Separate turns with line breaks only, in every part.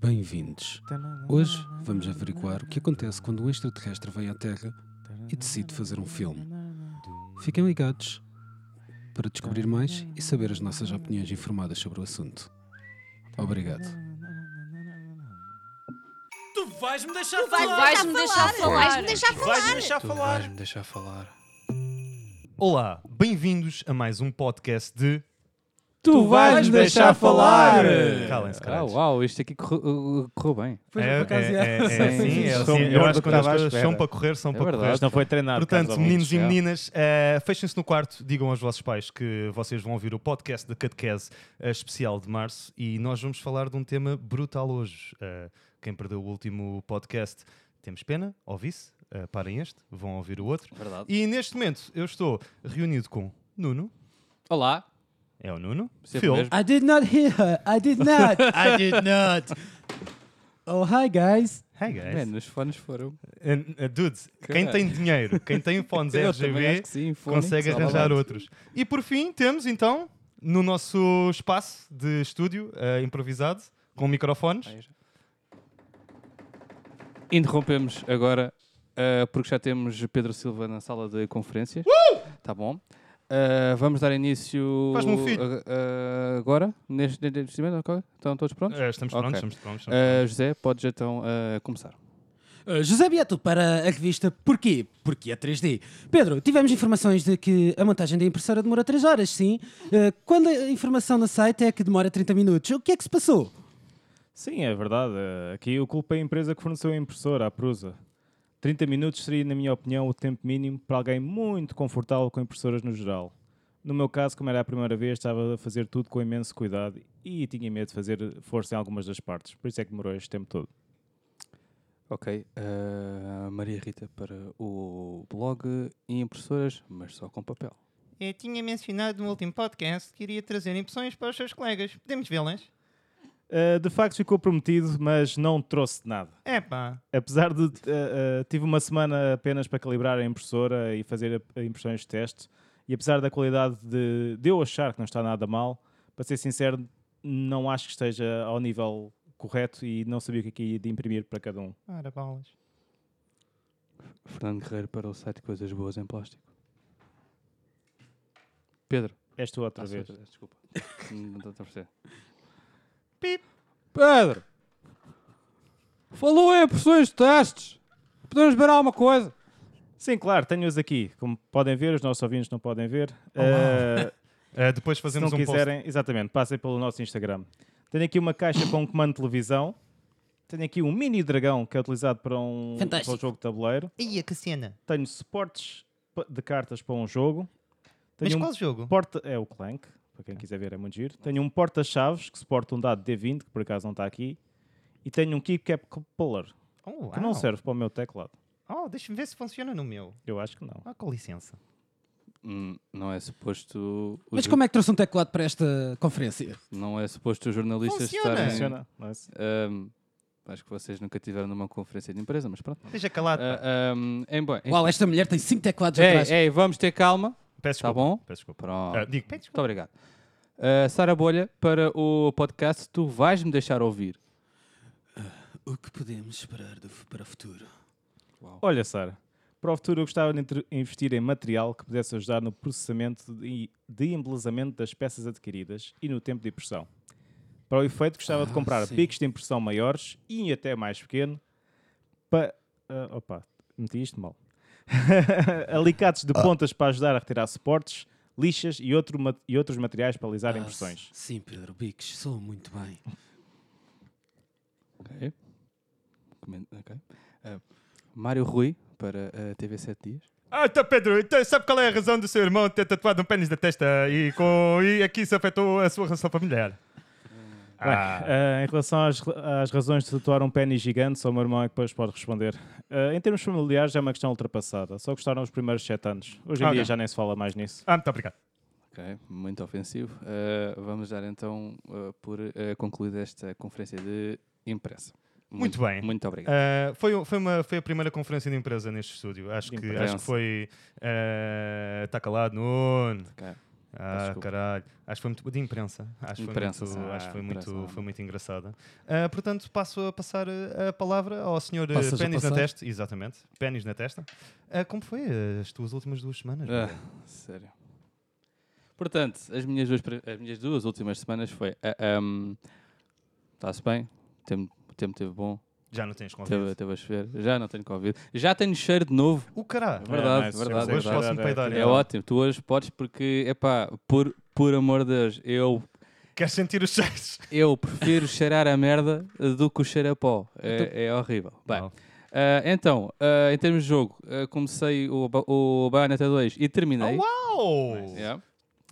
Bem-vindos. Hoje vamos averiguar o que acontece quando um extraterrestre vem à Terra e decide fazer um filme. Fiquem ligados para descobrir mais e saber as nossas opiniões informadas sobre o assunto. Obrigado.
Tu vais-me deixar
vais-
falar!
vais- me deixar falar.
Vais-me deixar
Tu vais-me deixar
Tu
falar!
vais-me deixar falar.
Olá, bem-vindos a mais um podcast de.
Tu
vais me deixar falar! Calem-se,
Ah,
caralho.
uau, este aqui correu, uh, correu bem.
É, é, é, é,
Sim,
assim, é
isto
assim, eu acho que quando as coisas são para correr, são
É
para correr.
verdade.
Não foi treinado.
Portanto,
Carlos
meninos e
Alves.
meninas, eh, fechem-se no quarto, digam aos vossos pais que vocês vão ouvir o podcast da Catequese eh, especial de março e nós vamos falar de um tema brutal hoje. Eh, quem perdeu o último podcast, temos pena, ouvi-se, eh, parem este, vão ouvir o outro.
Verdade.
E neste momento eu estou reunido com Nuno,
Olá.
é o Nuno,
Sempre
Phil,
mesmo.
I did not hear her. I did not. I did not. Oh, hi guys.
hey guys.
Mano, os fones foram.
And, uh, dude, quem
Caralho.
tem dinheiro, quem tem fones
Eu também acho
RGB,
que sim, fones,
consegue
olá lá.
arranjar outros. E por fim, temos então, no nosso espaço de estúdio eh, improvisado, com microfones,
Interrompemos agora, uh, porque já temos Pedro Silva na sala de conferências. Tá bom. Uh, vamos dar início
Faz-me um filho.
uh, uh, agora, neste neste investimento, ok? Estão todos prontos?
Eh, estamos prontos,
Ok.
estamos prontos. estamos
Uh, José, podes então uh, começar.
Uh, José Bieto para a revista Porquê? Porque é 3D. Pedro, tivemos informações de que a montagem da impressora demora 3 horas, sim. Uh, quando a informação no site é que demora 30 minutos. O que é que se passou?
Sim, é verdade. Eh, Aqui eu culpo a empresa que forneceu a impressora, a Prusa. 30 minutos seria, na minha opinião, o tempo mínimo para alguém muito confortável com impressoras no geral. No meu caso, como era a primeira vez, estava a fazer tudo com imenso cuidado e tinha medo de fazer força em algumas das partes. Por isso é que demorou este tempo todo.
Ok, uh, Maria Rita para o blog e impressoras, mas só com papel.
Eu tinha mencionado no último podcast que iria trazer impressões para os seus colegas. Podemos vê-las?
Eh, de facto, ficou prometido, mas não trouxe nada.
Epá,
apesar de eh, eh, tive uma semana apenas para calibrar a impressora e fazer a- a impressões de teste e apesar da qualidade de, de eu achar que não está nada mal, para ser sincero, não acho que esteja ao nível correto e não sabia o que é que ia de imprimir para cada um.
ora bolas.
Fernando Guerreiro para o site Coisas Boas em Plástico. Pedro.
És tu outra
Ah,
vez.
sou eu, Desculpa. Não estou a perceber.
Pip.
Pedro! Falou em impressões de testes! Podemos ver alguma coisa?
Sim, claro, tenho-os aqui. Como podem ver, os nossos ouvintes não podem ver. Eh,
prontos. Eh, depois
se
Oh, fazemos
não
um
quiserem, exatamente, passem pelo nosso Instagram. Tenho aqui uma caixa com um comando de televisão. Tenho aqui um mini dragão que é utilizado para um, para um
Fantástico.
jogo de tabuleiro.
Ia, que cena.
tenho suportes pa- de cartas para um jogo.
Mas
Tenho um
qual jogo?
porta. É o Clank, para quem quiser ver, é muito giro. Tenho um porta-chaves que suporta um dado D20, que por acaso não está aqui. E tenho um keycap puller,
Oh,
que não
uau.
serve para o meu teclado.
Oh, deixa-me ver se funciona no meu.
Eu acho que não.
Ah, com licença.
Hum, não é suposto. os
Mas
jor-
como é que trouxe um teclado para esta conferência?
Não é suposto os jornalistas
Funciona.
estarem.
Funciona. Não é?
Ahm, acho que vocês nunca tiveram numa conferência de empresa, mas pronto.
Deixa calado. pá.
Ah, ahm, em bom-
Uau, esta mulher tem 5 teclados atrás.
ei, ei, vamos ter calma.
Peço
Tá
desculpa.
bom?
Peço desculpa.
Pronto.
Ah, digo,
Pede
Muito
desculpa.
obrigado. Uh, Sara Bolha, para o podcast Tu Vais-me Deixar Ouvir.
O que podemos esperar do- para o futuro?
Olha, Sara, para o futuro eu gostava de inter- investir em material que pudesse ajudar no processamento e de embelezamento das peças adquiridas e no tempo de impressão. Para o efeito, gostava de
Ah,
comprar
sim.
picos de impressão maiores e até mais pequeno. Para. opa, meti isto mal. Alicates
Ah.
de pontas para ajudar a retirar suportes, lixas e, outro ma- e outros materiais para alisar impressões.
Ah, sim, Pedro Bicos, sou muito bem.
Ok. Comen- ok. Uh, Mário Rui, para a TV 7 Dias.
Ah, então Pedro, então sabe qual é a razão do seu irmão ter tatuado um pênis na testa e, com, e aqui isso afetou a sua relação familiar? Ah,
Ah, em relação às, às razões de tatuar um pênis gigante, só o meu irmão é que depois pode responder. Ah, em termos familiares, já é uma questão ultrapassada. Só gostaram os primeiros 7 anos. Hoje em
Ok.
dia já nem se fala mais nisso.
ah, muito obrigado.
Ok, muito ofensivo. Uh, vamos dar então uh, por uh, concluída esta conferência de imprensa.
Muito bem.
Muito obrigado.
Uh, foi, um- foi, uma, foi a primeira conferência de empresa neste estúdio. Acho
De
que,
imprensa.
acho que foi. Está calado, Nuno.
Ok.
Ah,
desculpa.
caralho. Acho que foi muito. De imprensa. Acho que foi
Imprensa,
muito,
sim.
acho que foi
Ah,
muito,
imprensa.
foi muito engraçada. Ah, portanto, passo a passar ah, a palavra ao senhor ah,
Passas a
Pênis na
passar?
testa. Exatamente. Pênis na testa. Ah, como foi ah, as tuas últimas duas semanas?
Ah,
Bruno?
sério. Portanto, as minhas duas, pre- as minhas duas últimas semanas foi... ah, ahm, Está-se bem? O tempo, o tempo teve bom.
Já não tens convite.
Teve, teve a chover. Já não tenho Covid. Já tenho cheiro de novo.
O caralho.
Verdade,
nice.
verdade,
Hoje
é verdade.
posso-me
É
peidar,
É
Não.
ótimo. Tu hoje podes porque, epá, por, por amor de Deus, eu,
Queres sentir os cheiros?
eu prefiro cheirar a merda do que o cheiro a pó. É, é horrível. Bem,
Então Não.
ah, então, ah, em termos de jogo, ah, comecei o, Ba- o Bayonetta 2 e terminei.
Oh, Uau!
Yeah.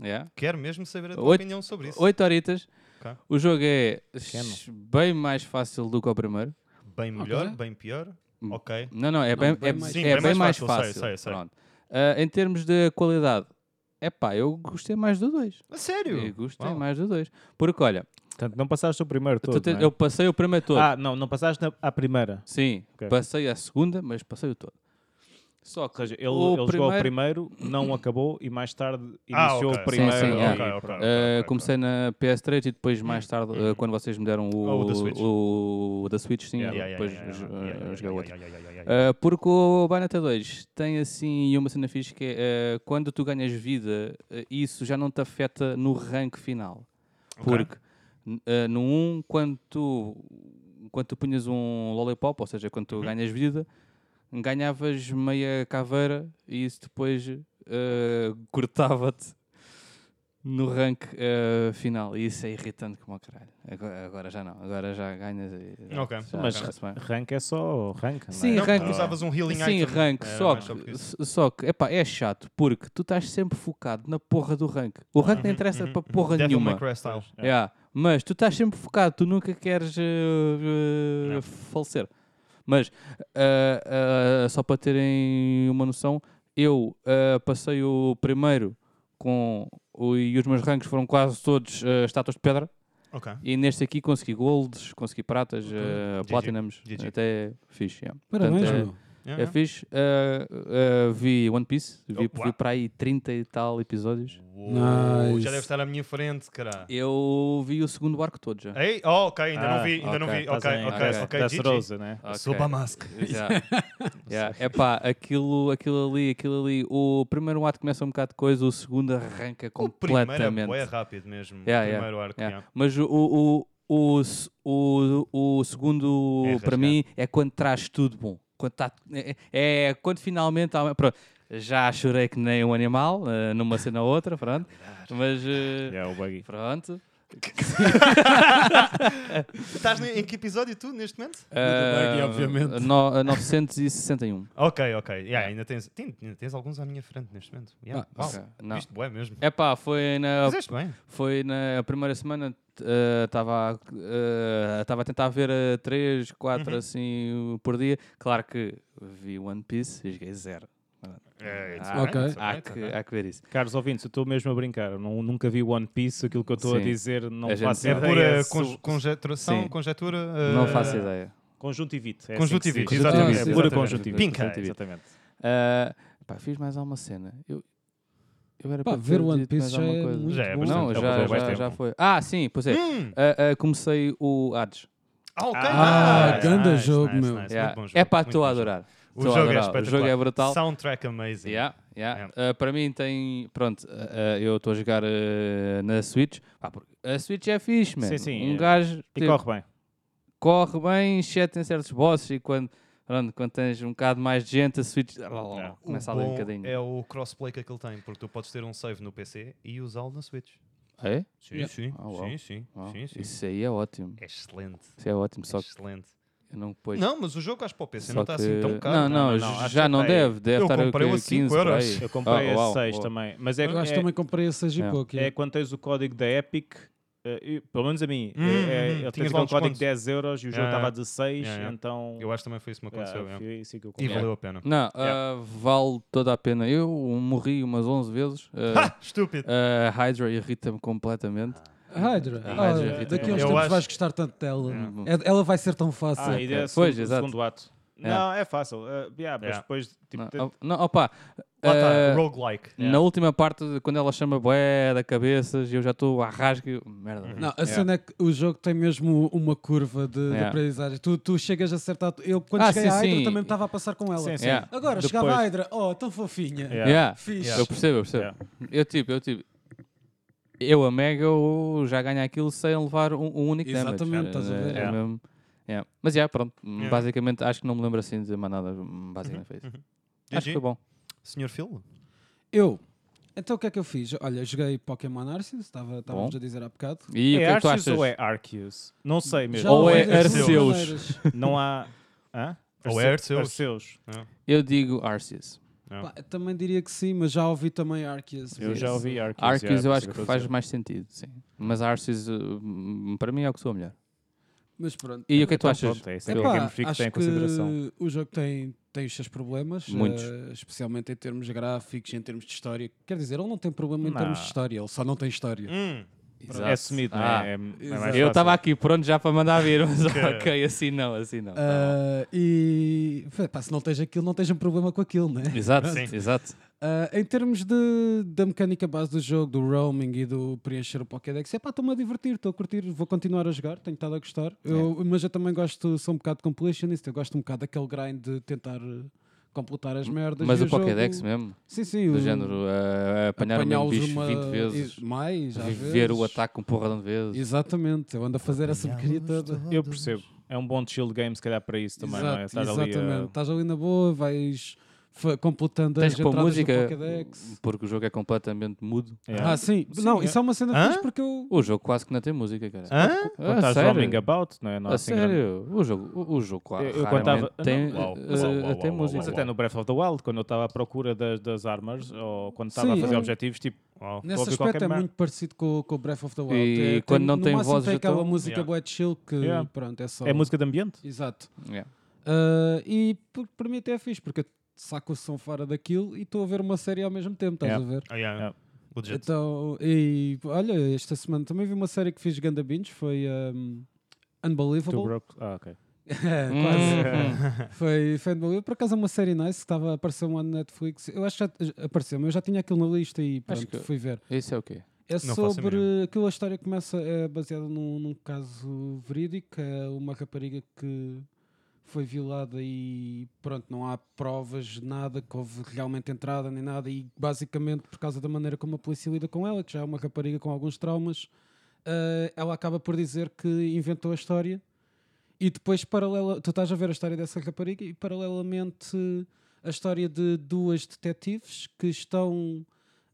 Yeah.
Quero mesmo saber a tua
Oito-
opinião sobre isso.
8 horitas.
Ok.
O jogo é bem mais fácil do que o primeiro.
Bem melhor,
Ok.
bem pior.
Hum.
Ok.
Não, não, é
Não,
bem,
bem
é,
mais-
Sim,
é
bem
bem
mais
mais
fácil,
fácil.
sei, sei, sei.
Pronto. Ah, em termos de qualidade, epá, eu gostei mais do 2.
A sério?
Eu gostei
Uau.
mais do 2. Porque olha,
Portanto, não passaste o primeiro
tu
todo,
te-
não é?
eu passei o primeiro todo.
Ah, não, não passaste na, à primeira.
Sim,
Ok.
passei a segunda, mas passei o todo. Só que
Ou seja, ele,
o
ele jogou o
primeiro-
primeiro, não acabou e mais tarde
Ah,
iniciou
ok.
o primeiro.
Sim, sim,
e
é.
Ok, ok,
pronto.
ok,
Uh,
ok.
comecei na PS3 e depois mais tarde, uh, quando vocês me deram o,
Oh, o da Switch.
o- o da Switch, sim,
Yeah, yeah,
assim, depois
yeah, yeah,
jo-
yeah, yeah,
uh,
yeah,
joguei
yeah,
outro.
yeah, yeah, yeah, yeah, yeah.
Uh, porque o Bayonetta 2 tem assim uma cena fixe que é uh, quando tu ganhas vida, uh, isso já não te afeta no rank final. Porque n- uh, no 1, quando tu, quando tu punhas um lollipop, ou seja, quando tu ganhas vida, ganhavas meia caveira e isso depois uh, cortava-te no rank uh, final. E isso é irritante como o caralho. Agora, agora já não, agora já ganhas. e já-
Ok.
já
Mas
está-se bem.
Rank é só rank. não é?
Sim,
Não,
Ah, rank-
porque usavas um healing
Sim,
item.
rank,
Era
só
é mais só porque
que,
isso.
s- só que epá, é chato porque tu estás sempre focado na porra do rank. O rank não interessa para porra
Devil
nenhuma.
May Cry style.
É.
Yeah, Mas tu estás sempre focado, tu nunca queres eh, eh,
Não.
falecer. Mas eh, eh, só para terem uma noção, eu eh, passei o primeiro com o- e os meus ranks foram quase todos eh, estátuas de pedra.
Ok.
E neste aqui consegui golds, consegui pratas, eh,
GG.
platinums,
GG.
até fixe. Yeah.
Parabéns,
Portanto, é-
meu.
Yeah,
é
yeah.
fixe. Uh, uh, vi One Piece, vi,
Oh, uau.
vi para aí 30 e tal episódios.
Uou,
Nice.
Já deve estar à minha frente, cara.
Eu vi o segundo arco todo já.
Ei, oh, ok, ainda não
Ah,
vi, ainda não
ok,
vi. Ok,
Estás em-
ok,
ok,
ok.
That's
GG.
Rosa, né?
Ok.
Sopa mask.
Já. Já. Epá, aquilo, aquilo ali, aquilo ali. O primeiro ato começa um bocado de coisa, o segundo arranca
O primeiro é
completamente.
bué rápido mesmo.
Yeah,
o
yeah,
primeiro arco.
Yeah.
yeah.
Mas o, o, o, o, o, o segundo,
É
para mim, é quando traz tudo bom. Quando tá, é, é quando finalmente. há uma- Pronto, já chorei que nem um animal, eh, numa cena ou outra, pronto. Mas. eh,
Yeah, o buggy.
Pronto.
Estás ne- em que episódio tu, neste momento?
Lindenberg,
Ah,
obviamente.
no- 961.
Ok, ok. Yeah, ainda, tens, tem- ainda tens alguns à minha frente neste momento. Yeah.
Ah,
Uau,
Ok, Não. Ah,
Isto bué mesmo.
Epá, foi na,
Fizeste bem.
foi na primeira semana. ah, Estava ah, a tentar ver 3, 4
Uhum.
assim por dia. Claro que vi One Piece e joguei zero.
É, it's
Ah,
alright,
ok.
it's
Há
alright,
que,
ok.
há que ver isso.
Caros ouvintes, eu estou mesmo a brincar. Eu não- nunca vi One Piece, aquilo que eu estou a
Sim.
dizer não
A gente
faço
sabe.
É
ideia.
pura
se-
conj- conjeturação,
ah, Sim.
conjetura.
Ah.
Não
eh,
faço ideia.
Conjuntivite. É
Conjuntivite,
assim que se diz.
exatamente,
É pura
exatamente.
conjuntivite.
Pinca.
Exatamente.
Ah, epá, fiz mais alguma cena. Eu, eu era
Pá,
para
ver
ter
One
dito mais
Piece já
alguma
é
coisa.
muito
Já é
bom.
bastante.
Não,
já
já,
levou mais
já,
tempo.
já foi. Ah, sim, pois é.
Hum.
Ah, ah, comecei o Hades.
Ah, ok.
Ah,
nice,
ganda
nice,
jogo,
nice,
meu.
nice,
Yeah.
muito bom jogo,
É pá,
muito
estou a
bom jogo.
adorar.
O
Estou
jogo
a
é
adorar.
espetacular.
O jogo é brutal.
Soundtrack amazing.
Yeah, yeah. Uh, para mim tem. Pronto, uh, uh, eu estou a jogar uh, na Switch. Pá, porque a Switch é fixe, man.
Sim, sim,
Um
é.
gajo
E
tipo,
corre bem.
corre bem, exceto em certos bosses. E quando, pronto, quando tens um bocado mais de gente, a Switch
É.
O
começa a ler um
bom
bocadinho.
É o crossplay que ele tem, porque tu podes ter um save no PC e usá-lo na Switch.
É?
Sim,
Yeah.
sim,
Ah, uau.
sim, sim,
Oh,
sim, sim.
Isso aí é ótimo.
É excelente.
Isso é ótimo. Só que
excelente.
eu não pus.
Não, mas o jogo acho que para o PC não
só
está
que-
assim tão caro.
Não, não,
não,
j-
acho
já
que
não
tá aí.
deve. Deve
é. Eu
estar o
comprei-o a
quê?
cinco
15 por
euros.
aí.
Eu comprei
Ah,
a
uau,
6
uau.
também. Mas é,
Eu acho que
é,
também comprei a 6
É.
e pouco.
é quando tens o código da Epic. eh, e, pelo menos a mim,
Hum,
eh, é,
hum,
ele
tinhas
tens
lá
um
uns
código
descontos.
de 10 euros e o jogo
Yeah,
estava a
yeah.
16,
Yeah, yeah.
então
Eu acho que também foi isso que me aconteceu.
yeah,
yeah.
foi isso que eu
E
comprei.
valeu a pena.
Não,
Yeah.
uh, vale toda a pena. Eu morri umas 11 vezes. uh,
Ha! Ah, Estúpido!
A Hydra irrita-me completamente.
Hydra.
Ah,
Ah,
Hydra,
daqui a uns
Eu
tempos
acho-
vais gostar tanto dela.
É.
É- Ela vai ser tão fácil.
Ah, e
ok.
é
Pois,
segundo,
exato.
segundo ato. Não, é fácil. Ah, yeah, mas
Yeah.
depois, tipo,
Não,
te-
op- Não, opa.
Lá está,
eh,
roguelike.
Na última parte, quando ela chama bué da cabeças e eu já estou a rasga. e- Merda.
Não, a cena é que o jogo tem mesmo uma curva de, de
Yeah.
aprendizagem. Tu, tu chegas a certa altura. Eu, quando
Ah,
cheguei
sim,
à Hydra,
sim.
também me estava a passar com ela.
Sim, sim.
Yeah.
Agora,
Depois-
chegava à Hydra, oh, tão fofinha.
Yeah.
Ah,
Yeah.
Fixe.
Yeah.
Eu percebo, eu percebo.
Yeah.
Eu tipo, eu tipo. Eu a Mega eu já ganho aquilo sem levar um, um único damage.
Exatamente, estás a ver?
É
Yeah.
mesmo- yeah. Mas já, pronto.
Yeah.
Basicamente, acho que não me lembro assim de mais nada. Basicamente foi
Uhum.
isso. Acho que
GG.
foi bom.
Senhor Phil?
Eu. Então o que é que eu fiz? Olha, joguei Pokémon Arceus, estava- estávamos
Bom.
a dizer há bocado.
E o que é que tu
Arceus
achas?
ou é Arceus? Não sei mesmo.
Já
Ou
o
é
joguei de duas
Arceus.
maneiras.
Não há. Hã?
Ou é Arceus.
Arceus.
Eu digo Arceus.
Pá, também diria que sim, mas já ouvi também Arceus.
Eu já ouvi Arceus.
Arceus
yeah,
eu
por
acho
isso
que
eu
faz
estou a
mais sentido, sim. Mas Arceus, uh, hum, para mim, é o que sou melhor.
Mas pronto.
E o que é que tu
Então,
achas?
pronto, é isso é
Epá,
que a Game Freak
acho
tem em
que
consideração.
O jogo tem, tem os seus problemas,
Muitos.
eh, especialmente em termos gráficos, em termos de história. Quer dizer, ele não tem problema em
Não.
termos de história, ele só não tem história.
Hum.
É assumido, não
Ah,
é? É- é mais
né? exato.
Eu
fácil.
estava aqui pronto já para mandar vir, mas ok, assim não, assim não. tá bom.
Ah, e pá, se não tens aquilo, não tens um problema com aquilo, né?
Exato,
Sim.
exato.
Ah, em termos de, da mecânica base do jogo, do roaming e do preencher o Pokédex, é pá, estou-me a divertir, estou a curtir, vou continuar a jogar, tenho estado a gostar.
É.
Eu- mas eu também gosto, sou um bocado completionist, eu gosto um bocado daquele grind de tentar eh, completar as merdas.
Mas
e
o Pokédex
jogo-
mesmo,
Sim, sim.
do
o-
género, eh, apanhar o mesmo
apanhá-los
bicho
uma-
20 vezes,
e- mais, às
viver
vezes.
o ataque um porradão de vezes.
Exatamente, eu ando a fazer essa porcaria toda.
Eu percebo. É um bom chill game, se calhar, para isso também, não é? Estar ali a-
exatamente, estás ali na boa, vais fa- completando
Tens
as
que pôr
entradas do
música,
Pokédex.
porque o jogo é completamente mudo.
Yeah.
Ah, sim.
Sim,
não,
é.
isso é uma cena
Hã?
fixe porque eu...
O jogo quase que não tem música, cara.
Hã?
Quando
Ah,
estás roaming
sério?
about, não é?
Ah,
Não há
A
assim grande-
sério, o jogo, o, o jogo quase
Eu- eu contava-
tem,
não, uau,
eh,
uau,
uau,
tem
uau,
música.
Mas até no Breath of the Wild, quando eu estava à procura das, das armas, ou quando estava a
Sim,
fazer
é.
objetivos, tipo,
Uau.
Nesse
Ouvi
aspecto
qualquer
é
merda.
muito parecido com, com o Breath of the Wild.
E
É, tem-
quando não
no
tem
máximo
voz,
tem aquela
então-
música
Yeah.
bué de chill que,
Yeah.
pronto, é só...
é música de ambiente?
Exato.
Yeah.
Ah, e por- para mim até é fixe, porque eu saco o som fora daquilo e estou a ver uma série ao mesmo tempo, estás
Yeah.
a ver?
Ah, yeah.
Yeah.
Legit.
Então, e olha, esta semana também vi uma série que fiz Ganda Binge, foi um,
Two
Unbelievable.
Broke. Ah, ok.
É,
Hum,
quase.
hum.
Foi, foi Unbelievable. Por acaso é uma série nice que estava, apareceu uma na Netflix. Eu acho que já apareceu, mas eu já tinha aquilo na lista e
Acho
pronto,
que-
fui ver.
Isso é o quê?
É
Não faço a
sobre aquilo a história começa, é baseada num, num caso verídico, é uma rapariga que foi violada e pronto, não há provas, nada, que houve realmente entrada nem nada, e basicamente por causa da maneira como a polícia lida com ela, que já é uma rapariga com alguns traumas, eh, ela acaba por dizer que inventou a história e depois paralela, tu estás a ver a história dessa rapariga e paralelamente a história de duas detetives que estão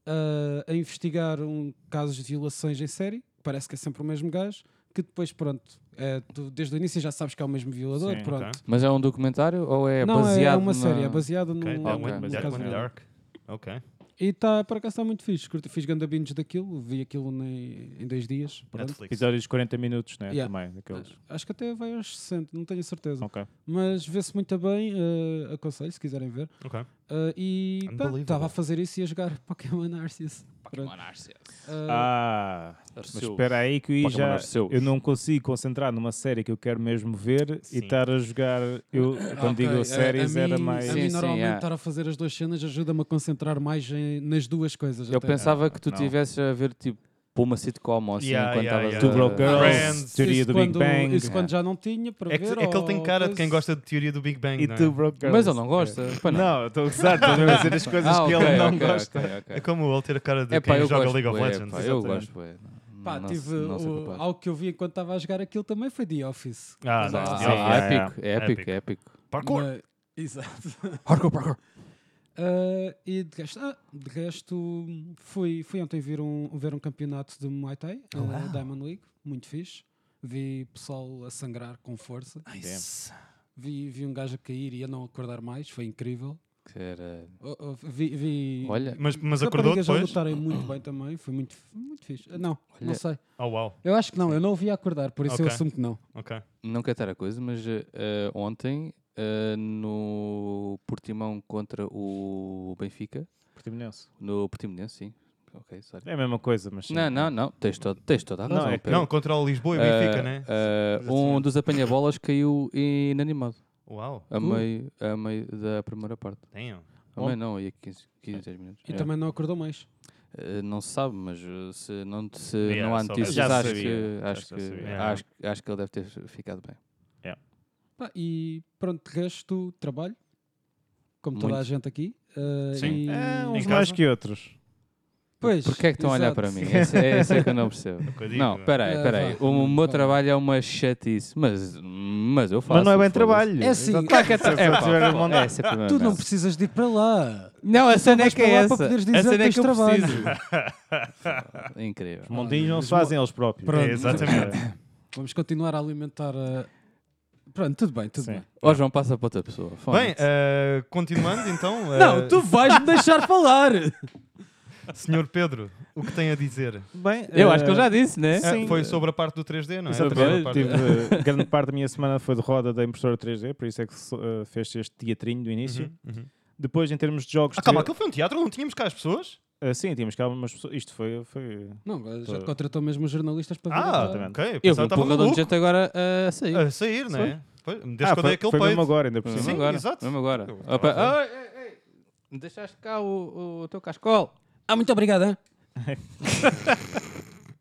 ah, a investigar um casos de violações em série, parece que é sempre o mesmo gajo, que depois, pronto, é, tu desde o início já sabes que é o mesmo violador,
Sim,
pronto.
ok.
Mas é um documentário ou é
Não, é-
baseado
é uma
na-
série, é baseada num,
Ok, tá,
num
that
ok.
went-
num
that
caso
went
real.
dark. Ok.
E está, por acaso está muito fixe, curto, fiz ganda binge daquilo, vi aquilo ne- em dois dias, pronto.
Netflix.
Episódios de 40 minutos, né?
Yeah.
Também, daqueles.
Acho que até vai aos 60, não tenho a certeza.
Ok.
Mas vê-se muito bem, ah, aconselho se quiserem ver.
Ok. É
Ah, e pá,
Unbelievable.
estava a fazer isso e a jogar Pokémon Arceus. Pronto. Ah,
Ah, mas
Arceus.
espera aí que eu
Pokémon
já.
Arceus.
Eu não consigo concentrar numa série que eu quero mesmo ver e
Sim.
estar a jogar. Eu,
Ah,
quando
ok,
digo
a-
séries,
a
era
mim-
mais.
A
Sim,
mim,
sim,
normalmente,
yeah.
estar a fazer as duas cenas ajuda-me a concentrar mais em- nas duas coisas.
Eu
até.
pensava que tu
Não.
estivesse a ver tipo para uma sitcom ou assim,
Yeah,
enquanto
yeah,
estavas
yeah.
Two
a-
Broke Girls,
Friends.
Ah, Teoria
Isso
do Big
quando-
Bang.
Isso quando já não tinha para
É que,
ver.
é que ele tem
ou
cara de quem
coisa.
gosta de teoria do Big Bang,
E
não é?
Two Broke Girls.
Mas ele não gosta. Pois não.
Não, eu estou a gozar, estou a dizer as coisas
Ah,
que
ok,
ele não
ok,
gosta.
ok, ok.
É como ele ter a cara de
É pá,
quem
eu
joga
gosto,
League of
bué,
Legends.
pá, eu
exatamente.
gosto, bué.
Pá,
Não-
tive
não é. sou
o-
capaz.
algo que eu vi enquanto estava a jogar aquilo também foi The Office.
Ah,
Mas-
nice.
Ah,
The
sim,
Office.
yeah,
épico, épico, épico.
Parkour.
Mas- Exato.
Parkour, parkour.
Ah, e de resto, ah, de resto fui, fui ontem ver um, ver um campeonato de Muay Thai,
Oh,
ah, Diamond League, muito fixe. Vi pessoal a sangrar com força. Vi, vi um gajo a cair e a não acordar mais, foi incrível.
Caralho.
Oh, oh, vi, vi
Olha,
Mas, mas acordou
raparigas a
depois?
lutarem muito bem também, foi muito, muito fixe. Ah, Não, não
Olha.
sei.
Oh, uau.
Eu acho que não, eu não ouvi acordar, por isso eu
Ok.
assumo que não.
Ok.
não quero estar a coisa, mas eh, eh, ontem eh, no Portimão contra o Benfica,
Portimonense.
no Portimonense, sim. Ok, sorry.
É a mesma coisa, mas sim.
Não, não, não, tens, todo, tens toda a
Não,
razão.
é-
Pedro.
Não, contra o Lisboa e
Eh,
Benfica, né?
eh, um dos apanha-bolas caiu inanimado.
Uau,
A meio, a meio da primeira parte.
tenho.
A meio não, ia 15, 15 10 minutos.
E
É.
também não acordou mais.
Eh, não se sabe, mas eh, se não, te- se
Yeah,
não há
só-
notícias,
já
acho,
sabia,
que,
já
acho, que,
sabia.
Yeah.
acho, acho que ele deve ter ficado bem.
Pá, e pronto, de resto, trabalho. Como toda
Muito.
a gente aqui. ah,
Sim.
e-
É,
Em
uns mais
casa?
que outros.
Pois,
Porquê é que estão a olhar
exato.
para mim? Essa é, essa é que eu não percebo.
que eu digo,
não,
é.
peraí,
É,
peraí.
vá,
O
não,
meu
vá.
trabalho é uma chatice, mas, mas eu faço.
Mas não é bem
foda-se.
trabalho.
É assim.
Exato. Claro que é trabalho.
É, pá,
Se tiver a
foda-se,
mandar.
essa é a primeira
Tu não
merda.
precisas de ir para lá.
Não, a cena é
vais
que
para
é
lá para
essa.
poderes
A
dizer
cena
que
é que eu
tens
preciso.
trabalho.
Incrível.
Os mondinhos não se fazem eles próprios.
É, exatamente.
Vamos continuar a alimentar a... Pronto, tudo bem, tudo
Sim.
bem.
Ó João, passa para outra pessoa.
Bem,
Fone-te.
eh, continuando então, eh,
Não, tu vais me deixar falar.
Senhor Pedro, o que tem a dizer?
Bem,
eu acho que
eh,
ele já disse, né?
Ah,
Sim.
Foi sobre a parte do 3D, não é?
Exatamente.
Sobre a parte-
Tive, eh, grande parte da minha semana foi de roda da impressora 3D, por isso é que so- eh, fez este teatrinho do início.
Uhum, uhum.
Depois, em termos de jogos.
Ah, calma,
tive-
aquilo foi um teatro, não tínhamos cá as pessoas?
eh, sim, tínhamos calma, mas isto foi. foi
Não, agora já
Tô-
te contratou mesmo os jornalistas para vir.
Ah,
agora.
exatamente.
ok.
Eu
pensava
vi um
que estava
porradão de
maluco.
gente agora eh, a sair.
A sair, não é? Pois, Desde
Ah,
quando
foi,
é aquele
foi mesmo
peito?
agora, ainda por
Mesmo
cima.
Sim,
agora.
exato.
Mesmo agora.
Eu-
Opa, ai, ai, ai. Deixaste cá o, o teu cascol.
Ah, muito obrigado. hein?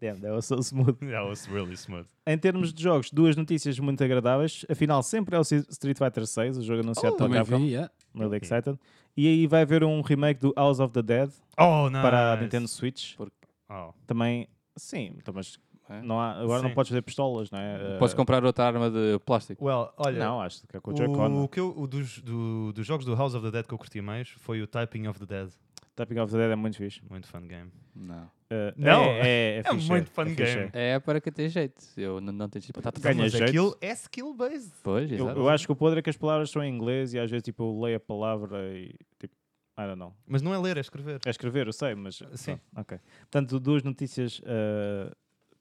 Damn, that was so smooth.
That was really smooth.
Em termos de jogos, duas notícias muito agradáveis. Afinal, sempre é o Si- Street Fighter 6, o jogo anunciado pela
Oh, Também
Capcom.
vi, yeah.
Really excited. E aí vai haver um remake do House of the Dead
Oh, não.
para a Nintendo Switch.
Oh.
Também, sim, então, mas
É?
não há- agora
Sim.
não podes fazer pistolas, não é? Eh,
Podes comprar outra arma de plástico.
Well, olha,
Não, acho que é com o
o,
Joy-Con.
que eu, o dos, do- dos jogos do House of the Dead que eu curti mais foi o Typing of the Dead.
Tapping of the Dead é muito fixe.
Muito fun game.
Não.
Eh,
Não,
é, é,
é
fixe,
muito fun
fixe.
game.
É para que tem jeito. Eu não, não tenho tipo, tá jeito para estar
Ganha
Mas
jeito.
aquilo é skill-based.
Pois,
Eu,
exato.
eu acho que o podre é que as palavras são em inglês e às vezes tipo, eu leio a palavra e tipo, I don't know.
Mas não é ler, é escrever.
É escrever, eu sei, mas.
Sim.
pronto, ok. Portanto, duas notícias ah,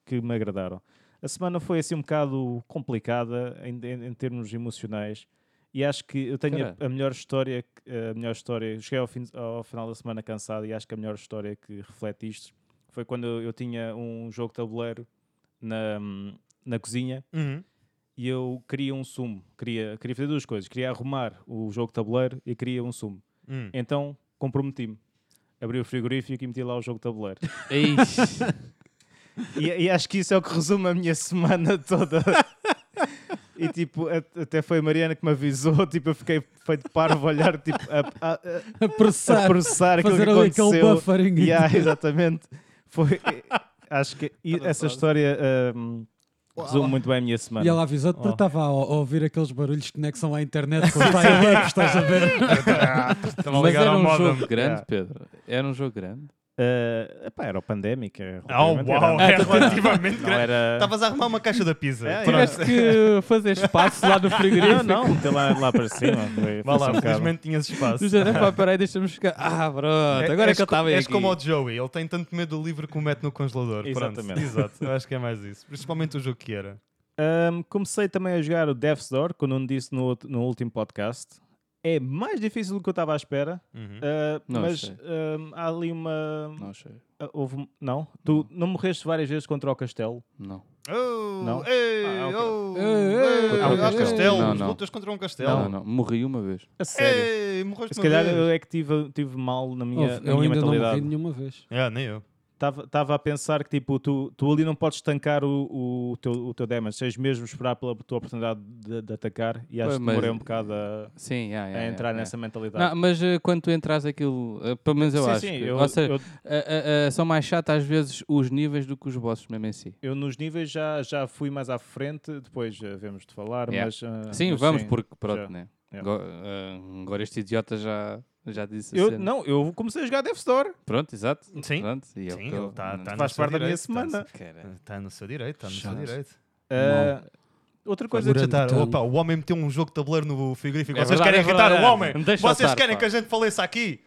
que me agradaram. A semana foi assim um bocado complicada em, em- em termos emocionais e acho que eu tenho a,
Caralho.
a melhor história. que- A melhor história. Cheguei ao, fim, ao final da semana cansado e acho que a melhor história que reflete isto foi quando eu tinha um jogo de tabuleiro na, na cozinha
Uhum.
e eu queria um sumo. Queria, queria fazer duas coisas. Queria arrumar o jogo de tabuleiro e queria um sumo.
Uhum.
Então comprometi-me. Abri o frigorífico e meti lá o jogo de tabuleiro.
Ixi.
e, e acho que isso é o que resume a minha semana toda. E tipo, at- até foi a Mariana que me avisou, tipo, eu fiquei feito parvo a olhar, tipo, a, a, a-
A
a
processar,
processar aquilo que
fazer ali aquele
aconteceu.
buffering.
Yeah, exatamente. Foi, acho que e essa
Engraçado.
história hum, resume muito bem a minha semana.
E ela avisou-te porque
Oh.
estava a, a ouvir aqueles barulhos de conexão à internet com os dial-up, estás a ver?
Estava a
Mas
ligar
era
ao
um
modem.
jogo grande,
Yeah.
Pedro. Era um jogo grande.
Uh, epá, era o pandémico. é
Oh,
relativamente
uau, é relativamente
grande. Não
grande.
era...
Estavas a arrumar uma caixa da pizza.
É,
Pronto.
Tiveste que fazer espaço lá no frigorífico.
Não, não, meter lá, lá para cima.
Vá
Foi, foi
lá,
um bocado.
felizmente tinhas espaço.
Do género, pá, peraí, deixa-me chegar. Ah, pronto, agora é,
És
que eu
co-
estava aí.
És
aqui.
como o Joey, ele tem tanto medo do livro que o mete no congelador. Pronto,
Exatamente.
exato. Eu acho que é mais isso. Principalmente o jogo que era.
Ahm, comecei também a jogar o Death's Door, que eu não disse no, outro- no último podcast. É mais difícil do que eu estava à espera,
Uhum.
ah,
Não
mas
sei.
ahm, há ali uma.
Não sei.
ah, houve um- não? Tu não morreste várias vezes contra o castelo?
Não.
Oh,
Não?
Ei,
Ah, ok.
oh,
Ei,
ei,
ei,
há um
ei, ei.
castelo,
Não,
os
não.
lutas contra um castelo.
Não, não. Morri uma vez.
A sério?
Ei, morreste
Se
uma
calhar
vez.
eu é que tive, tive mal na minha,
Ouve,
na
eu
minha
ainda não morri
mentalidade.
nenhuma vez.
É, nem eu.
Estava a pensar que tipo, tu, tu ali não podes tancar o, o, teu, o teu damage, tens mesmo de esperar pela tua oportunidade de, de atacar e acho
Pois,
que
mas-
demorei um bocado a,
Sim, yeah,
a
yeah, yeah,
entrar
yeah.
nessa mentalidade.
Não, mas eh, quando tu entras aquilo, eh, pelo menos eu
sim,
acho.
sim,
que-
eu,
ou seja,
eu-
eh, eh, eh, são mais chatos às vezes os níveis do que os bosses mesmo em si.
eu nos níveis já, já fui mais à frente, depois eh, vemos de falar,
Yeah.
mas... ah,
sim,
mas
vamos, porque pronto,
já.
né?
Yeah.
Go- eh, agora este idiota já, já disse a
Eu,
cena.
não, eu comecei a jogar Death Store,
Pronto, exato.
Sim.
Pronto, e é o
Sim,
que eu-
ele tá-
não-
tá no
faz
seu
parte da minha
direito,
semana.
Cara.
Está no seu direito, está no seu
Chato.
direito.
Ah, outra coisa
Grande
Chatar,
tango.
é opa, o homem meteu um jogo de tabuleiro no frigorífico.
É
Vocês
verdade,
querem
é
irritar
verdade.
o homem?
Me deixa
Vocês
altar,
querem
pá.
que a gente faleça aqui?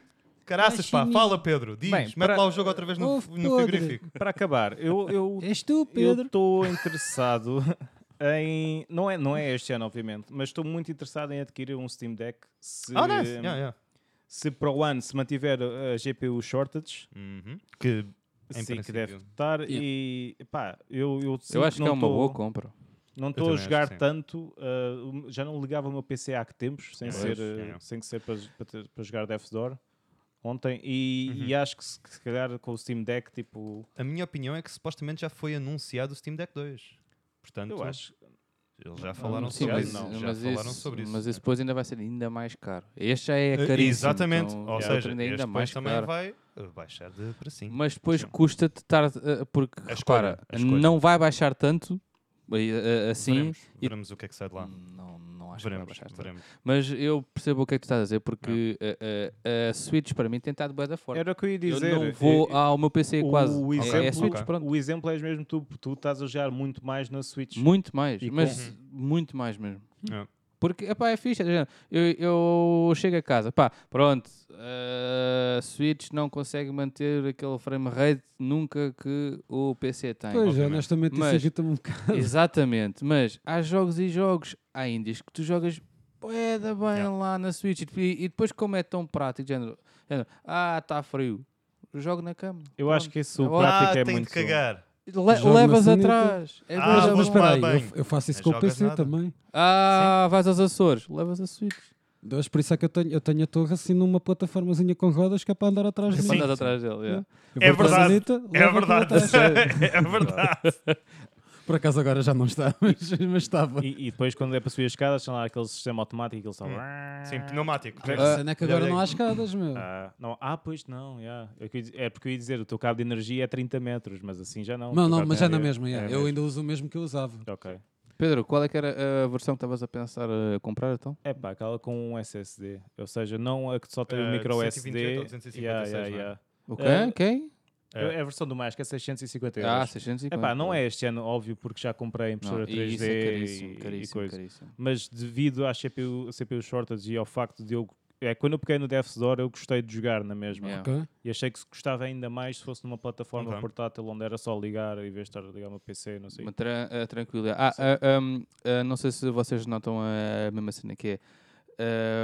Caraças, pá, fala Pedro, diz,
Bem,
mete
para-
lá o jogo outra vez no,
Oh,
f- no
podre.
frigorífico.
para acabar, eu- eu
És tu,
Eu
Pedro.
estou interessado em. Não é, não é este ano, obviamente, mas estou muito interessado em adquirir um Steam Deck. Se,
Ah, nice. Yeah, yeah.
se para o ano se mantiver a GPU shortage,
Uhum. Que
sim, que
princípio.
deve estar. E pá, eu, eu, sinto
Eu acho que é
não
uma boa
tô-
compra.
Não estou a
também acho
jogar
que sim.
tanto, ah, já não ligava o meu PC há que tempos, sem,
Pois,
ser,
é.
ah, sem que ser para, para, ter- para jogar Death's Door ontem. E, e acho que se, que se calhar com o Steam Deck, tipo.
A minha opinião é que supostamente já foi anunciado o Steam Deck 2. Portanto,
Eu acho.
eles já falaram
Sim,
sobre
mas-
isso. já
mas
falaram
esse-
sobre isso.
Mas esse depois ainda vai ser ainda mais caro. Este já é
Eh,
caríssimo.
Exatamente.
então
Ou
já
seja,
ainda
este
mais
depois também
caro.
vai eh, baixar de precinho.
Mas depois
Sim.
custa-te estar. eh, porque
A escolha,
repara,
a escolha.
não vai baixar tanto eh, eh, assim.
veremos, veremos o que é que sai de lá.
Não, não Hum, acho
Veremos,
que vai baixar tanto.
veremos.
Mas eu percebo o que é que tu estás a dizer, porque eh, eh, a Switch para mim tem estado bué da forte.
Era o que eu ia
Eu
dizer.
não vou
eh,
ao meu PC quase.
O
É-
exemplo,
é Switch,
ok.
pronto.
o exemplo és mesmo tu, porque tu estás a jogar muito mais na Switch.
Muito mais,
E
mas muito mais mesmo.
É.
Porque, epá, é fixe. é do género, Eu, eu chego a casa, pá, pronto, eh, Switch não consegue manter aquele frame rate nunca que o PC tem.
Pois,
obviamente.
honestamente, isso
Mas-
irrita-me um bocado.
Exatamente, mas há jogos e jogos, há indies que tu jogas poeda bem
Yeah.
lá na Switch e, depois- e depois como é tão prático, de género, de género, ah, está frio, jogo na cama.
Eu acho
Pronto.
que isso
Ah,
prático
ah,
é
tem
muito.
de cagar.
Le-
Jogo na
levas
sanita.
atrás. É
Ah,
coisa
vou
mas
boa.
tomar
espera aí,
banho.
eu, eu faço isso
Não
com o
jogas
PC
nada.
também.
Ah, vais aos Açores, levas a Switch.
Mas por isso é que eu tenho, eu tenho a torre assim numa plataformazinha com rodas que é para andar atrás de
Sim.
mim.
Andas atrás dele. yeah.
Eu
É
vou para a
verdade.
sanita, levo
É
aquilo
verdade.
atrás.
é verdade.
Por acaso agora já não está, mas, mas estava.
E, e depois, quando é para subir as escadas, tem lá aquele sistema automático, aquele só.
Hum.
Sim, pneumático.
A cena é que agora
olha
não há
aí.
escadas, meu.
Ah, não, ah, pois não, yeah. Eu queria dizer- é porque eu ia dizer, o teu cabo de energia é 30 metros, mas assim já não.
Não,
Tu
não,
já
mas
tem-
já na mesma, yeah.
é
eu
mesmo.
ainda uso o mesmo que eu usava.
Ok.
Pedro, qual é que era a versão que estavas a pensar a comprar então?
É pá, aquela com um SSD, ou seja, não a que só tem o
Eh,
micro
228
SD.
ou 256,
Yeah, yeah,
não é?
yeah.
O quê?
Eh,
Quem?
É.
Eu- É. a versão do mais, que é 650 euros.
Ah, 650.
É pá, não é este ano, óbvio, porque já comprei a
Não,
impressora 3D
e isso é caríssimo,
e- e
caríssimo,
coisa.
caríssimo.
mas devido à CPU, CPU shortage e ao facto de eu. É, quando eu peguei no Death's Door, eu gostei de jogar na mesma.
Yeah.
Ok?
E achei que se gostava ainda mais se fosse numa plataforma
Ok.
portátil onde era só ligar em vez de estar a ligar uma PC, não sei.
Uma tran- eh, tranquilidade. Ah, ah, um, ah, não sei se vocês notam a mesma cena que é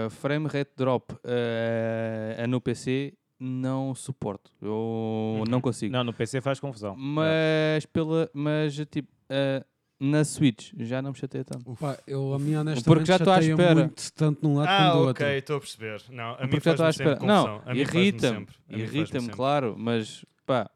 ah, frame rate drop ah, ah, no PC não suporto. Eu
Uhum.
não consigo.
Não, no PC faz confusão.
Mas pela. Mas tipo. ah, na Switch já não me chateia tanto.
Pá, eu a mim honestamente
Porque já estou à
chateia
espera.
muito tanto de um lado
Ah,
como do
ok,
outro.
estou a perceber. Não, a mim
Porque já estou à
faz-me sempre
espera.
confusão.
Não,
A mim faz-me
irrita-me.
sempre. A mim faz-me
Irrita-me,
sempre.
claro, mas pá,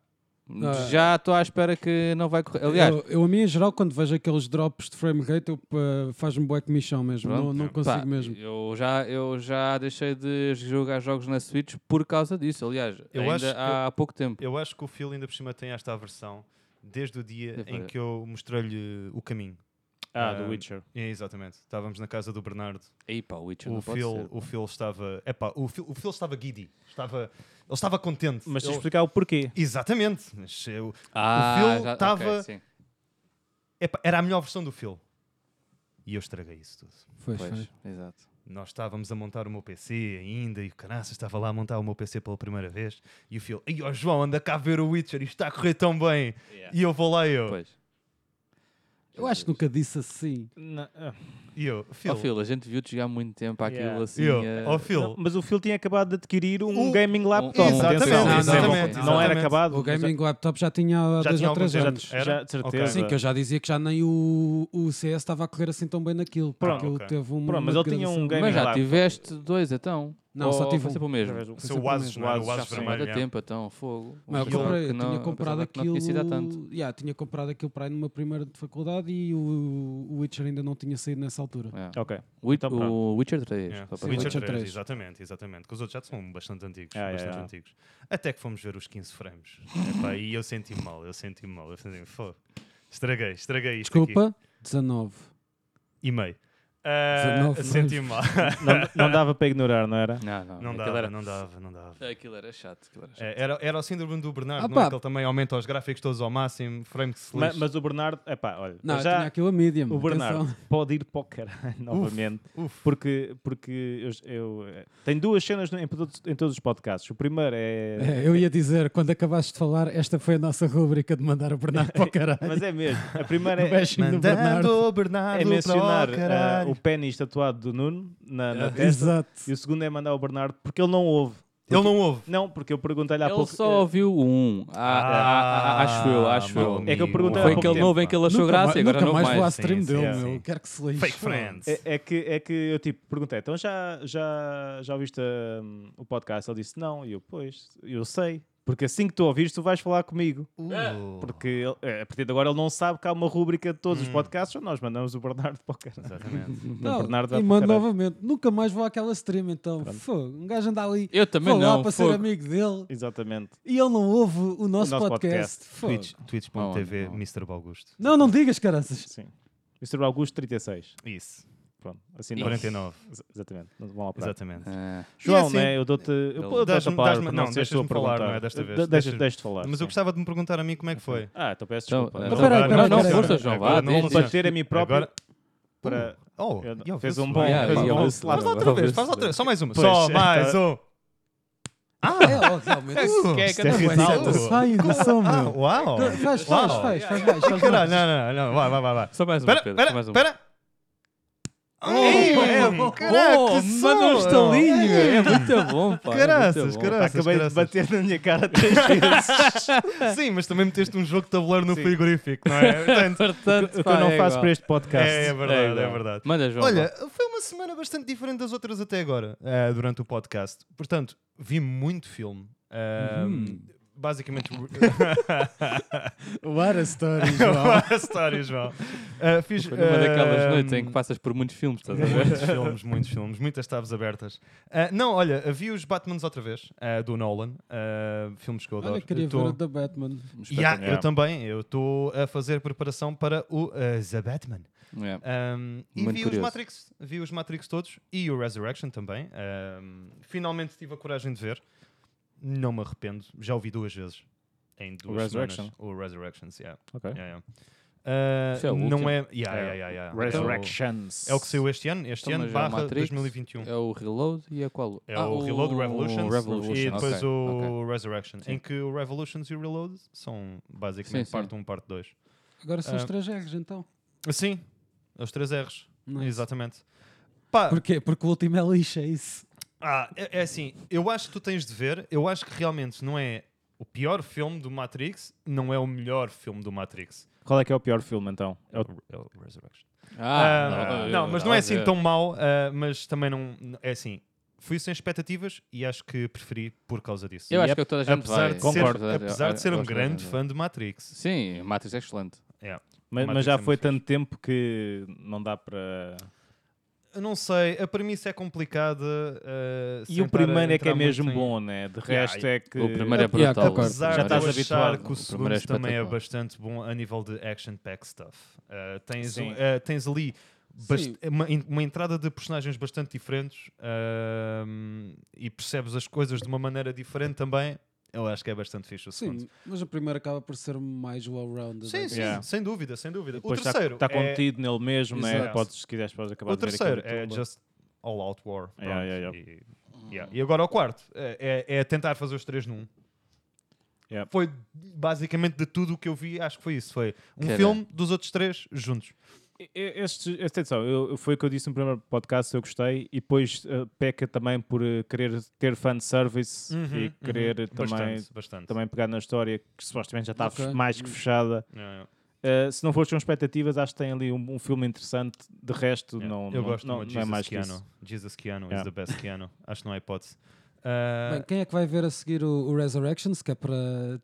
Ah.
já estou à espera que não vai correr. Aliás,
eu, eu a mim em geral quando vejo aqueles drops de frame rate eu, pá, faz-me bué comichão mesmo,
Pronto,
não, não
é.
consigo
pá,
mesmo.
Eu já, eu já deixei de jogar jogos na Switch por causa disso. Aliás,
Eu
ainda
acho que-
há pouco tempo.
Eu acho que o Phil ainda por cima tem esta aversão desde o dia
Deve
em
haver.
que eu mostrei-lhe o caminho.
Ah,
Ah,
do Witcher.
É, exatamente. Estávamos na casa do Bernardo.
Aí pá, o Witcher
O
não pode
Phil,
ser.
o Phil estava. Epá, o Phil, o Phil estava giddy. Estava, ele estava contente.
Mas te
Ele-
explicar o porquê.
Exatamente. Mas eu-
Ah,
Phil
já- ok,
tava-
sim.
epá, era a melhor versão do Phil. E eu estraguei isso tudo.
Foi,
Pois,
foi.
exato.
Nós estávamos a montar o meu PC ainda e o caraças estava lá a montar o meu PC pela primeira vez. E o Phil, e ó João, anda cá ver o Witcher, isto está a correr tão bem. E eu vou lá eu.
Pois.
Eu acho que nunca disse assim.
Na- ah,
E eu, Phil,
Ó Phil, a gente viu-te jogar muito tempo àquilo
Yeah.
assim.
e eu,
eh,
ó Phil,
não, mas o Phil tinha acabado de adquirir um
O-
gaming laptop.
Exatamente,
atenção.
Não, não,
exatamente,
Não, não era
exatamente.
acabado.
O gaming laptop já tinha há
já
dois
tinha
ou
alguns
três anos.
anos.
mas já- já de certeza.
Ok.
Sim, que eu já dizia que já nem o, o CS estava a correr assim tão bem naquilo.
Pronto,
porque ele
ok.
teve uma.
Pronto, mas
uma
ele tinha um
degradação.
gaming
mas já
laptop.
tiveste dois então?
Não, só
Ou
tive
foi
um.
sempre o mesmo?
Através do-
Seu
sempre o
Asus,
mesmo.
não era? O
Asus,
Já
Asus
foi há muito
vermelho. é.
tempo então, fogo.
Mas eu,
que
pensava
comprei,
que
eu
não-
tinha comprado
pensava que Não
aquilo.
tinha sido há tanto.
Yeah, tinha comprado aquilo para aí numa primeira de faculdade e o, o Witcher ainda não tinha saído nessa altura.
Yeah.
Ok.
Wit-
Então,
o
pronto.
Witcher 3.
É,
só para
Witcher
dizer.
Witcher
3,
três.
exatamente, exatamente. Que os outros já são bastante antigos,
Ah, é,
bastante
é.
antigos. Até que fomos ver os 15 frames. Epá, e eu senti mal, eu senti mal, eu senti mal. Estraguei, estraguei isto aqui.
Desculpa, 19.
E meio. Ah,
19,
senti mal.
Não, não dava para ignorar, não era?
Não, não,
Não
aquilo
dava,
era-
não dava, não dava.
Aquilo era chato. Aquilo era chato.
É, Era, era o síndrome do Bernardo,
Ah,
não
pá.
é que ele também aumenta os gráficos todos ao máximo, frame que se
Ma- Mas,
lixe.
o Bernardo, epá, olha,
Não, eu tinha
já
aquilo a medium.
o Bernardo
atenção.
pode ir para o caralho novamente.
Uf,
Porque, porque eu, eu, eh, tem duas cenas no- em, todos, em todos os podcasts. O primeiro é.
É, eu ia dizer, quando acabaste de falar, esta foi a nossa rúbrica de mandar o Bernardo para o caralho.
Mas é mesmo. A primeira
O
é,
bashing do
mandando
Bernardo.
o Bernardo
é
para
mencionar
o
eh,
oh, caralho.
o é pênis tatuado do Nuno na, na testa.
Exato.
E o segundo é mandar o Bernardo porque ele não ouve.
Ele não ouve.
Não, porque eu perguntei-lhe há
Ele
pouco. é eh,
só ouviu um. Ah, ah, ah, acho eu, acho eu.
É que eu perguntei
Foi
há pouco
aquele
tempo,
novo em que ele achou
Nunca
graça
ma-
e agora
nunca
não
mais vou à
mais.
stream
Sim,
dele,
sim,
meu.
sim.
Quero que se lixe.
Fake friends.
É, é que, é que eu tipo perguntei, então já, já, já ouviste hum, o podcast? Ele disse não, e eu, pois, eu sei. Porque assim que tu ouvires, tu vais falar comigo.
Uh.
Porque ele- é, a partir de agora ele não sabe que há uma rúbrica de todos os podcasts, ou nós mandamos o Bernardo para o caralho.
Hum.
é,
Exatamente.
Não, Bernardo vai
e
para o
mando
caralho.
novamente. Nunca mais vou àquela stream, então. Fogo. Um gajo anda ali.
Eu também
vou
não.
lá para
fogo.
ser amigo dele.
Exatamente.
E ele não ouve o nosso,
nosso
podcast. Fogo.
Twitch- Twitch.tv,
Não, não.
Mr. Balgusto.
Não, não digas, caranças.
Sim. Mr. Augusto 36.
Isso.
Pronto. Assim não.
49.
Ex- Exatamente. Não vão lá para.
Exatamente.
Ah,
João,
E assim-
né? Eu dou-te. Eu
Ele-
dou
Dás-me-
a palavra.
dás-me-
para
não,
não, seres tu a
deixas-me falar,
perguntar.
não é? Desta vez.
De- Deixas
Deixas-
deixas-te falar.
Mas
sim.
eu gostava de me perguntar a mim como é que foi.
Ah, então peço
Então,
desculpa.
eh,
Não,
então-
peraí, peraí,
não,
peraí.
força,
João,
Agora
vá,
não
diz,
vou
diz.
deixar.
Bater a mim próprio.
Agora-
Para...
Oh,
Eu-
já
fez
ouviu-se
um bom.
Yeah,
fez um
yeah,
bom
ouviu-se
slap.
Faz lá outra vez,
Ouviu-se
faz lá outra vez. Só mais uma.
Pois,
Só
é,
mais
tá.
um.
É, ó, realmente.
Uh,
que é
isto
cada
é
vez.
ridículo.
Sai a noção,
Ah,
meu.
uau.
Faz, faz,
Uau.
faz, faz mais. faz
Caralho,
mais.
não, não, não. Vai, vai, vai. vai.
Só mais um,
Espera,
Pedro. só
espera,
mais um.
espera. Ei, Oh, é,
Oh,
Caraca, que
manda um
som.
estalinho, é muito bom, pá. é
Caraças,
muito bom.
caraças.
Tá, Acabei de
caraças.
bater na minha cara três vezes.
Sim, mas também meteste um jogo de tabuleiro no frigorífico, não é? Portanto,
Portanto,
O que
pá,
eu não
é
faço
igual.
para este podcast.
é, é verdade, é,
igual.
verdade.
Manda, João.
Olha,
vá.
foi uma semana bastante diferente das outras até agora, eh, durante o podcast. Portanto, vi muito filme. Eh,
Uhum.
Basicamente,
What a story, João.
a história, João. Eh, fiz,
Foi numa daquelas
eh,
noites em que passas por muitos filmes, estás a ver?
Muitos filmes, muitos filmes, muitas tabs abertas. Ah, não, olha, vi os Batmans outra vez, ah, do Nolan, ah, filmes que eu adoro.
Olha, queria
Eu
ver
tô-
o da Batman.
Yeah,
Espetacular.
eu também, eu estou a fazer preparação para o ah, The Batman.
É.
Um, e
Muito
vi os
curioso.
Matrix, vi os Matrix todos e o Resurrection também. Um, finalmente tive a coragem de ver. Não me arrependo, já o vi duas vezes. Em duas
Resurrection?
semanas. O Resurrections, yeah.
Ok.
yeah, yeah. Uh,
Isso é o
não
último?
é. yeah, yeah, yeah, yeah.
Resurrections.
É o que saiu este ano, este
Então,
ano
mas é o
barra
Matrix,
2021.
É o Reload e é qual?
É
Ah,
o Reload Revolutions,
Revolution,
e depois
ok,
o
ok.
Resurrection, em que o Revolutions e o Reload são basicamente
Sim, sim.
parte 1, parte 2.
Agora são os
Ah.
três R's, então.
Sim, os três R's.
Nice.
Exatamente. Pá,
Porquê? Porque o último é lixo, é isso.
ah, é, é assim, eu acho que tu tens de ver, eu acho que realmente não é o pior filme do Matrix, não é o melhor filme do Matrix.
Qual é que é o pior filme então? É o-
É o Resurrection.
Ah,
Ah,
eu
não, mas não
estava
é
a
assim
ver.
tão mau, ah, mas também não. É assim, fui sem expectativas e acho que preferi por causa disso.
Eu acho que toda a gente
apesar
vai. é,
de
Concordo.
ser, apesar de ser um
Gosto é. da
grande
gente.
fã de Matrix.
Sim, Matrix é excelente.
Mas,
Matrix
mas já
é muito
foi
fixe.
tanto tempo que não dá para.
Eu não sei, a premissa é complicada. eh,
E
sem
o
estar a
primeiro é que é
entrar muito
mesmo
em-
bom, né? De
Yeah,
resto é que.
O primeiro é
Ah, yeah,
brutal.
concordo.
Apesar
Já
de
estás
eu achar
habituado.
que o
O
segundo
primeiro é
também é
espetacular.
bastante bom a nível de action-pack stuff. Eh, tens, um-
Sim.
eh, tens ali bast- é
Sim.
uma, uma entrada de personagens bastante diferentes ehm, e percebes as coisas de uma maneira diferente também. Eu acho que é bastante fixe o segundo.
Sim, mas o primeiro acaba por ser mais well-rounded. né?
Sim, sim,
Yeah.
sem dúvida, sem dúvida. O
Depois está,
terceiro
está
é-
contido nele mesmo, né?
Exato.
Podes, se quiseres, podes acabar
O
de ver
terceiro
aquilo
é
tudo.
just all out war. Pronto.
Yeah, yeah,
E, yeah. E agora o quarto é, é- é tentar fazer os três num.
Yeah.
Foi basicamente de tudo o que eu vi, acho que foi isso. Foi um
Cara.
filme dos outros três juntos.
E- e- Estes, esta edição, eu, eu- foi o que eu disse no primeiro podcast, eu gostei, e depois eh, peca também por eh, querer ter fanservice
Uhum,
e
uhum.
querer eh, também,
Bastante, bastante.
também pegar na história que supostamente já está
Ok.
fe- mais que fechada.
Yeah, yeah.
Eh, se não fores com expectativas, acho que tem ali um, um filme interessante. De resto, não,
eu
não,
gosto
não,
muito de
não é
Jesus
mais que isso.
Keanu. Jesus Keanu is the
Yeah.
best Keanu. Acho que não há hipótese. Ah,
Bem, quem é que vai ver a seguir o, o Resurrections? Que é para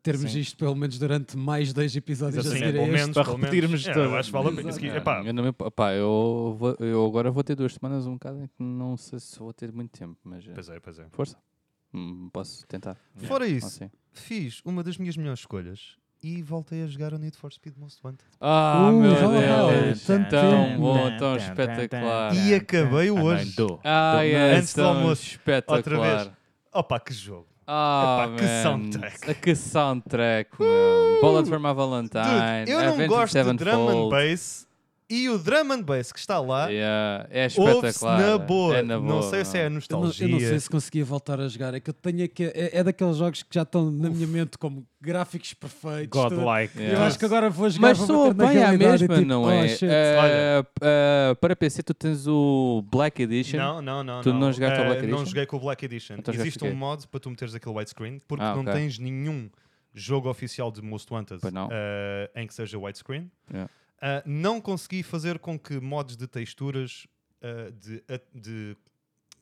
termos
Sim.
isto pelo menos durante mais dois episódios
sim,
a seguir a
assim, pelo
este.
menos,
para
pelo
repetirmos
menos. Yeah, eu
todos.
acho que vale a pena.
Exato.
Seguir- epá,
Eu, não me- pá, eu vou- eu agora vou ter duas semanas, um bocado em que não sei se vou ter muito tempo, mas eh,
Pois é, pois é.
força. Hum, Posso tentar.
Fora
Ah,
isso, Uh,
sim.
fiz uma das minhas melhores escolhas e voltei a jogar o Need for Speed Most Wanted.
Ah,
Uh,
meu
já lá vai,
Deus.
tanto
Tão
tempo.
bom, tão espetacular.
E acabei
Ah,
hoje.
Ai, é
Antes do
tão
almoço. Outra vez.
Espetacular.
Opa, que jogo.
Ah,
Epá, que
man.
soundtrack.
Ah, Que soundtrack, meu. Bullet for my
Dude,
Valentine.
eu não
Avenged
gosto de
Sevenfold.
drum and bass, E o drum and bass que está lá
Yeah, é
ouve-se
espetacular.
na boa.
É na boa.
não sei se é a
Eu não,
nostalgia.
eu não sei se conseguia voltar a jogar. É que eu tenho aqui. É, é daqueles jogos que já estão na minha mente como gráficos perfeitos. tudo.
Godlike.
Eu
Yeah.
acho que agora vou jogar
Mas
vou
soa
bater na
bem à
realidade e
mesma,
tipo,
não
oh,
é?
shit.
Eh, eh, para PC, tu tens o Black Edition.
Não, não, não.
Tu não jogaste ao
Eh,
Black
Não
Edition?
joguei com o Black Edition.
Então jogaste
Existe
o quê?
um mod para tu meteres aquele widescreen porque
Ah,
não
ok.
tens nenhum jogo oficial de Most Wanted
Pois não.
eh, em que seja widescreen.
Yeah.
Eh, não consegui fazer com que mods de texturas eh, de, de,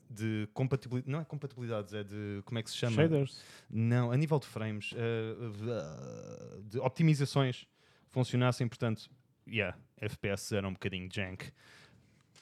de compatibilidade. Não é compatibilidades, é de. Como é que se chama?
Shaders.
Não, a nível de frames, eh, v- de optimizações funcionassem, portanto, yeah, FPS era um bocadinho jank.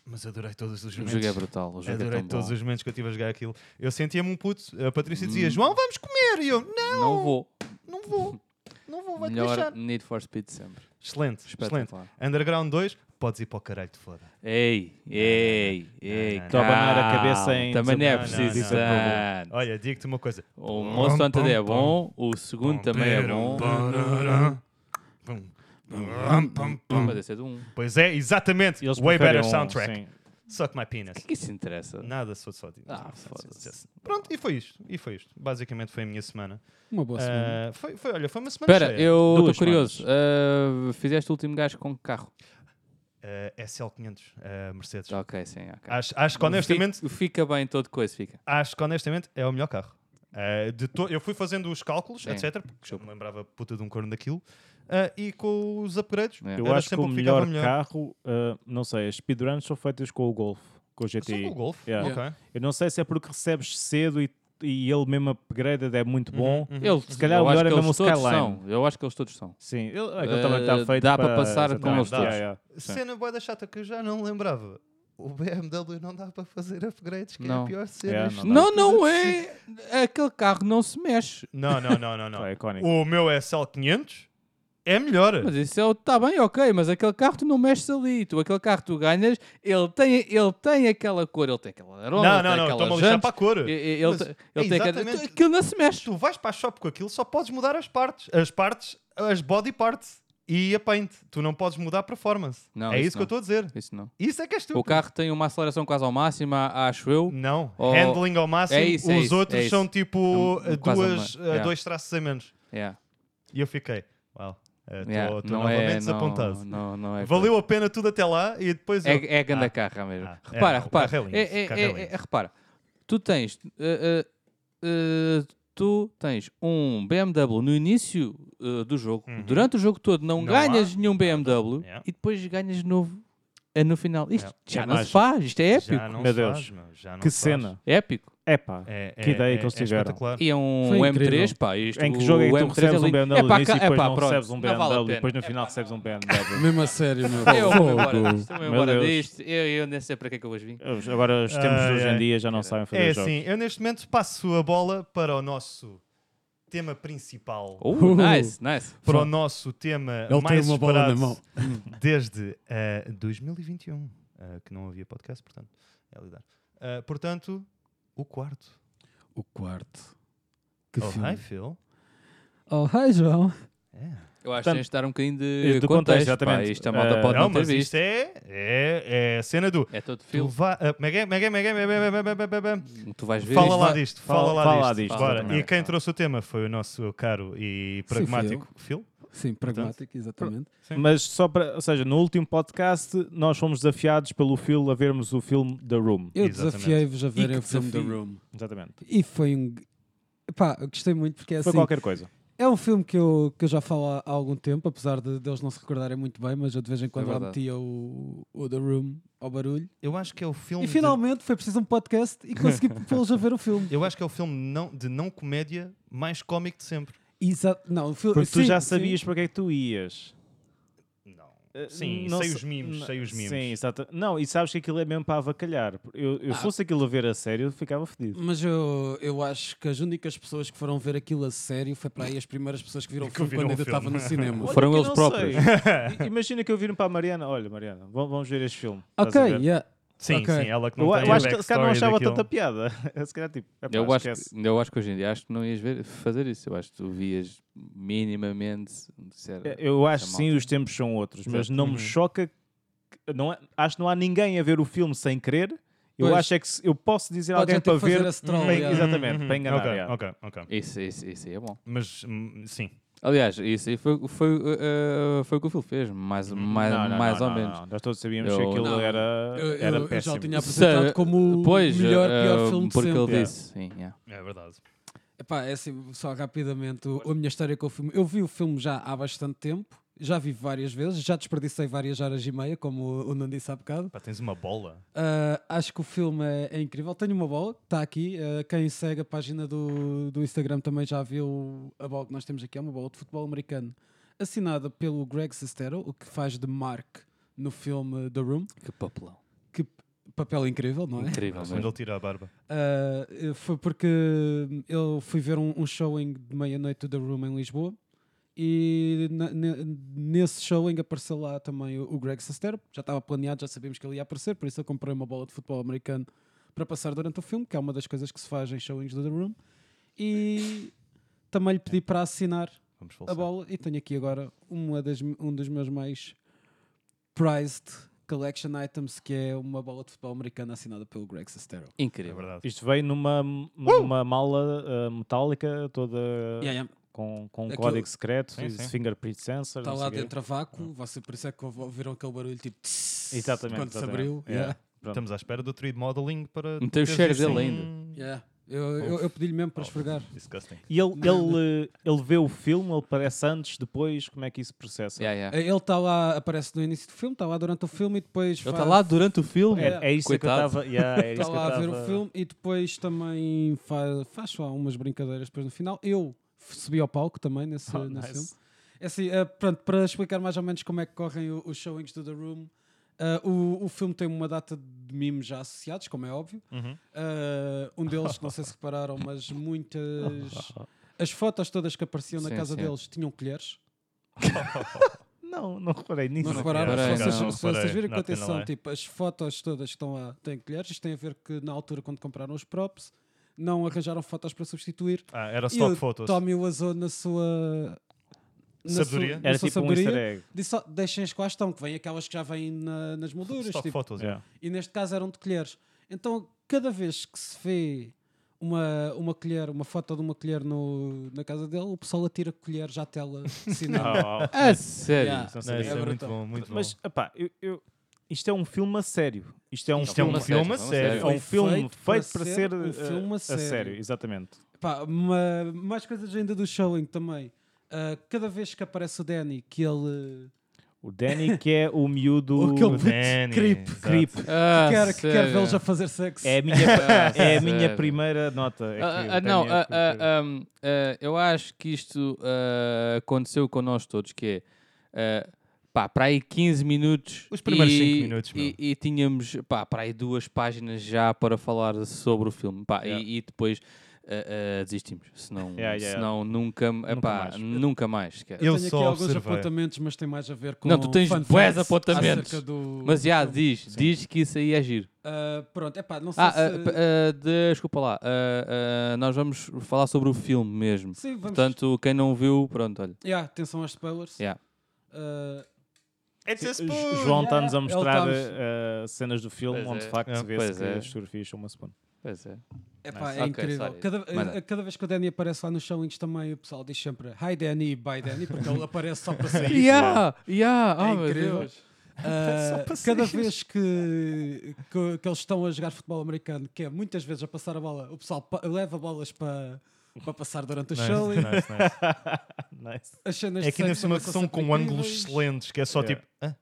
Mas adorei todos os
O
momentos.
jogo é brutal. O jogo é
adorei
tão
todos
bom.
os momentos que eu tive a jogar aquilo. Eu sentia-me um puto. A Patrícia dizia: João, vamos comer! E eu: Não,
Hum. Não vou.
não vou. Não vou, vai-te
Melhor
deixar.
Need for Speed sempre.
Excelente, excelente.
Espetacular.
Underground 2, podes ir para o caralho de foda.
Ei, ei, ei.
não, não.
calma.
Tô a abanar a cabeça em-
Também não é
Não, não,
preciso
não,
isso.
não.
ah.
Olha, digo-te uma coisa.
O Monster Hunter é bom, o segundo também é bom.
Pum.
Mas esse é do 1. O
Pois é, exatamente.
Eles
Way better
preferem um-
soundtrack.
sim.
Suck my penis.
que isso interessa?
Nada, sou só de-
Ah,
só- só-
foda-se.
só- Pronto, e foi isto. E foi isto. Basicamente foi a minha semana.
Uma boa semana.
Ah, foi, foi, olha, foi uma semana
Espera,
cheia.
eu estou
Duas
curioso. Ah, fizeste o último gajo com que carro?
Ah, SL500, ah, Mercedes.
Ok, sim, ok.
Acho, acho que honestamente,
Fica, fica bem todo coisa, fica.
acho que honestamente é o melhor carro. Ah, de to- eu fui fazendo os cálculos,
Sim.
etc. Porque já me lembrava puta de um corno daquilo. Ah, e com os upgrades,
É.
Eu
era
acho que
sempre
o
que ficava
melhor, carro, ah, não sei, as speedruns são feitas com o Golf, com o
Só
GTI.
com o Golf.
Yeah.
Ok.
Eu não sei se é porque recebes cedo e, e ele mesmo upgrade é muito
Uhum.
bom.
Ele,
Se calhar
eu
o
acho
melhor é
que
mesmo
eles
o
todos
Skyline.
são. Eu acho que eles todos são.
Sim, ele, é aquele também está
Eh,
feito
dá para passar
com eles
Dá,
todos.
yeah, yeah. Sim.
Cena boa da chata que eu já não lembrava. O BMW não dá para fazer upgrades, que é
Não.
a pior cena.
Yeah,
isto.
Não dá.
Não, não é. Aquele carro não se mexe.
Não, não, não, não, não.
É icónico.
O meu SL500 é melhor.
Mas isso é, está bem, ok, mas aquele carro tu não mexes ali. Tu, aquele carro tu ganhas, ele tem, ele tem aquela cor, ele tem aquela aroma,
não,
ele
não,
tem
não,
aquela
estou-me a lixar
jante,
para a cor.
e- e-
Mas
Ele, tem- ele
é
tem aquela,
exatamente-
tu- aquilo não se mexe.
Tu vais para a shop com aquilo, só podes mudar as partes. As partes, as body parts e a paint. Tu não podes mudar a performance.
Não,
é isso,
isso
que eu
não.
estou a dizer.
Isso não.
Isso é que és tu.
O carro tem uma aceleração quase ao máximo, a- acho eu.
Não,
Oh,
handling ao máximo.
é isso, é
Os
isso,
outros
é isso.
são tipo
É um-
eh,
quase
duas,
uma-
eh,
yeah.
dois traços a menos.
Yeah,
E eu fiquei, uau, estou
yeah, não
novamente
é,
desapontado.
não, não, não é.
Valeu a pena tudo até lá e depois eu-
É, é grande
Ah,
carro mesmo.
ah, é,
repara,
não, o
repara.
carro é lindo,
É- é-
o carro é
é-
lindo.
é- repara. Tu tens. eh, eh, eh, tu tens um BMW no início eh, do jogo.
Uhum.
Durante o jogo todo não,
Não
ganhas nenhum BMW
Yeah.
e depois ganhas de novo eh, no final. Isto
Yeah.
já
É
não
mágico.
se faz. Isto é épico.
já não
Meu
se
Deus.
faz, meu, já não
Que
se faz.
cena.
Épico.
Epá.
É,
Que ideia que eles tiveram.
espetacular.
E é um
Foi
M3,
incrível.
pá. Isto,
Em que jogo é
o
que tu
M3
recebes um
ali-
BMW no
pá,
início e
cá-
depois
pá,
não
pronto,
recebes um
não vale a
BMW e
pena.
depois no final recebes um BMW?
Mesmo a sério, meu.
Eu vou embora
Fogo.
disto, eu vou
Meu
embora
Deus.
disto. Eu, eu nem sei para que é que eu hoje vim.
Os- Agora os tempos
Ai,
de hoje
ai.
em dia já não sabem fazer
É
jogos.
assim, eu neste momento passo a bola para o nosso tema principal.
Oh,
Uh.
nice, nice.
Para o nosso tema
Ele
mais
tem uma bola
esperado
na mão.
desde eh, 2021, eh, que não havia podcast, portanto, é a lidar. Eh, portanto, o quarto.
O quarto. Que
oh,
filme.
hi, Phil.
Oh, hi, João.
Eu acho que
Portanto,
tens de dar um bocadinho
eh,
de contexto,
do contexto,
pá.
exatamente.
Isto a malta
Eh,
pode
Não,
não ter
mas
visto.
isto é, é, é a cena do...
É todo
Tu
filme.
vai, eh, como é que é? Como é que é? Como é que é? Como é que é? Como é que é? Como é que é? Como é que é?
Tu vais ver.
Fala
isto
lá
vai-
disto,
fala-
fala
fala
lá
lá
disto.
disto,
Bora.
exatamente.
E quem trouxe o tema foi o nosso caro e
fui eu.
pragmático Phil.
Sim, pragmático, exatamente.
Mas só para, ou seja, no último podcast nós fomos desafiados pelo Phil a vermos o filme The Room.
Eu
Exatamente.
desafiei-vos a verem
que
o filme The
desafio.
Room.
Exatamente.
E foi um. Pá, eu gostei muito porque é
Foi
assim.
qualquer coisa.
É um filme que eu, que eu já falo há há algum tempo, apesar de deles não se recordarem muito bem, mas eu de vez em quando lá
É verdade.
metia o, o The Room ao barulho.
Eu acho que é o filme.
e finalmente foi preciso um podcast e consegui pô-los a ver o filme.
de, eu acho que é o filme não, de não comédia mais cómico de sempre.
Exato. Não, o filme.
Porque tu
sim,
já
sim.
sabias para que é que tu ias.
Não.
Eh,
Sim,
não
sei
sa-
os mimos,
n-
sei os mimos.
Sim, exato. Não, e sabes que aquilo é mesmo para avacalhar. Eu, eu
Ah.
se fosse aquilo a ver a sério, eu ficava fedido.
Mas eu, eu acho que as únicas pessoas que foram ver aquilo a sério foi para aí as primeiras pessoas que viram o
Que
filme
viram
quando
o
ainda
filme.
estava no cinema.
Olha
Foram
que eu
eles
não
próprios.
sei. I- Imagina que eu viro para a Mariana. Olha, Mariana, va- vamos ver este filme. Estás
ok,
a ver?
yeah.
Sim,
Ok.
sim, ela que não
Eu,
tem
eu
a
acho que se calhar não
backstory
achava
daquilo.
tanta piada. Se calhar, tipo, epá,
Eu acho,
esquece.
que, eu acho que hoje em dia acho que não ias ver, fazer isso. Eu acho que tu vias minimamente. se era-
É, Eu acho
Essa
sim,
é malta.
os tempos são outros, mas
Uhum.
Exato.
não me choca que- não é- acho que não há ninguém a ver o filme sem querer. Eu
Pois.
acho é que se- eu posso dizer a
Podes
alguém
é ter
para
que fazer
ver.
esse troll,
para-
yeah.
Exatamente, para enganar.
Ok,
yeah.
ok, ok.
Isso, isso, isso aí é bom.
Mas hum, sim.
Aliás, isso aí foi, foi, eh, foi o que o Phil fez, mais, mais,
Não, não,
mais
não,
ou
não,
menos.
não. Nós todos sabíamos
Eu-
que aquilo
Não,
era,
Eu, eu-
era
eu já
péssimo.
o tinha apresentado
Se-
como
Pois,
o melhor,
eh,
pior filme de
porque
sempre.
ele disse, sim, yeah.
É verdade.
Epá, é assim, só rapidamente, o- a minha história com o filme. Eu vi o filme já há bastante tempo, já vi várias vezes, já desperdicei várias horas e meia, como o o Nuno disse há bocado.
Pá, tens uma bola.
Ah, acho que o filme é, é incrível. Tenho uma bola, está aqui. ah, quem segue a página do, do Instagram também já viu a bola que nós temos aqui. É uma bola de futebol americano, assinada pelo Greg Sestero, o que faz de Mark no filme The Room.
Que papelão.
Que p- papel incrível, não é?
Incrível
Quando
mesmo.
ele tira a barba.
Ah, eh, foi porque eu fui ver um, um showing de meia-noite do The Room em Lisboa e na- ne- nesse showing apareceu lá também o, o Greg Sestero. Já estava planeado, já sabíamos que ele ia aparecer, por isso eu comprei uma bola de futebol americano para passar durante o filme, que é uma das coisas que se faz em showings do The Room. E também lhe pedi para assinar
Vamos
a
falsar.
bola e tenho aqui agora uma das, um dos meus mais prized collection items, que é uma bola de futebol americana assinada pelo Greg Sestero.
É
Incrível.
verdade.
Isto veio numa,
Uh!
numa mala ah, metálica toda com, com um
Aquilo-
código secreto
Sim,
e
sim.
fingerprint sensor.
Está
não
lá
sei o quê.
dentro a vácuo, você por isso é que ouv- ouviram aquele barulho tipo tss,
Exatamente,
quando se
exatamente.
abriu.
Yeah.
Yeah.
Pronto.
Estamos à espera do 3D modeling para.
Não tem o
teres
cheiro
isso
dele
em-
yeah. Eu, eu, eu pedi-lhe mesmo para esfregar.
Disgusting.
E ele, ele, eh, ele vê o filme, ele parece antes, depois, como é que isso processa?
Yeah, yeah.
Ele está lá, aparece no início do filme, está lá durante o filme e depois
Ele está lá durante o filme.
É, é isso que eu
Coitado.
estava. Yeah, é
Está
isso que eu
Tá lá a ver
tava-
o filme e depois também faz, faz lá umas brincadeiras depois no final. Eu f- subi ao palco também nesse,
Oh,
nesse
nice.
filme. É assim, eh, pronto, para explicar mais ou menos como é que correm o- os showings do The Room, eh, o, o filme tem uma data de mimos já associados, como é óbvio.
Uhum.
Eh, um deles, que não sei se repararam, mas muitas. As fotos todas que apareciam na
Sim,
casa
sim.
deles tinham colheres.
Não, não reparei nisso.
Não repararam?
Reparei,
se vocês,
não. é.
se vocês
Reparei,
virem com
not gonna
atenção,
lie.
tipo, as fotos todas que estão lá têm colheres. Isto tem a ver que na altura, quando compraram os props, não arranjaram fotos para substituir.
Ah, era
E
stock
o
photos.
Tommy Wiseau, na sua... Na
Sabedoria?
Sua, na
Era
sua
tipo um
sabedoria,
easter egg.
Disse só, deixem as que lá estão, que vêm aquelas que já vêm na- nas molduras.
Stock
tipo,
photos.
Yeah.
e neste caso eram de colheres. Então, cada vez que se vê uma, uma colher, uma foto de uma colher no, na casa dele, o pessoal atira colheres à tela de cinema.
Ah, ah,
A sério.
Yeah.
não
Não,
sabia.
isso é,
É
muito
brutal.
bom, muito
Mas,
bom.
epá, eu, eu- isto é um filme a sério. Isto é um
Isto
é um
filme a
filme a sério.
sério. É um filme feito, para ser,
um
eh,
filme a
a
sério.
sério, exatamente.
Pá, ma- mais coisas ainda do showing também. Ah, cada vez que aparece o Danny, que ele
O Danny, que é o miúdo.
O que eu-
Danny,
Creep,
exato.
Creep.
Ah,
quer, que quer
sério.
vê-lo já fazer sexo.
É a minha, é a minha
sério.
primeira nota. é que
Ah,
o
ah, ah, não,
Danny é
ah, ah, ahm, ah, eu acho que isto ah, aconteceu com nós todos, que é ah, pá, para aí 15 minutos.
Os primeiros
e-
cinco minutos, meu.
e, e tínhamos pá, para aí duas páginas já para falar sobre o filme. Pá, e-
Yeah.
e, depois ah, ah, desistimos. Senão,
Yeah, yeah.
senão nunca, nunca
mais.
mais. Nunca mais esquece.
Eu
Tenho
só
aqui alguns
observei.
apontamentos, mas tem mais a ver com
Não, tu tens
fun
bués
facts
apontamentos.
acerca do-
Mas já
do filme.
diz, diz que isso aí é giro.
Ah, pronto, é pá, não sei
Ah,
se...
ah, p- ah, de- desculpa lá. ah, ah, nós vamos falar sobre o filme mesmo.
Sim, vamos...
Portanto, quem não viu, pronto, olha.
Yeah, atenção aos spoilers.
Yeah.
Ah,
It's a
Jo-
spoon!
João está-nos a
Ele
mostrar
tá-nos-
eh, cenas do filme
Pois
onde
é.
de facto
É,
vê-se
pois
que
é.
as fotografias são uma semana.
Pois é.
Epá,
Nice.
é
Ok,
incrível.
sorry. é.
Cada,
Manda.
a- cada vez que o Danny aparece lá nos showings também, o pessoal diz sempre Hi Danny, bye Danny, porque ele aparece só para sair.
Yeah, yeah,
É
oh meu
incrível.
Deus.
Ah, cada vez que, que, que eles estão a jogar futebol americano, que é muitas vezes a passar a bola, o pessoal pa- leva bolas para, para passar durante o
Nice,
show.
nice, nice.
Nice.
As cenas
É
de
que ainda por
sexo
cima
também
que são
sempre
com ângulos
incríveis.
excelentes, que é só
Yeah.
tipo.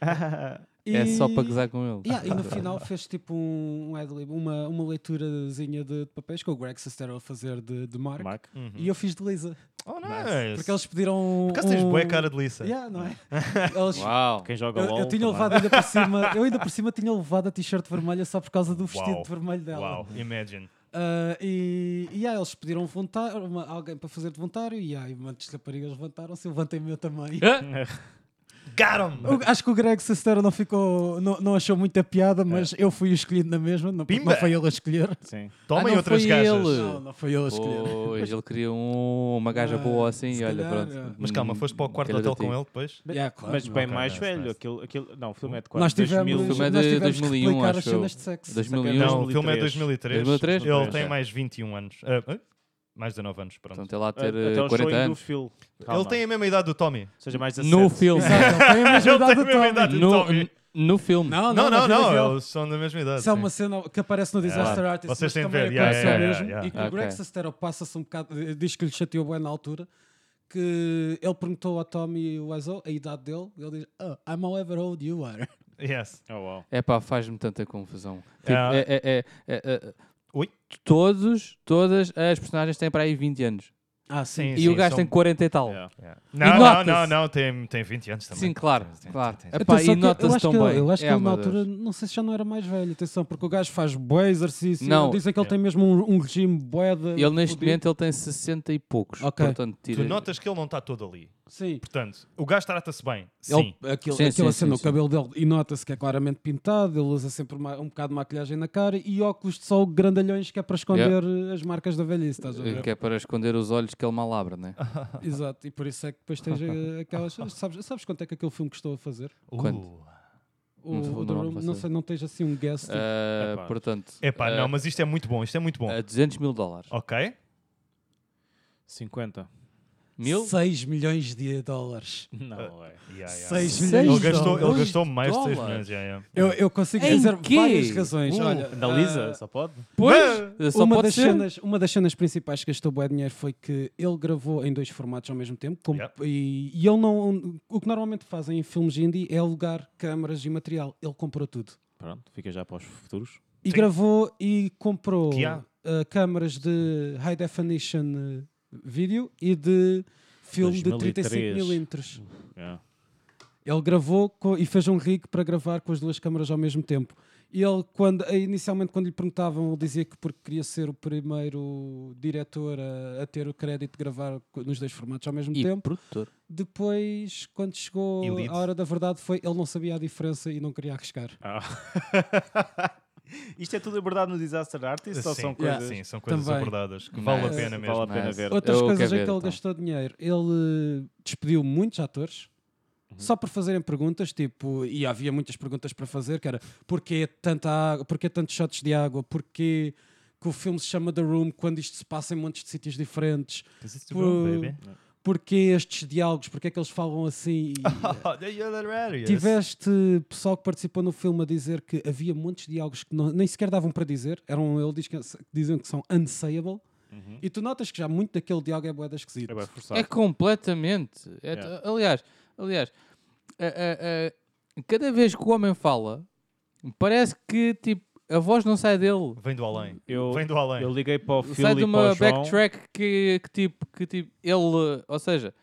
"Ah,
Portanto, é só para gozar com ele.
Yeah, e no final fez tipo um, um ad-lib, uma, uma leiturazinha de, de papéis com o Greg Sestero a fazer de, de Mark,
Mark.
uhum.
e eu fiz de Lisa.
Oh,
Porque
nice!
eles pediram.
Porque tens
um-
boa cara de liça.
Yeah, não é? Eles-
Uau.
Quem joga
Eu,
LOL.
eu tinha
também.
levado ainda por cima, eu ainda por cima tinha levado a t-shirt vermelha só por causa do vestido
Uau.
vermelho dela.
Wow, imagine.
Ah, e, e aí eles pediram um voluntário, uma- alguém para fazer de voluntário e aí muitas raparigas levantaram-se, levantei-me eu também.
Ah,
Got 'em!
Eu Acho que o Greg Sestero não ficou, não, não achou muita piada, mas eu fui o escolhido na mesma, não, porque
Pimba!
não foi ele a escolher.
Sim.
Tomem
Ah, não
outras
foi
gajas.
ele.
Não, não foi ele a escolher.
Pois, ele queria um, uma gaja
Ah,
boa assim e
se
olha,
calhar,
pronto. tipo
é.
Mas calma, foste para o quarto
Hum, Aquele
hotel
da ti.
com ele depois?
Yeah, claro.
Mas bem mais
nice,
velho.
nice.
Aquilo, aquilo, não, o filme é de quase
nós tivemos,
2000.
O filme é
nós
de
tivemos
2001,
que replicar as
acho
cenas
eu.
de sexo.
2001.
Não, o filme é 2003.
2003. 2003?
Ele tem
Ok.
mais 21 anos. Ah, ah, mais 19 anos, pronto.
Portanto, ele lá ter
Até
eh,
o
40
showing do
anos.
Phil.
ele
Calma.
tem a mesma idade do Tommy.
Ou seja mais 17.
No filme.
Exato, ele tem a mesma
Ele tem
idade
a
do
mesma
Tommy.
idade.
No,
Tommy.
no filme.
Não,
então, Não, não,
na vida
não,
real.
eles são da mesma idade.
Isso é
sim. É.
uma cena que aparece no Disaster Artist.
Vocês
mas
têm de
também
ver, yeah,
acontece
yeah,
ao
yeah,
mesmo,
yeah.
E que o Greg
Ok.
Sestero passa-se um bocado. eh, Diz que lhe chateou bem na altura. Que ele perguntou ao Tommy Wiseau a idade dele. e Ele diz: oh, I'm however old you are.
Yes.
Oh, wow.
É pá, faz-me tanta confusão. Tipo,
Ah.
é, é, é, é, é,
Ui.
Todos, todas as personagens têm para aí 20 anos.
Ah,
sim.
E o gajo
são-
tem 40 e tal.
Yeah.
Yeah. Não, não,
nota-se.
não, não, tem, tem 20 anos também.
Oh. Sim, claro,
Tem- tem-
claro.
tem- tem-
É pá,
Atenção
e
Então, que eu- eu
nota-se
acho
tão
que ele-
bem.
Eu acho que
É,
ele na
meu Deus.
altura, não sei se já não era mais velho, atenção, porque o gajo faz bué exercício,
Não.
dizem que ele tem mesmo um, um regime bué de...
Ele neste
fudido.
momento ele tem 60 e poucos.
Ok.
Portanto, tira...
Tu notas que ele não está todo ali.
Sim.
Portanto, o gajo trata-se bem. Sim.
Ele, aquilo,
Sim, sim,
aquela
sim,
cena, o
sim.
cabelo dele, e nota-se que é claramente pintado, ele usa sempre uma- um bocado de maquilhagem na cara e óculos de sol grandalhões que é para esconder eh, as marcas da velhice, estás a ver?
Que é para esconder os olhos que ele mal abre, né?
Exato, e por isso é que depois tens eh, aquelas... Sabes, sabes quanto é que aquele filme custou a fazer?
Uh.
Quanto?
O,
Não sei, é
o
não
Drum-
faço
não
ideia.
sei, não tens assim um guess, tipo,
Ah,
Epá.
portanto,
Epá,
ah,
não, Oh. mas isto é muito bom, isto é muito bom.
a 200 mil dólares.
Ok?
50.
Mil?
6 milhões de dólares.
Não, é.
Yeah, yeah.
6
Seis
milhões
Ele
de
gastou, ele
dólares.
gastou mais de 6
dólares.
milhões. Yeah, yeah.
Eu, eu consigo
Em
dizer
quê?
várias
Uh.
razões. Olha,
Analisa,
ah,
só pode.
Pois, só
uma,
pode
das
ser.
cenas, uma das cenas principais que gastou bué dinheiro foi que ele gravou em dois formatos ao mesmo tempo. como-
Yep.
e, e ele não. O que normalmente fazem em filmes indie é alugar câmaras e material. Ele comprou tudo.
Pronto, fica já para os futuros.
E
Sim.
gravou e comprou
Que há?
ah, câmaras de high definition eh, vídeo e de filme de
2003.
35mm.
Yeah.
Ele gravou co- e fez um rig para gravar com as duas câmaras ao mesmo tempo. E ele, quando, eh, inicialmente, quando lhe perguntavam, ele dizia que porque queria ser o primeiro diretor a, a ter o crédito de gravar co- nos dois formatos ao mesmo
E
tempo.
produtor.
Depois, quando
E
chegou
lead.
a hora da verdade, foi ele não sabia a diferença e não queria arriscar.
Ah. Isto é tudo abordado no Disaster Artist ou
Sim,
são
yeah.
coisas?
sim, são coisas
Também.
abordadas que vale a
Nice.
pena
Vale
mesmo.
a pena
Nice.
ver.
Outras
Eu
coisas
quero
em que
ver, então.
ele gastou dinheiro. Ele eh, despediu muitos atores só por fazerem perguntas, tipo, e havia muitas perguntas para fazer, que era porquê tanta água, porquê tantos shots de água, porquê que o filme se chama The Room quando isto se passa em montes de sítios diferentes,
Is it
Por-
true, baby?
porquê estes diálogos, porquê é que eles falam assim. E,
Oh, you're the rarest.
Tiveste pessoal que participou no filme a dizer que havia muitos diálogos que não- nem sequer davam para dizer, eram ele diz que, dizem que são unsayable, e tu notas que já muito daquele diálogo é boeda esquisito.
É bem forçado.
É completamente. É t-
Yeah.
Aliás, aliás a- a- a- cada vez que o homem fala, parece que tipo, a voz não sai dele.
Vem do além.
Eu,
Vem do além.
eu liguei para o Phil
sai
e
de
para
uma
o João.
backtrack que, que tipo, que tipo, ele, ou seja,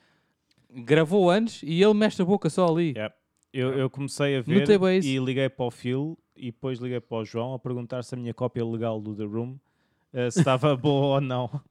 gravou antes e ele mexe a boca só ali.
Yeah. Eu, eu comecei a ver
Notei bem isso.
e liguei para o Phil e depois liguei para o João a perguntar se a minha cópia legal do The Room eh, se estava boa ou não.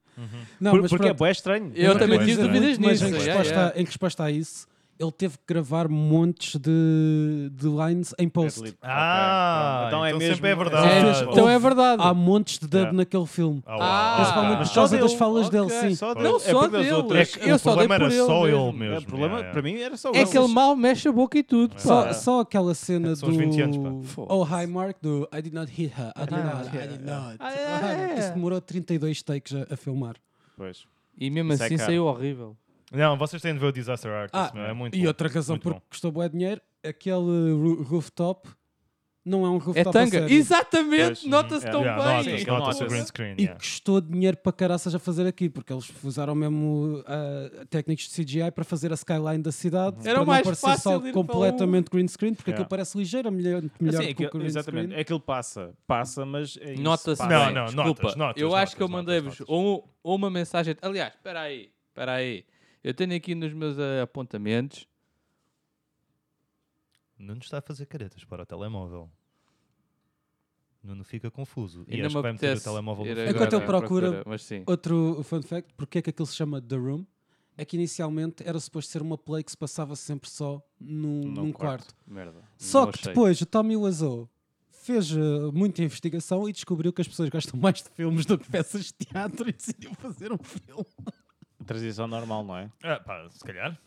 Não,
Por-
mas
porque é
pronto,
bué estranho.
Eu
Não
também
é
tive
estranho.
dúvidas
Mas
nisso,
em
yeah,
né? resposta,
yeah.
em resposta a isso, ele teve que gravar montes de, de lines em
É
post.
deliberado.
Ah,
Ok,
então,
pronto.
sempre é
mesmo- assim.
verdade.
É,
Ah,
então é verdade.
Há montes de dub
Yeah.
naquele filme.
Ah, uau.
Ah,
Principalmente
mas
por causa
só
das
dele.
falas dele,
Ok,
sim.
Só dele.
Não
É
só
porque nas
dele.
outras-
É que-
O
Eu só dei
problema
por
era
ele
só
mesmo.
ele mesmo.
É, o problema
yeah, yeah.
para mim era só
É
ele.
que ele mal mexe a boca e tudo.
Só,
Ah.
só aquela cena
São os
do
20 anos, pá.
Oh Hi Mark do I did not hit her, I did not, I did not.
Ah, é.
Isso demorou 32 takes a, a filmar.
Pois.
E mesmo
Isso é
assim
caro.
saiu horrível.
Não, vocês têm de ver o Disaster Artist.
Ah,
meu, é muito
e
bom.
outra razão
Muito
porque
bom.
custou bué dinheiro, aquele ru- rooftop não é um
É
rooftop a
tanga.
sério.
Exatamente,
Pois.
nota-se tão
Yeah,
bem.
notas,
Sim,
notas o
notas.
green screen.
E
yeah.
custou dinheiro para caraças a fazer aqui, porque eles usaram mesmo ah, técnicos de CGI para fazer a skyline da cidade.
Era
para
mais
não parecer
fácil
só
ir para
completamente green screen, porque
Yeah.
aquilo parece ligeiramente melhor, melhor
Assim,
é que o
aquilo-
green
exatamente.
screen.
Aquilo passa. Passa, mas. é isso,
Nota-se
passa.
Não,
bem.
não,
Desculpa.
notas, notas,
eu acho
notas,
que eu
notas,
mandei-vos
notas.
um- uma mensagem. Aliás, espera aí, espera aí. Eu tenho aqui nos meus eh, apontamentos.
Nuno está a fazer caretas para o telemóvel. Nuno fica confuso. E,
Ainda
acho
me
que vai meter o
apetece
telemóvel
ir
no
agora
Enquanto eu
à
procuro-
Mas sim.
Outro fun fact, porque é que aquilo se chama The Room? é que inicialmente era suposto ser uma play que se passava sempre só num,
No
num quarto.
Merda.
Só
Não
que
achei.
depois o Tommy Wiseau fez eh, muita investigação e descobriu que as pessoas gostam mais de filmes do que peças de teatro e decidiu fazer um filme.
Transição normal, não é?
Ah, pá, se calhar.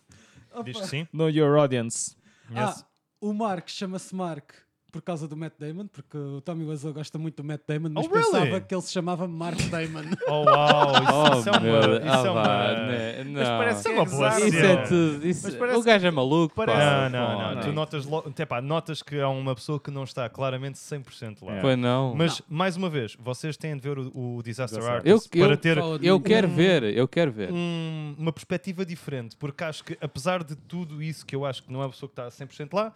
Diz que
Opa.
sim.
Know your audience.
Yes.
Ah, o Mark chama-se Mark por causa do Matt Damon, porque o Tommy Wiseau gosta muito do Matt Damon, mas
Oh, really?
pensava que ele se chamava Mark Damon.
Oh, uau! Isso, isso é uma.
meu,
Isso
ah,
é
vá,
uma...
né,
Mas
não.
parece que é uma boa
exato.
Isso
cena.
é tudo. isso-
Mas parece
o gajo é maluco.
Parece-
pá, né.
não, não, não.
pô,
Tu notas, logo- até pá, notas que há uma pessoa que não está claramente 100% lá.
É.
Pois não.
Mas, mais uma vez, vocês têm de ver o, o Disaster
Disaster
eu,
Artist para
eu,
ter
eu quero ver, eu quero ver.
um- uma perspectiva diferente, porque acho que, apesar de tudo isso, que eu acho que não é a pessoa que está 100% lá,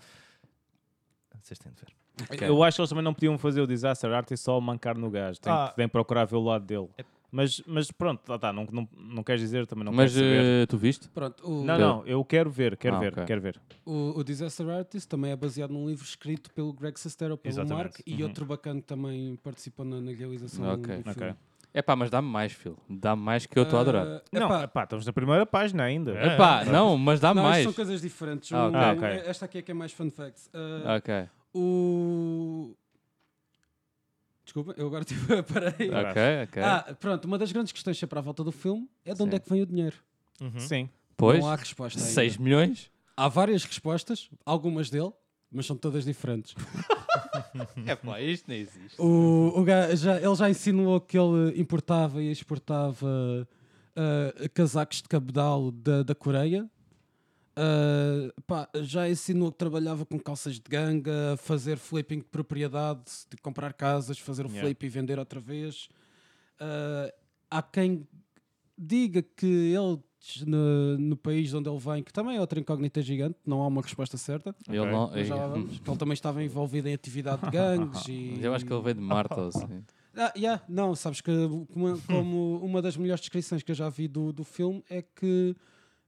vocês têm de ver.
Eu acho que eles também não podiam fazer o Disaster Art e é só mancar no gajo. Tem
Ah.
que tem que procurar ver o lado dele. Mas, mas pronto, tá, tá, não, não, não queres dizer, também não
Mas
queres saber.
eh, tu viste?
Pronto, o,
Não, não, eu quero ver, quero
Ah,
ver,
ok.
quero ver.
O, o Disaster Artist também é baseado num livro escrito pelo Greg Sestero, pelo
Exatamente.
Mark, e outro bacana que também participou na, na realização
Ok,
do filme.
ok.
É pá, mas dá-me mais, filho. Dá-me mais que eu estou a adorar.
Ah,
Não,
epá,
epá, estamos na primeira página ainda.
É.
Epá, não, mas dá-me
não, isto
mais.
são coisas diferentes.
Ah,
Um-
ok.
Ah, ok.
Esta aqui é que é mais fun facts. Ah,
Ok,
O... Desculpa, eu agora tive... parei.
Ah,
ok, ok.
Ah, pronto, uma das grandes questões sempre à volta do filme é de onde
Sim.
é que vem o dinheiro.
Uhum.
Sim.
pois,
Não há resposta ainda.
6 milhões?
Há várias respostas, algumas dele, mas são todas diferentes.
É pá, isto nem existe.
O, o ga- já, ele já insinuou que ele importava e exportava ah, casacos de cabedal da, da Coreia. Ah, pá, já insinuou que trabalhava com calças de ganga, fazer flipping de propriedade, de comprar casas, fazer o
Yeah.
flip e vender outra vez. Ah, há quem diga que ele, no, no país de onde ele vem, que também é outra incógnita gigante, não há uma resposta certa.
Ele
Ok,
não...
mas já lá vamos, que ele também estava envolvido em atividade de gangues e...
Mas Eu acho que ele veio de Marta, assim.
Ah, yeah, não, sabes que como, como uma das melhores descrições que eu já vi do, do filme é que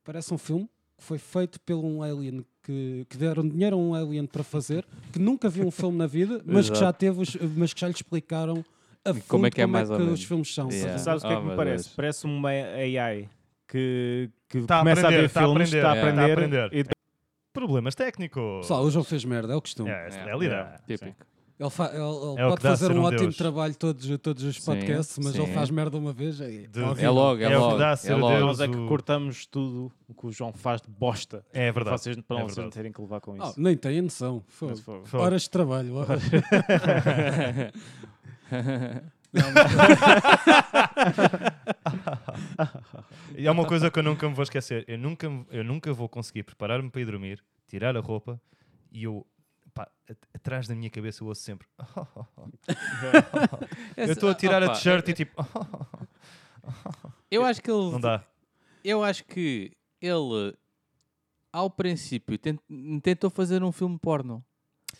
parece um filme que foi feito por um alien que, que deram dinheiro a um alien para fazer, que nunca viu um filme na vida, mas que já teve, os- mas que já lhe explicaram a fundo
Como é que é mais ou menos.
os filmes
Então,
são.
Yeah.
Sabes?
Sabes o que é
Ah,
que me
meu
parece?
Deus.
Parece uma AI que, que
Tá a
começa a,
aprender,
ver
tá a
filmes,
aprender,
está a
yeah.
aprender,
Tá a aprender.
e depois-
Problemas técnicos.
Pessoal, o João fez merda, é o costume.
É, essa é a
Yeah.
realidade.
Típico.
Ele, fa- ele- ele
É o
pode
que dá a
fazer
ser
um,
um
ótimo
deus.
trabalho todos, todos os
Sim,
podcasts, mas
sim.
ele faz merda uma vez. É,
De-
É logo, é,
É o que
logo.
dá a ser
é logo.
Deus.
nós é que
o-
cortamos tudo o que o João faz de bosta.
É verdade.
Vocês, para
é
vocês não
verdade.
terem que levar com
Oh,
isso.
nem tem noção. Fogo.
Mas, fogo.
Fogo.
Horas de trabalho. horas.
E há uma coisa que eu nunca me vou esquecer. Eu nunca, eu nunca vou conseguir preparar-me para ir dormir, tirar a roupa e eu. Pá, at- atrás da minha cabeça eu ouço sempre. Eu estou a tirar a
Opa, é-
t-shirt e tipo.
Eu acho que ele
Não dá.
Eu acho que ele, ao princípio, ten- tentou fazer um filme porno.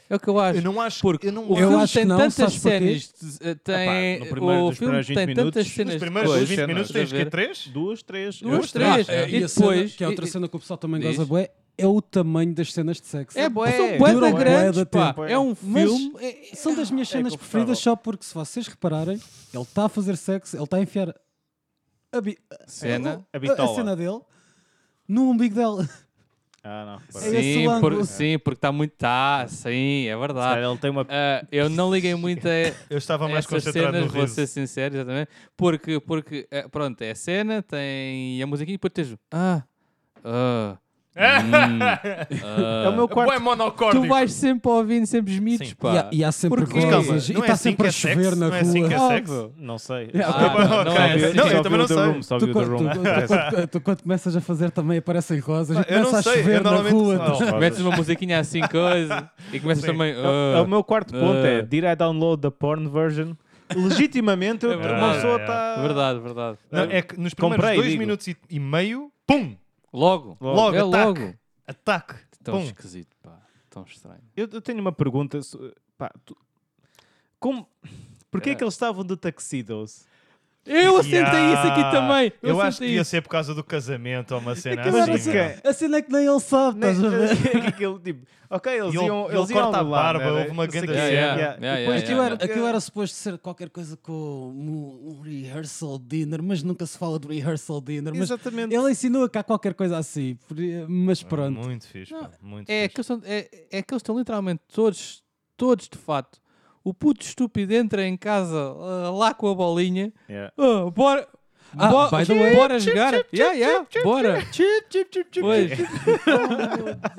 É o que eu acho.
Eu não acho.
Porque
eu não
O
Eu
filme
acho
tem
que não,
tantas
sabes porquê?
cenas. de- eh, Tem,
no primeiro-
o filme
nos primeiros
tem
20
tantas
minutos-
cenas.
Nos
de
primeiros
coisa.
20 minutos tens
Estás
que
a
é
ver?
3?
Duas, três.
Duas,
eu-
três.
Ah,
E
a cena-
depois-
que é outra
e-
cena que o pessoal também
Diz.
goza bué, é o tamanho das cenas de sexo.
É bué,
São
é
bué
bué
da
grandes,
grande,
pá.
tempo.
né?
É um
Mas-
filme. é-
São das minhas
É
cenas preferidas só porque, se vocês repararem, ele está a fazer sexo, ele está a enfiar a, bi-
Cena.
a,
A
a
bitola.
cena dele no umbigo dela.
Ah, não. para.
É esse
Sim,
o
por-
ângulo.
sim, porque está muito. Tá, sim, é
Se
verdade.
calhar Ele tem uma.
Ah, eu não liguei muito a,
Eu estava mais
essas
concentrado no
cenas, vou
riso.
ser sincero, exatamente. Porque, porque eh, pronto, é a cena, tem a musiquinha e depois tens. o Ah, ah, hum, ah.
É o meu quarto.
Tu vais sempre ouvindo sempre os mitos,
Sim.
pá.
E há- E há sempre
Porque-
coisas.
Calma,
e
não é
está
assim
sempre
que é
a chover
sexo? Não
na
é
rua.
assim que é
Ah,
sexo?
Não sei.
Ah,
Opa,
não,
ok.
não é assim.
Não,
Só
eu também
vi
não
o The Room,
sei.
Só
Tu,
vi o The
quando-
Room.
tu- tu- quando- tu quando começas a fazer também aparecem rosas,
Ah,
e
eu não
começa
sei,
a
eu
chover na
normalmente-
rua.
Ah,
tu-
não.
Metes uma musiquinha assim, coisa, e começas também.
É
ah,
O meu quarto ponto é:
Ah.
de ir a download da porn version. Legitimamente, uma
verdade,
pessoa tá-
é.
está.
Verdade, verdade.
Não, é que nos primeiros
Comprei,
dois
digo.
minutos e, e meio, pum!
Logo.
Logo,
é
ataque.
logo.
Ataque!
Então,
Tão
Pum!
esquisito, pá. Tão estranho.
Eu, eu tenho uma pergunta.
É.
so- Pá, tu- como... Porquê é que eles estavam de tuxedos?
Eu aceitei isso aqui
Yeah.
também.
Eu,
Eu,
acho que
aceitei
ia
isso.
ser por causa do casamento ou uma
É
cena
Mas
assim.
a
meu.
cena- a cena é que nem ele sabe,
Nem-
estás a ver?
Né, que aquilo, tipo, ok, eles
E ele-
iam.
ele
eles iam
corta a
ao lado,
barba,
né?
houve uma
Não sei
grande
o quê.
cena. Yeah, yeah,
E
yeah,
Depois
yeah.
Aquilo era,
porque-
aquilo era suposto ser qualquer coisa com um, um rehearsal dinner, mas nunca se fala de rehearsal dinner. Mas
Exatamente.
ele ensinou cá qualquer coisa assim, por- mas pronto.
Ah, Muito fixe, pá, muito
É
fixe.
que, eles estão, é, é que eles estão literalmente todos, todos de fato. O puto estúpido entra em casa ah, lá com a bolinha.
Yeah.
Ah, bora.
Ah,
bo-
by the way.
Bora jogar. yeah, yeah, bora. Pois. Oh,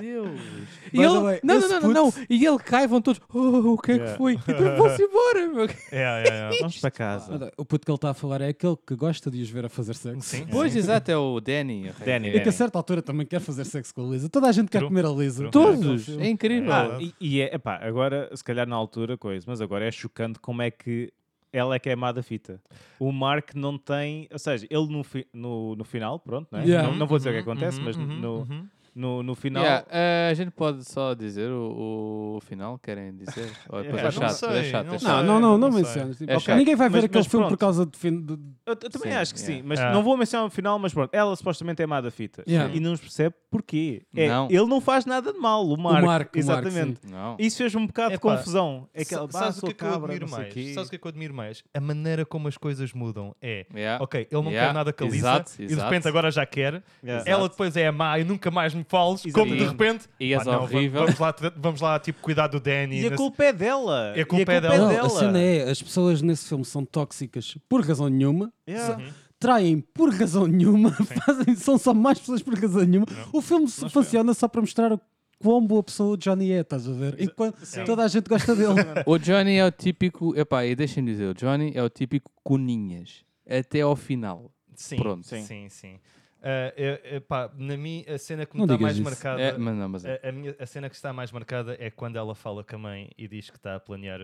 meu Deus. E
By
ele,
the way,
não, não,
esse
não, não, não.
puto-
E ele cai, vão todos. Oh, o que é
Yeah.
que foi? E depois vão-se embora. meu.
É, é, é.
Vamos para casa.
Olha, O puto que ele está a falar é aquele que gosta de os ver a fazer sexo.
Sim,
Pois,
sim.
exato, é o Danny. o rei
Danny,
dele.
E que a certa altura também quer fazer sexo com a Lisa. Toda a gente quer
True.
comer a Lisa.
True.
Todos. É incrível.
Ah,
E, e é, epá, agora, se calhar na altura, coisa, mas agora é chocante como é que ela é que é má da fita. O Mark não tem, ou seja, ele no, fi- no, no final, pronto, não, é?
Yeah.
não, não vou dizer o que
Uhum,
acontece,
uhum,
mas
uhum,
no,
uhum.
no, no final,
Yeah, eh, a gente pode só dizer o, o final, querem dizer? Ou depois
não
é chato,
sei,
é chato,
não
é
sei.
Não, não, não, não,
Não sei.
mencionas. Tipo,
É
ok,
chato.
Ninguém vai ver
Mas-
aquele
mas
filme por
pronto.
causa de, fim- de- de-
eu, eu também
Sim,
acho que
yeah.
sim, mas
Ah.
não vou mencionar o final, mas pronto, ela supostamente é má da fita
Yeah.
e não nos percebe porquê. É,
Não.
Ele não faz nada de mal, o Mark,
o Marco.
exatamente.
Não.
Isso fez um bocado de
Epá,
confusão. É aquela
Sa- Sabes o
sou
que é que eu
cabra,
admiro
não sei
mais?
quê.
Sabes o que é que eu admiro mais? A maneira como as coisas mudam é.
Ah,
Yeah.
Ok, ele não quer
Yeah,
nada com a Lisa
exato,
e de
exato.
repente agora já quer.
Yeah.
Ela depois é a má e nunca mais me fales.
Exato.
Como de
Sim.
repente.
E és
"Pá, não,
horrível."
Vamos, vamos lá, tra- vamos lá, tipo, cuidar do Danny.
E a
nesse-
culpa é dela.
E a
E
culpa é dela.
Não, a cena é, as pessoas nesse filme são tóxicas por razão nenhuma.
Yeah.
Uhum.
traem por razão nenhuma, fazem, são só mais pessoas por razão nenhuma. O filme se funciona só para mostrar o quão boa pessoa o Johnny é, estás a ver? Enquanto toda a gente gosta dele.
O Johnny é o típico. Epá, e deixem-me dizer, o Johnny é o típico Coninhas. Até ao final.
Sim,
Pronto.
sim, sim. Ah, é- é pá, na mim, a cena que me
Não
está
digas
mais
isso.
marcada.
É, mas não, mas é.
A, a minha, a cena que está mais marcada é quando ela fala com a mãe e diz que está a planear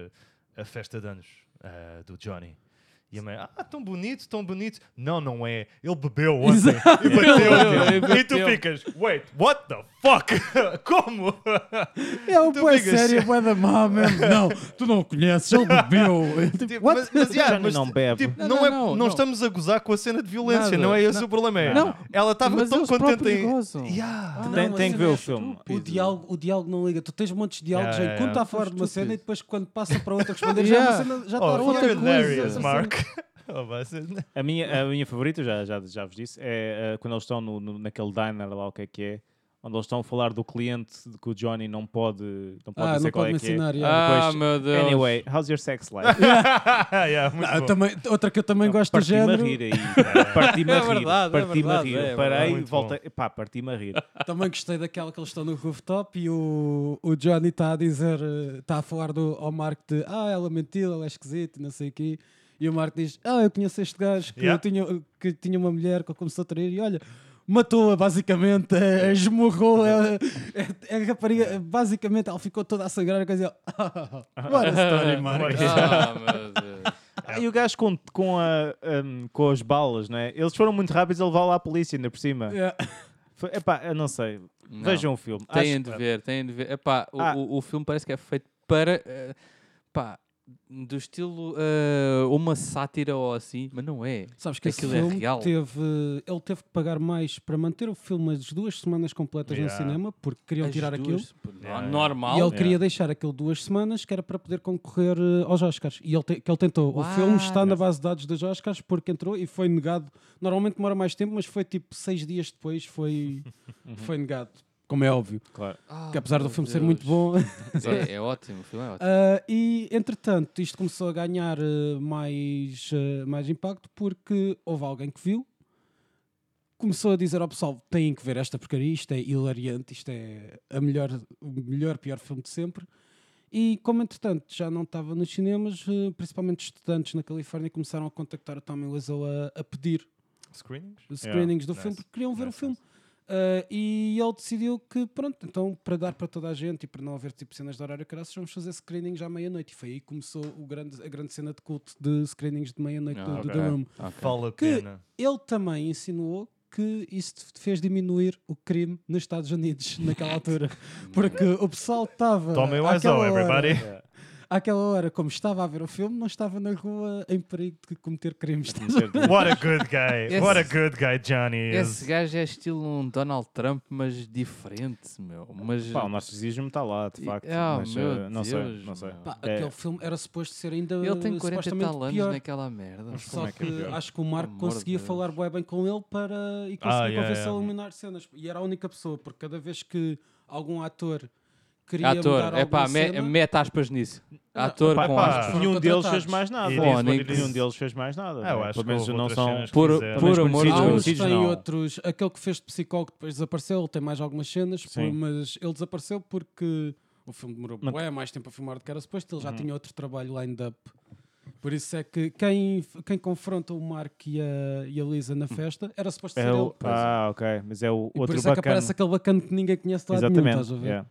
a festa de anos ah, do Johnny. E a mãe, ah, tão bonito, tão bonito. Não, não é. Ele bebeu ontem e
Ele
bateu.
bebeu.
e tu ficas, wait, what the fuck? Como?
Tipo,
É um
Tu
boé
digas-
sério, boé da má mesmo. Não, tu não o conheces, ele bebeu.
Tipo,
Tipo, what?
Mas, mas, yeah,
Johnny
mas,
não bebe.
tipo, não,
Não, não,
é,
não,
não
não.
estamos a gozar com a cena de violência,
Nada.
não é esse o problema. é.
Não.
Ela estava
Mas
tão
eles
contente
próprios
em.
gozam.
Yeah.
Não,
Tem,
mas
tem que
eu
ver o
acho
filme.
O diálogo, o diálogo não liga. Tu tens montes de diálogos
Yeah,
aí.
yeah,
Quando está a
yeah.
falar de uma cena e depois quando passa para outra responder
Yeah.
já, é uma cena- já está
Oh,
outra
you're
coisa.
hilarious, Mark. Oh, vocês-
A minha, a minha favorita, já, já, já vos disse, é eh, quando eles estão no, no- naquele diner lá, o que é que é, onde eles estão a falar do cliente de que o Johnny não pode, não pode
Ah,
dizer
não
qual
pode
é que é.
mencionar. yeah.
Ah,
Depois-
meu Deus.
Anyway, how's your sex life?
Yeah, muito
Ah,
bom.
também, outra que eu também gosto do
Parti-me a
género.
rir aí. Parti-me a
É
rir.
verdade, é
Parti-me a
verdade,
rir.
é
Parei,
verdade.
voltei. Pá, parti-me a rir.
Também gostei daquela que eles estão no rooftop e o, o Johnny está a dizer, eh, está a falar do, ao Mark de ah, ela mentiu, ela é esquisita, não sei o quê. E o Mark diz, ah, eu conheço este gajo que,
Yeah.
tinha, que tinha uma mulher que eu começou a trair e olha, matou-a basicamente, eh, esmurrou a, a, a rapariga, eh, basicamente ela ficou toda a sangrar e coisa e ele, ah, what a story, Mark.
Ah, meu Deus.
Ah, e o gajo com, com, a, hum, com as balas, não é? Eles foram muito rápidos a levar lá a polícia ainda por cima.
Yeah.
Foi- Epá, eu não sei.
Não.
Vejam o filme.
Têm
Acho-
de ver, têm de ver. Epá, o,
Ah.
o, o filme parece que é feito para. eh, pá, do estilo eh, uma sátira ou assim, mas não é.
Sabes que esse
Aquilo é
filme
real.
teve, ele teve que pagar mais para manter o filme as duas semanas completas
Yeah.
no cinema porque queriam
As
tirar aquilo.
duas, pô,
Yeah.
Normal.
E ele queria deixar aquilo duas semanas, que era para poder concorrer eh, aos Oscars. E ele, te- que ele tentou. O
What?
filme está na base de dados dos Oscars porque entrou e foi negado. Normalmente demora mais tempo, mas foi tipo seis dias depois foi, foi negado. Como é óbvio.
Claro.
Ah,
Porque apesar do
meu
filme ser
Deus.
muito bom.
É, é ótimo, o filme é ótimo.
Ah, e entretanto, isto começou a ganhar eh, mais, eh, mais impacto porque houve alguém que viu. Começou a dizer ao pessoal: têm que ver esta porcaria, isto é hilariante, isto é a melhor, o melhor, pior filme de sempre. E como entretanto já não estava nos cinemas, eh, principalmente estudantes na Califórnia começaram a contactar o Tommy Wiseau a, a pedir
Screenings?
os screenings do
nice,
filme porque queriam ver
nice,
o filme. Ah, e ele decidiu que, pronto, então para dar para toda a gente e para não haver tipo cenas de horário caraças, vamos fazer screenings à meia-noite. E foi aí que começou o grande, a grande cena de culto de screenings de meia-noite
Ah,
do, do
ok.
The Room.
Ok.
Vale a
Que-
pena.
Ele também insinuou que isso fez diminuir o crime nos Estados Unidos naquela altura, porque o pessoal estava.
Tomem o
àquela
Wiseau,
hora-
everybody.
àquela hora, como estava a ver o filme, não estava na rua em perigo de cometer crimes.
What a good guy.
Esse-
What a good guy Johnny
Esse
is.
gajo é estilo um Donald Trump, mas diferente, meu. Mas
Pá, o narcisismo está lá, de facto.
Ah,
mas,
meu
eh, não sei,
Deus,
não sei.
meu.
Pá,
É,
Aquele filme era suposto ser ainda
ele tem 40 e
supostamente
tal anos né?
pior.
naquela merda.
Só
é
que,
que é pior?
acho que o Marco
Pelo amor de
conseguia
Deus.
falar bué bem com ele para, e
Ah,
conseguia
yeah,
convencê-lo
yeah.
a eliminar cenas. E era a única pessoa, porque cada vez que algum ator queria
Ator,
mudar
é pá,
alguma
me-
cena,
mete aspas nisso. Ator
Pá,
com
pá,
aspas.
aspas.
nenhum
Foram
um deles
contratados.
fez mais nada.
It
is what it
nenhum
is.
um deles fez mais
É,
nada.
Ah, eu
né?
acho
Pelo
que
menos
houve
não
outras
são.
cenas que
Por,
fizeram.
menos
por amor de
conhecidos,
Há
Não,
uns
Deus.
conhecidos.
tem
não.
outros. Aquele que fez de psicólogo depois desapareceu, ele tem mais algumas cenas, por-
Sim.
mas ele desapareceu porque o filme demorou
Mas-
bué mais tempo a filmar do que era suposto,
Uhum.
ele já tinha outro trabalho lined up. Por isso é que quem, quem confronta o Marco e a, e a Lisa na festa era suposto ser
Hum. É o-
ele.
ah, ok. Mas é o
E por
outro
isso é que
bacana.
aparece aquele bacana que ninguém conhece de lado nenhum,
Exatamente.
estás a ver?
yeah.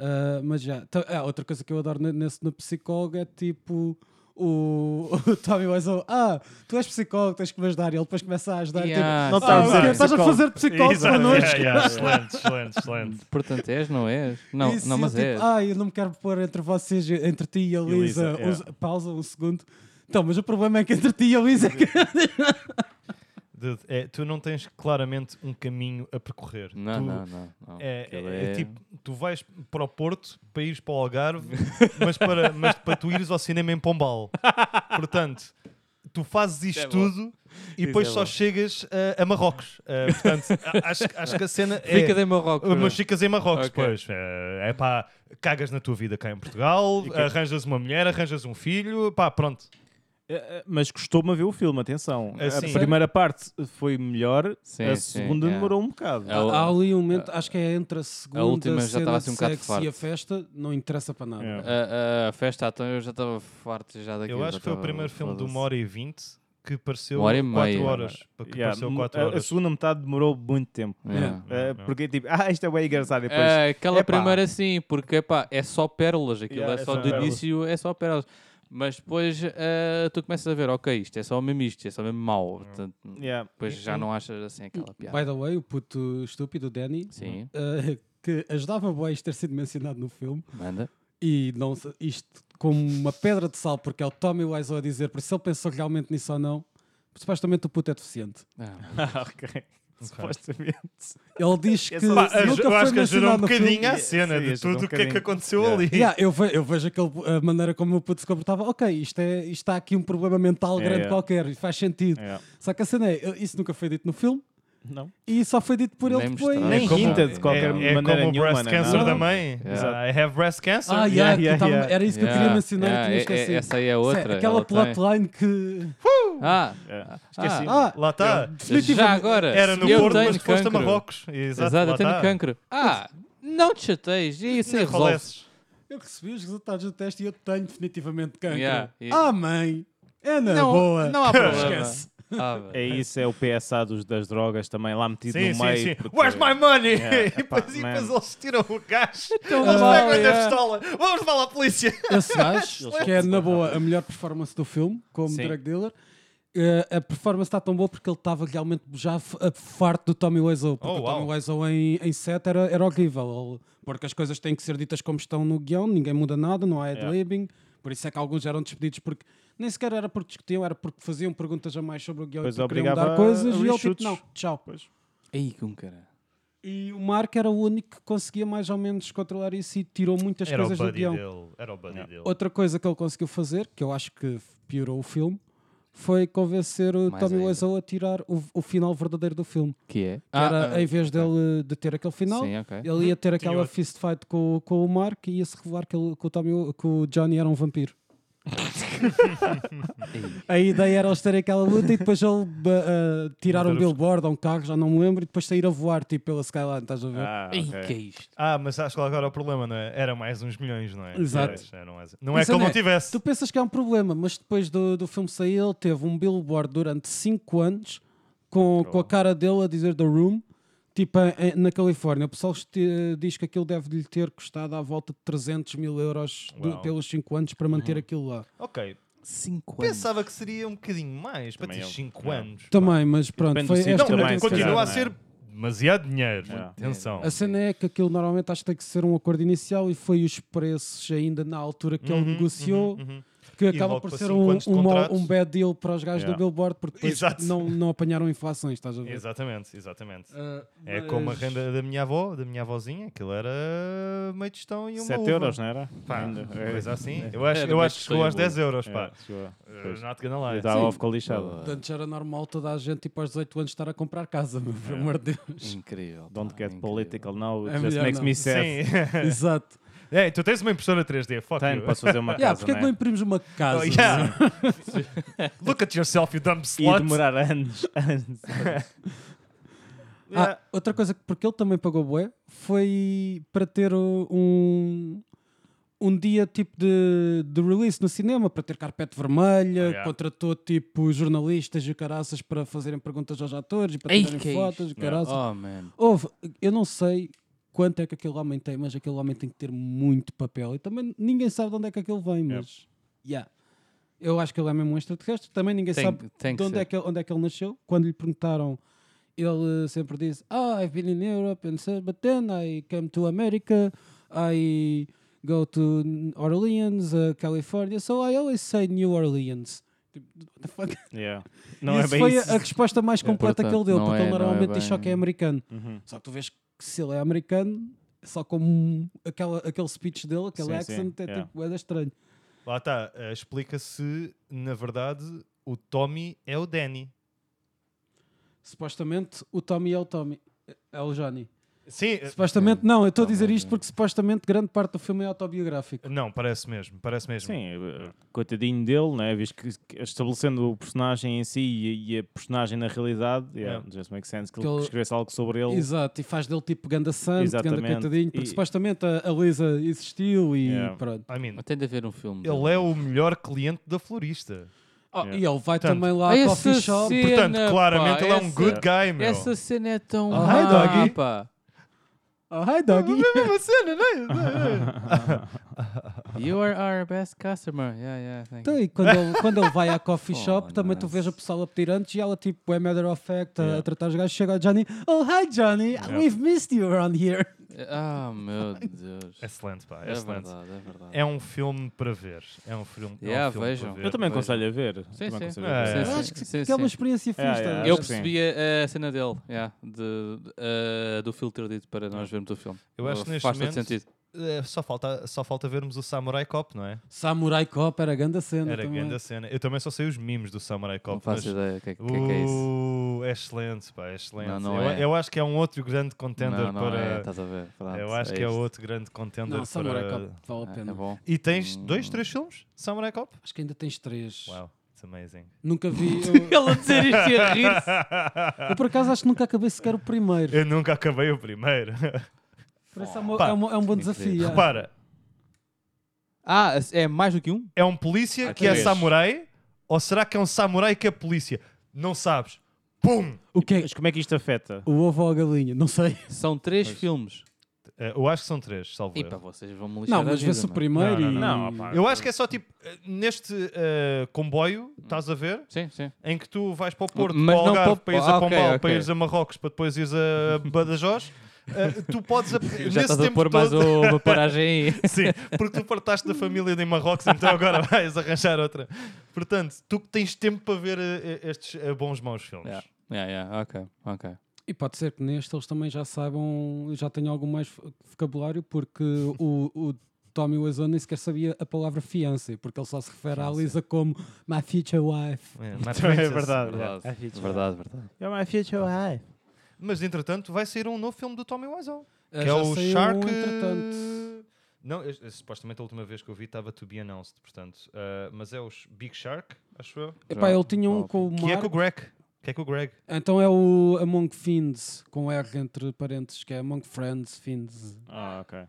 Ah, mas já. Então, ah, outra coisa que eu adoro ne- nesse no psicólogo é tipo o, o Tommy Wiseau. Ah, tu és psicólogo, tens que me ajudar. E ele depois começa a ajudar.
Yeah,
Tipo,
Não
sim.
tá a
ah,
dizer
ok, estás a
psicólogo.
fazer psicólogo
Exato,
connosco.
yeah, yeah, excelente, excelente, excelente.
Portanto, és, não és? Não,
Isso,
não
e
mas
ele,
és.
tipo, Ah, eu não me quero pôr entre vocês, entre ti e a Lisa.
Lisa, yeah.
Um- Pausa um segundo. Então, mas o problema é que entre ti e a Lisa é que
Dude, é, tu não tens claramente um caminho a percorrer.
Não,
tu,
não, não. não.
É,
Aquele
é- é
é-
tipo, tu vais para o Porto para ires para o Algarve, mas para, mas para tu ires ao cinema em Pombal. Portanto, tu fazes isto
é bom.
tudo e depois
é
só
bom.
chegas a, a Marrocos. Uh, portanto, a- acho, acho que a cena é.
Fica de Marrocos.
Mas ficas em Marrocos,
Ok.
pois. É, é pá, cagas na tua vida cá em Portugal, arranjas uma mulher, arranjas um filho, pá, pronto.
Eh, eh, Mas custou-me a ver o filme, atenção.
Ah, sim.
a primeira parte foi melhor,
Sim,
a
sim,
segunda
é.
demorou um bocado.
É o-
Há ali um momento, acho que é entre a segunda
última já
cena
estava
de
assim um bocado
sexo e a
farto.
festa, não interessa para nada.
Yeah.
A, a festa, então eu já estava farto já daquilo.
Eu
já
acho que foi o
estava-
primeiro filme de
foda-se.
uma hora e vinte que pareceu
Uma hora e
4
meia. é?
horas. Que
Yeah, é,
pareceu
m-
quatro
a- a,
horas.
segunda metade demorou muito tempo.
Yeah.
Eh, Porque tipo, ah, isto é bem engraçado. e Depois,
É, aquela
Epá.
primeira sim, porque epá, é só pérolas, aquilo
Yeah,
é só
é só
do
pérolas.
início, é só pérolas. Mas depois eh, tu começas a ver, ok, isto é só mesmo isto, é só mesmo
Hum.
mau. Portanto,
yeah.
depois já não achas assim aquela piada.
By the way, o puto estúpido, o Danny,
Sim,
eh, que ajudava bué isto ter sido mencionado no filme
manda.
e não se- isto como uma pedra de sal, porque é o Tommy Wiseau a dizer, por isso ele pensou realmente nisso ou não, supostamente o puto é deficiente.
Ah,
Ah, ok. Supostamente.
Ele diz que
só- Pá,
Aj-
nunca
é eu
foi
acho que ajudou um
mencionado no filme.
bocadinho à
Sim,
cena de
ajudou um
tudo o que é que
bocadinho.
aconteceu
Yeah.
ali.
Yeah, eu, ve- eu vejo aquele, a maneira como o puto se comportava. Ok, isto, é, isto está aqui um problema mental
É,
grande
é.
qualquer e faz sentido.
Yeah.
Só que a cena é, isso nunca foi dito no filme
Não.
e só foi dito por ele
Nem
depois.
mostraram.
Nem
como-
quinta de
É,
qualquer
é
maneira
como o
nenhuma.
breast
nem
cancer
nada.
da mãe.
Yeah.
I have breast cancer.
Ah, yeah,
Yeah,
que
yeah,
tava-
yeah.
era isso que eu
Yeah,
queria mencionar
yeah,
e
é-
tinha
é-
esquecido.
Essa aí é
Isso
outra.
aquela
ela tem-
plotline que.
Ah,
Yeah.
Esqueci.
Ah,
Lá está.
já
definitivamente.
agora.
Era no
eu
Porto,
tenho
mas foste a
cancro.
Marrocos. Exato,
Exato,
lá
eu tenho
tá.
está.
cancro. Ah, não te chateias, e isso aí resolve.
Faleces.
Eu recebi os resultados do teste e eu tenho definitivamente cancro.
Yeah, yeah.
Ah, mãe! É na
Não,
boa!
não há problema.
Esquece.
Ah, velho.
É isso, é o PSA dos, das drogas também lá metido
Sim,
no
sim,
meio.
sim.
porque-
Where's my money?
Yeah,
e
epá,
depois, e
man.
depois eles tiram o gás.
lá,
Eles pegam a
yeah.
pistola. Vamos levar lá à polícia.
Esse gajo, que é na boa a melhor performance do filme, como
Sim.
drug dealer. eh, a performance está tão boa porque ele estava realmente já f- a farto do Tommy Wiseau. Porque
Oh,
o
uau.
Tommy Wiseau em, em set era, era horrível. Ele- Porque as coisas têm que ser ditas como estão no guião, ninguém muda nada, não há ad-libbing. Por isso é que alguns eram despedidos porque nem sequer era porque discutiam, era porque faziam perguntas a mais sobre o guião
Pois
e porque queriam
obrigava
mudar coisas.
a
E ele tipo,
reshoots.
não, tchau.
Ei, com cara.
E o Mark era o único que conseguia mais ou menos controlar isso e tirou muitas
Era o
coisas do
buddy
guião.
dele. Era o buddy dele.
Outra coisa que ele conseguiu fazer, que eu acho que piorou o filme, foi convencer o
Mais
Tommy
ainda.
Wiseau a tirar o, o final verdadeiro do filme. Que
Que é?
era, em vez dele de ter aquele final,
Sim, ok.
ele ia ter aquela
outro.
fist fight com, com o Mark e ia-se revelar que, ele- que o Tommy, que o Johnny era um vampiro. a ideia era eles terem aquela luta e depois ele ba- ah, tirar um billboard ou um carro, já não me lembro, e depois sair a voar tipo pela skyline, estás a ver?
Ah,
Ei,
ok.
que é isto?
Ah, mas acho que agora o problema, não é? Era mais uns milhões, não é?
Exato.
Pois, era mais- Não é
Isso
que ele não
é-
tivesse.
Tu pensas que é um problema, mas depois do, do filme sair, ele teve um billboard durante 5 anos
Oh.
com, com a cara dele a dizer The Room, tipo em- em- na Califórnia. O pessoal esti- diz que aquilo deve lhe ter custado à volta de 300 mil euros do-
Uau. Uhum.
pelos 5 anos para manter aquilo lá.
Ok.
5 anos.
Pensava que seria um bocadinho mais, para
Também
ter
eu.
5
É.
anos.
Também, mas pronto,
Depende do
foi
sítio
Então, esta é
Não,
também,
notícia.
continua a
se
ser
calhar, não
demasiado dinheiro.
É.
Atenção.
A cena é que aquilo normalmente acho que tem que ser um acordo inicial e foi os preços ainda na altura que
Uhum,
ele negociou que acaba
logo
por
para
ser
cinco
um,
anos de
um mau-
contrato.
um bad deal para os gajos
Yeah.
da Billboard porque
Exato.
depois não, não apanharam inflações, estás a ver?
uhum. Exatamente, exatamente.
Ah,
É como a
mas-
renda da minha avó, da minha avózinha, aquilo era meio tostão e uma
7
uva.
euros, não era?
Pá,
Ainda.
coisa assim. Eu acho,
Era
eu
meio
acho que chegou aos
tostão e
10 euros,
É,
pá.
chegou.
Uh,
Pois.
Not gonna lie.
Eu dava
Sim.
ovo com lixado.
Portanto, já era normal toda a gente, tipo, aos 18 anos, estar a comprar casa, meu,
É.
pelo amor de Deus.
Incrível.
Don't
pá,
get
incrível.
political now,
É
it just
melhor
makes
não.
me sad.
Sim.
Exato.
Ei, tu tens uma impressora 3D, fuck you.
Tenho, Tá, então, posso fazer uma
Yeah,
casa,
porque é que não
né?
imprimimos uma
Oh,
casa?
yeah. Look at yourself, you dumb
E
slut.
demorar anos. anos.
Ah, outra coisa que porque ele também pagou bué foi para ter o- um um dia tipo de, de release no cinema, para ter carpete vermelha,
Oh, yeah.
contratou tipo jornalistas e o caraças para fazerem perguntas aos atores e para
Ei,
tirarem
que é
fotos e o caraças.
Oh, man.
Houve, eu não sei quanto é que aquele homem tem, mas aquele homem tem que ter muito papel e também ninguém sabe de onde é que aquele vem, mas yeah. eu acho que ele é mesmo um extraterrestre, também ninguém
Tem-
sabe
tem que
de onde
ser.
é que, ele, onde é que ele nasceu. Quando lhe perguntaram, ele eh, sempre disse, ah, I've been in Europe and so, but then I came to America, I go to N- Orleans, uh, California, so I always say New Orleans. Tipo, what the fuck?
Yeah. Não
E
é
isso
bem
foi a-
isso.
a resposta mais completa que
Portanto,
ele deu,
não
porque
é-
ele
não é
normalmente diz só
bem-
que é americano.
Uhum.
Só que tu vês que se ele é americano, só como um- aquela, aquele speech dele, aquele
Sim, sim,
accent, é
yeah.
tipo, é estranho.
Lá está, eh, explica-se, na verdade, o Tommy é o Danny.
Supostamente o Tommy é o Tommy, é o Johnny.
Sim,
É
eh,
Supostamente, não, eu estou a dizer isto porque supostamente grande parte do filme é autobiográfico.
não, parece mesmo, parece mesmo.
Sim, eh, coitadinho dele, né? visto que que estabelecendo o personagem em si e, e a personagem na realidade, yeah, just makes sense que,
Que
ele
ele-
escrevesse algo sobre ele.
Exato, e faz dele tipo ganda santo, ganda
Exatamente.
coitadinho, porque
E-
supostamente a, a Lisa existiu e
Yeah.
pronto.
I mean,
Mas Tem de haver um filme.
ele é o melhor cliente da florista.
Oh,
Yeah.
E ele vai
Portanto,
também lá ao
essa
coffee shop.
cena-
Portanto,
Pena,
claramente
pá,
ele é um
essa-
good guy, meu.
Essa cena é tão.
Oh,
hi,
má,
doggy.
pá.
Oh, hi
É
doggy!
a mesma cena, não é?
You are our best customer. Yeah, yeah, thank
é. Então, e quando ele, quando ele vai à coffee
Oh,
shop, também tu
nice.
vês a pessoa a pedir antes e ela, tipo, é matter of fact, a-
Yeah.
a tratar os gajos. Chega a Johnny, oh, hi Johnny, we've missed you around here.
you. Ah, meu Deus.
Excelente, pá,
É
excelente.
verdade, é verdade.
É um filme para ver. É um filme, é
Yeah,
um filme
vejam.
para ver.
Eu também
Veja.
aconselho a ver.
Sim,
também
sim.
aconselho
É,
a ver.
é.
Eu acho que,
sim,
que é uma
sim.
experiência fixe.
Yeah,
estás a
yeah,
ver?
Eu
Sim.
percebi a, a cena dele, yeah, de, de- eh, do filtro dito para nós vermos o filme.
Ah. Eu acho que neste
Faz todo
momento-
sentido.
Eh, só, falta, só falta vermos o Samurai Cop, não é?
Samurai Cop era ganda cena
Era
também.
grande a cena. Eu também só sei os mimos do Samurai Cop.
Não faço
mas-
ideia o que, é- que é que é isso.
Uh, é excelente, pá, é excelente.
Não, não
eu,
é.
eu acho que é um outro grande contender
não, não
para.
é, estás a ver. pronto,
eh, eu acho que é
isto.
outro grande contender
Não, Samurai
para.
Cop vale a
É,
pena.
é bom.
E tens dois, três filmes? Samurai Cop?
Acho que ainda tens três.
Wow, it's amazing.
Nunca vi. Eu,
Ele a dizer isto e a rir-se.
eu, por acaso, acho que nunca acabei sequer o primeiro.
Eu nunca acabei o primeiro.
Por isso é, uma-
Pá,
é uma- é um bom desafio. yeah.
Repara,
Ah, é mais do que um?
é um polícia que é
talvez.
samurai? Ou será que é um samurai que é polícia? Não sabes. Pum!
O que é?
Mas como é que isto afeta?
O ovo ou a galinha? Não sei.
São três filmes.
Eh, Eu acho que são três, salvo
E para
erro.
vocês vão me lixar
Não,
a
mas
vida,
vê-se o
mano.
primeiro
Não,
e...
não, não, pá.
Eu acho que é só tipo, eh, neste eh, comboio,
Hum.
estás a ver?
Sim, sim.
em que tu vais para o Porto,
Mas
para o
não
Algarve,
para o-
para ires
Ah,
a
ok,
Pombal,
ok.
para ires a Marrocos, para depois ires a Badajoz, eh, tu podes... ap-
Já estás a
tempo
pôr mais um.
todo-
uma paragem aí.
Sim, porque tu partaste da família de Marrocos, então agora vais arranjar outra. Portanto, tu que tens tempo para ver eh, eh, estes eh, bons maus filmes.
yeah. yeah, yeah, ok, ok.
E pode ser que neste eles também já saibam, já tenham algum mais vo- vocabulário, porque o, o Tommy Wiseau nem sequer sabia a palavra fiança, porque ele só se refere à Lisa como My Future Wife.
Eh, mas
Também é
princess.
verdade.
Verdade,
é. Acho que-
verdade, verdade.
You're my future wife.
Mas, entretanto, vai sair um novo filme do Tommy Wiseau,
Eh,
que é
já
o
saiu um,
Shark...
entretanto.
eh, Não, eh, eh, supostamente a última vez que eu vi estava To Be Announced, portanto. eh, mas é o Big Shark, acho eu.
Epá, ele tinha um com o
Que é com o
Mark,
Greg. Que é com o Greg.
então é o Among Fiends, com R entre parênteses, que é Among Friends, Fiends,
Ah, ok.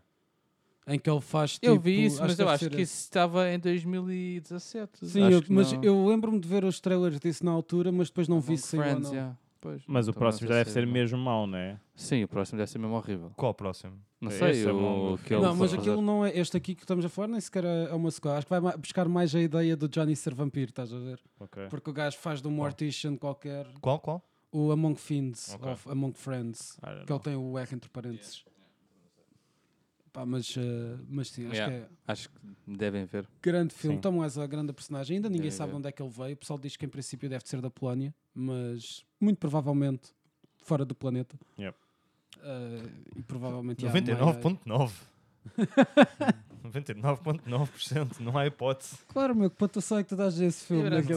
em que ele faz tipo...
Eu vi isso, mas eu
deve
acho
ser
que
esse.
isso estava em 2017.
Sim,
Acho
eu-
que
mas
não.
eu lembro-me de ver os trailers disso na altura, mas depois não vi
Among
se saiu ou
Friends,
não.
yeah. Pois,
Mas o
também
próximo já
não
deve
sei
ser
se-
mesmo mau, não é?
Sim, o próximo deve ser mesmo horrível.
Qual o próximo?
Não
É,
sei
esse é bom.
o que ele
Não, mas
vai fazer.
aquilo não é. Este aqui que estamos a falar nem sequer é é uma sequela. Acho que vai ma- buscar mais a ideia do Johnny ser vampiro, estás a ver?
Ok.
Hum?
Porque o gajo faz de um mortician qualquer.
Qual, qual?
O Among Fiends,
Ok.
of Among Friends,
I don't
que ele
know.
tem o R entre parênteses. Pá, mas, eh, mas sim, acho
Yeah.
que é
Acho que devem ver.
grande filme.
Sim.
Tom Hanks é a grande personagem. Ainda ninguém
É,
sabe
é.
onde é que ele veio. O pessoal diz que em princípio deve ser da Polónia, mas muito provavelmente fora do planeta.
Yep.
Eh, e
é
provavelmente há
99.9. 99.9%, não há hipótese.
meia- Claro, meu, que pontuação é que tu dás a esse filme na
Liberante.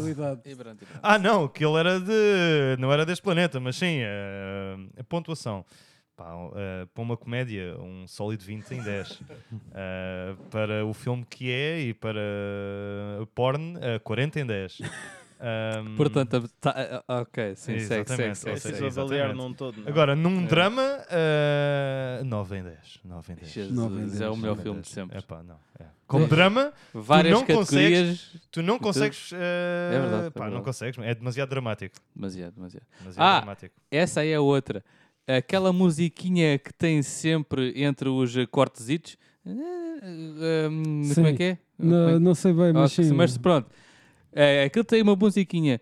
realidade?
Ah, não, que ele era de. não era deste planeta, mas sim, eh, a pontuação. Pá, eh, para uma comédia, um sólido 20 em 10. Eh, para o filme que é e para a porn, eh, 40 em 10. Ahm,
Portanto, a- tá- a- a- ok, sim, segue, segue,
Exatamente,
segue,
ou
segue.
seja,
Preciso avaliar
exatamente.
num todo. não é?
Agora, num drama, eh, 9 em 10. 9 em 10.
Nove em
Jesus, é o
dez,
melhor
nove em
filme
dez.
de sempre.
Epá, não. é. Como drama,
Várias
não
categorias.
tu não consegues. eh,
É verdade, é
pá, não
verdade.
consegues, é demasiado dramático.
Demasiado, demasiado.
demasiado
Ah,
dramático.
Essa aí é outra. Aquela musiquinha que tem sempre entre os eh, cortezitos. Eh, eh, hum, como é
Sim.
que é? Como é
Não,
que-
não sei bem,
Ah,
mas
que se-
sim.
mas pronto. É, aquilo tem uma musiquinha.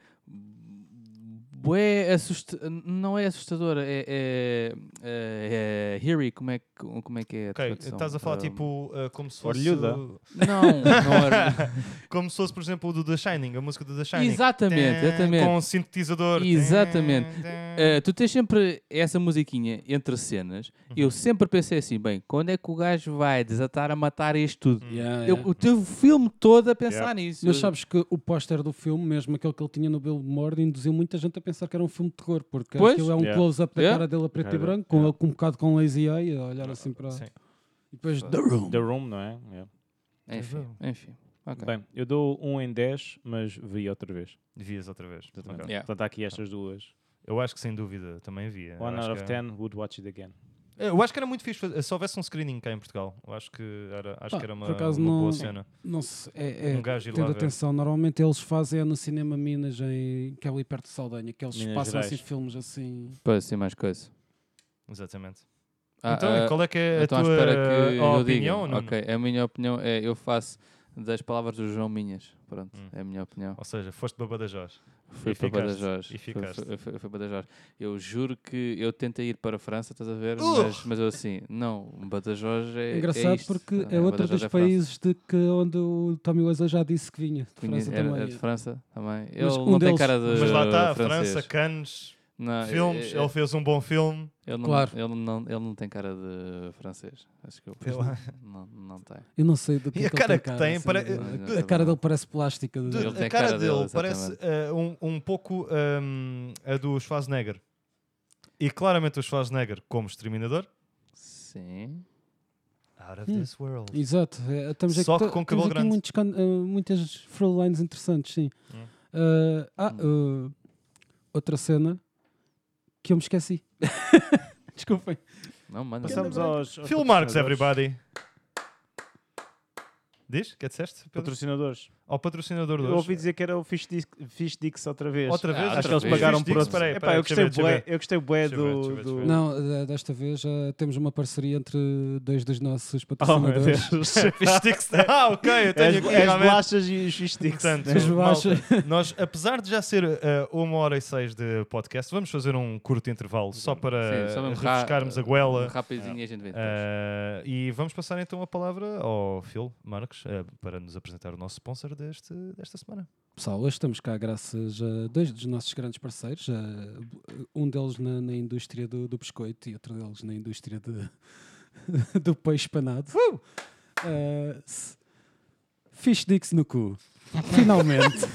Bué assusta não é assustadora, é, é, é, é eerie, como é, que- como é que é a
Ok,
tradução?
estás a falar
Ah,
tipo eh, como se fosse.
Orelhuda?
Não, não é- era.
Como se fosse, por exemplo, o do The Shining, a música do The Shining.
exatamente,
Tem,
exatamente.
Com um sintetizador.
Exatamente.
Tem, tem.
Ah, tu tens sempre essa musiquinha entre cenas.
Uhum.
Eu sempre pensei assim: bem, quando é que o gajo vai desatar a matar isto tudo?
É.
Yeah,
Eu,
yeah.
o teu filme todo a pensar nisso.
Mas sabes que o póster do filme, mesmo aquele que ele tinha no Billboard, induziu muita gente a pensar que era um filme de terror, porque
Pois.
aquilo é um
Yeah.
close-up da
Yeah.
cara dele a preto
Cara,
e branco, com
yeah.
ele com um bocado com lazy eye, a olhar assim para.
Sim.
E depois The Room.
The Room, não é? Yeah.
Enfim, enfim. Ok.
Bem, eu dou um em 10, mas vi outra vez.
Vias outra vez.
Exatamente.
Ok.
Yeah.
Portanto, há aqui estas duas.
Eu acho que sem dúvida também via.
One
eu, acho
out of
que era...
ten would watch it again.
eu acho que era muito fixe. fazer- Se houvesse um screening cá em Portugal, eu acho que era, acho
Pá,
que era uma,
por acaso
uma boa
não-
cena.
Não sei, é, é,
Um gajo ir lá
tendo
ver.
atenção, normalmente eles fazem é no cinema Minas, em, que é ali perto de Saldanha, que eles
Minas
passam
Gerais.
assim filmes assim.
Para assim mais coisa.
Exatamente.
Ah,
então,
ah,
e qual é que é a
então à
tua
espera que
ó,
eu diga.
opinião? Nuno?
Ok, a minha opinião é: eu faço das palavras do João Minhas. Pronto,
Hum.
é a minha opinião.
Ou seja, foste babadajós.
Fui
E
para
ficaste,
Badajoz.
e
Fui-
ficaste.
fui- fui- fui Badajoz. Eu juro que eu tentei ir para a França, estás a ver?
Uh!
Mas, mas eu assim, não, Badajoz é. é
Engraçado
isto,
porque
estás a
é
ver?
outro
Badajoz
dos
é França.
países de que, onde o Tommy Wiseau já disse que vinha, de
Conhe-
França
era-
também.
é de França também. Ele
Mas
não
um
tem
deles-
cara de.
Mas lá está,
francês.
França, Cannes,
Não,
filmes.
é- é-
Ele fez um bom filme.
ele não,
Claro.
Ele não, ele não tem cara de francês. Acho que eu.
Sei lá.
Não, não tem.
Eu não sei do que
E
é
a
ele
cara que tem,
assim,
pare-
a- a cara dele parece plástica.
De-
Ele tem
a cara,
cara
dele,
dele,
parece eh, um, um pouco ehm, a do Schwarzenegger. E claramente o Schwarzenegger, como exterminador,
Sim.
out of
Hum.
this world.
Exato, é, estamos aqui,
Só que
ta-
com
temos
cabelo
aqui
grande.
muitos can- eh, muitas Frauleins interessantes, sim.
Hum.
Eh, ah,
Hum.
eh, outra cena que eu me esqueci. Desculpem.
Não, manda.
Passamos aos, aos
Phil Marks,
patrocinadores.
everybody. Diz? Que é disseste? Pedro?
Patrocinadores.
Ao patrocinador do
Eu ouvi dizer que era o Fish Dix, Fish Dix outra vez.
Outra vez?
Ah,
Acho que eles
Fish
pagaram
Dix,
por outro.
espera aí,
Epá,
espera aí,
eu
deixa eu
gostei
ver, deixa eu
bué,
ver.
eu gostei
Deixa
bué
eu ver, deixa eu
do...
ver,
do-
deixa eu ver.
Não, eh, desta vez eh, temos uma parceria entre dois dos nossos
Oh, meu
patrocinadores.
Deus.
Fistix- ah, ok, eu tenho
As,
aqui
as
realmente.
bolachas e os Fish Dix.
Portanto,
As
malta,
bolachas.
nós, apesar de já ser eh, uma hora e seis de podcast, vamos fazer um curto intervalo só para
Sim, só
eh,
mesmo ra-
refrescarmos a goela.
Rapidinho e a gente vem depois.
Ah, e vamos passar então a palavra ao Phil Marques ah, para nos apresentar o nosso sponsor deste, desta semana.
Pessoal, hoje estamos cá graças a dois dos nossos grandes parceiros, a- um deles na, na indústria do, do biscoito e outro deles na indústria de- do peixe panado. Uh, s- fish dicks no cu. Finalmente.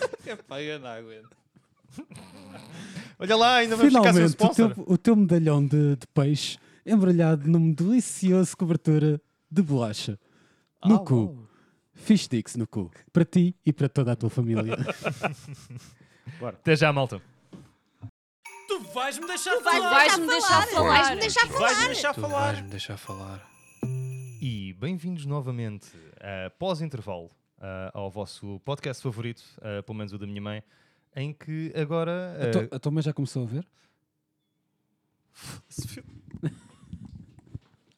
Olha lá, ainda vamos ficar sem o
Finalmente, o
sponsor.
teu, o teu medalhão de, de peixe embrulhado numa deliciosa cobertura de bolacha. No
Ah,
cu. Fish sticks no cu. Para ti e para toda a tua família.
Até já, malta.
Vais-me deixar falar.
Vais-me deixar falar.
E bem-vindos novamente ah, pós-intervalo ah, ao vosso podcast favorito, ah, pelo menos o da minha mãe, em que agora. ah,
a tua mãe já começou a ver?
se Phil-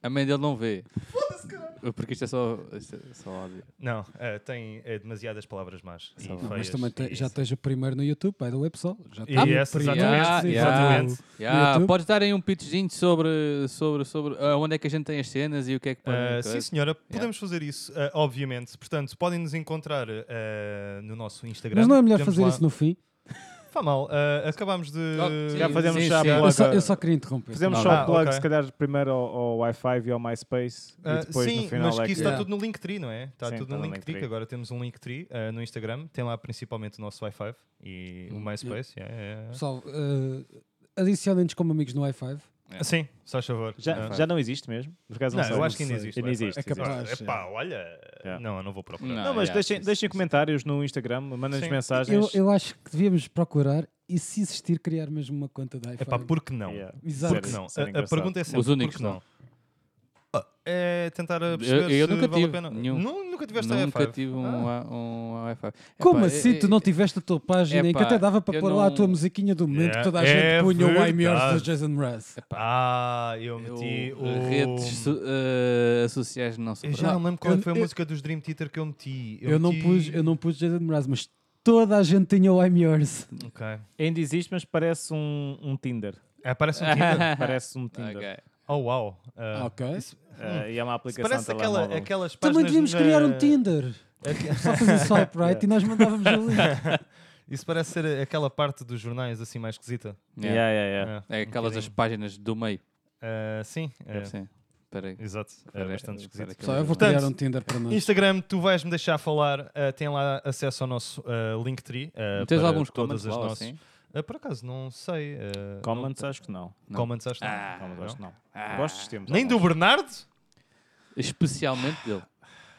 A mãe dele não vê. Porque isto é só, isto é só áudio.
Não, eh, tem eh, demasiadas palavras más. E
Não, mas
Mas
feias.
também te-
E-
já esteja primeiro no YouTube, by the way, pessoal. Já
E
está
essa,
primeiro
exatamente,
no
exatamente.
YouTube.
Yeah,
YouTube?
Podes darem um pitchzinho sobre, sobre, sobre ah, onde é que a gente tem as cenas e o que é que podem
Ah,
coisa.
sim, senhora, podemos fazer isso, ah, obviamente. Portanto, podem nos encontrar ah, no nosso Instagram.
Mas não é melhor
Temos
fazer
lá-
isso no fim?
Fá mal, ah, acabámos de.
Oh,
Já
Sim,
fazemos
sim,
já
sim. Eu
Eu
plug,
só, eu só queria interromper.
Fazemos
Não,
só um
não.
plug,
Ah, ok.
se calher, primeiro ao, ao Wi-Fi e ao MySpace
Ah,
e depois
sim,
no final
mas
é
que
que...
isso está
Yeah.
tudo no Linktree, não é? Está
Sim,
tudo
está
no
no
Linktree,
Linktree.
que agora temos um Linktree ah, no Instagram. Tem lá principalmente o nosso Wi-Fi e
Hum,
o MySpace. yeah, yeah, yeah.
Pessoal, eh, adicionem-nos como amigos no i5.
Ah, Sim, se faz favor.
já,
Ah.
já não existe mesmo? Por acaso não,
Não, eu
sei.
acho que ainda
sei.
existe.
Ainda
Wi-Fi.
existe,
É capaz,
existe.
é.
Epá, é, olha.
Yeah.
Não, eu não vou procurar.
Não,
Não, mas
yeah,
deixem,
sim,
deixem
sim,
comentários no Instagram, mandem-nos
Sim.
Eu,
mensagens.
eu acho que devíamos procurar e, se existir, criar mesmo uma conta da
É
i5.
pá, porque não?
Yeah.
Exato.
Porque não?
Ser
A- A,
engraçado.
pergunta é sempre:
Os únicos
porque não? Ah, É tentar a
Eu-
perceber
eu
se
nunca
vale a
tive
pena.
nenhum.
Nu- Nunca tiveste
Nunca
Wi-Fi.
tive um,
Ah.
a- um Wi-Fi.
Como
Epá,
assim
é-
tu não tiveste a tua página em que
Epá,
até dava para
eu
pôr lá a tua
não-
musiquinha do momento
Yeah,
que toda a
é
gente punha o I'm Yours
verdade.
do Jason Mraz?
Ah, eu
eu-
meti o.
Redes so- eh, sociais não sou
Eu já
para-
não lembro qual é que foi a
eu-
música dos Dream Theater que eu meti.
Eu, não
meti-
pus, eu não pus Jason Mraz, mas toda a gente tinha o I'm Yours.
Ok.
Ainda existe, mas parece um, um Tinder.
Ah, parece um Tinder.
Parece um Tinder.
Ok.
Oh, uau. Ah,
Ok.
isso-
Eh, e é uma
isso
aplicação
Hum. parece
de
aquela,
telemóvel.
aquelas páginas.
Também devíamos
na-
criar um Tinder. Só fazer swipe right e nós mandávamos o link.
Isso parece ser aquela parte dos jornais assim mais esquisita.
Yeah.
Yeah, yeah,
Ah,
yeah.
É aquelas das páginas do meio.
das. sim, Um é,
Sim. Espera aí.
exato. É
Espera-
bastante
espera
esquisito.
que
Só eu vou
Portanto,
criar um Tinder para nós.
Instagram, tu vais-me deixar falar, ah, tem lá acesso ao nosso ah, Linktree. ah,
Não Tens
para
alguns
todas
comments
as
lá,
nossas.
assim?
Ah, por acaso, não sei. ah,
Comments, acho que não.
não-
não.
Comments, acho que não.
Ah,
Não, mas acho que não.
Ah.
Gosto de termos
Nem do
alguns.
Bernardo?
Especialmente dele.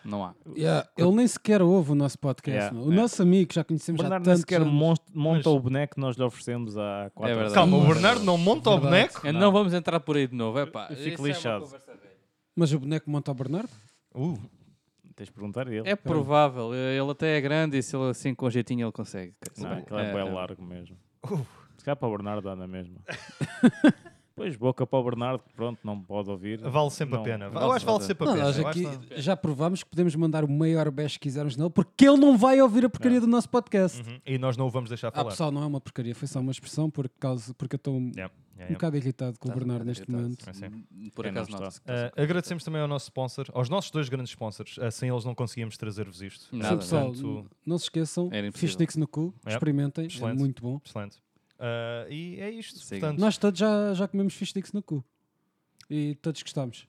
Não há.
Yeah, ele nem sequer ouve o nosso podcast.
Yeah,
meu. O
yeah.
nosso amigo, já conhecemos
Bernardo
já
nem
tanto.
sequer monta, monta
Mas- É
o boneco que nós lhe oferecemos há quatro
verdade.
anos.
Calma, o
Sim.
Bernardo não monta o
Verdade.
boneco?
Não, vamos entrar por aí de novo. Epá,
Eu fico
Isso é uma
lixado.
conversa velha.
Mas o boneco monta o Bernardo?
Uh,
Tens de perguntar a ele.
É provável. Ele até é grande e se ele assim com jeitinho ele consegue.
Não,
Sabe?
aquele é, bem largo mesmo. Se calhar para o Bernardo dá na mesma. pois, boca para o Bernardo, que pronto, não pode ouvir.
vale sempre a
Não,
pena.
vale
Eu acho que vale sempre a
Não,
pena.
nós
Eu acho
aqui
que-
já provámos que podemos mandar o maior bash que quisermos nele, porque ele não vai ouvir a porcaria do nosso podcast.
Uhum, E nós não o vamos deixar
Ah,
falar.
pessoal, não é uma porcaria, foi só uma expressão por causa, porque eu estou um
Yeah, yeah, yeah.
bocado irritado com o
Tá,
Bernardo
tá
neste
irritado,
momento. Eh,
É assim.
Por
É, não
acaso não.
está.
Ah, agradecemos também ao nosso sponsor, aos nossos dois grandes sponsors. Ah, sem eles não conseguíamos trazer-vos isto.
Nada,
Sim, pessoal,
Portanto,
não se esqueçam,
Era impossível.
fish sticks no cu,
Yep.
experimentem, é
É Excelente.
muito bom.
Excelente. Ah, e é isto.
Siga.
Portanto,
Nós todos já, já comemos fish sticks no cu. E todos gostámos.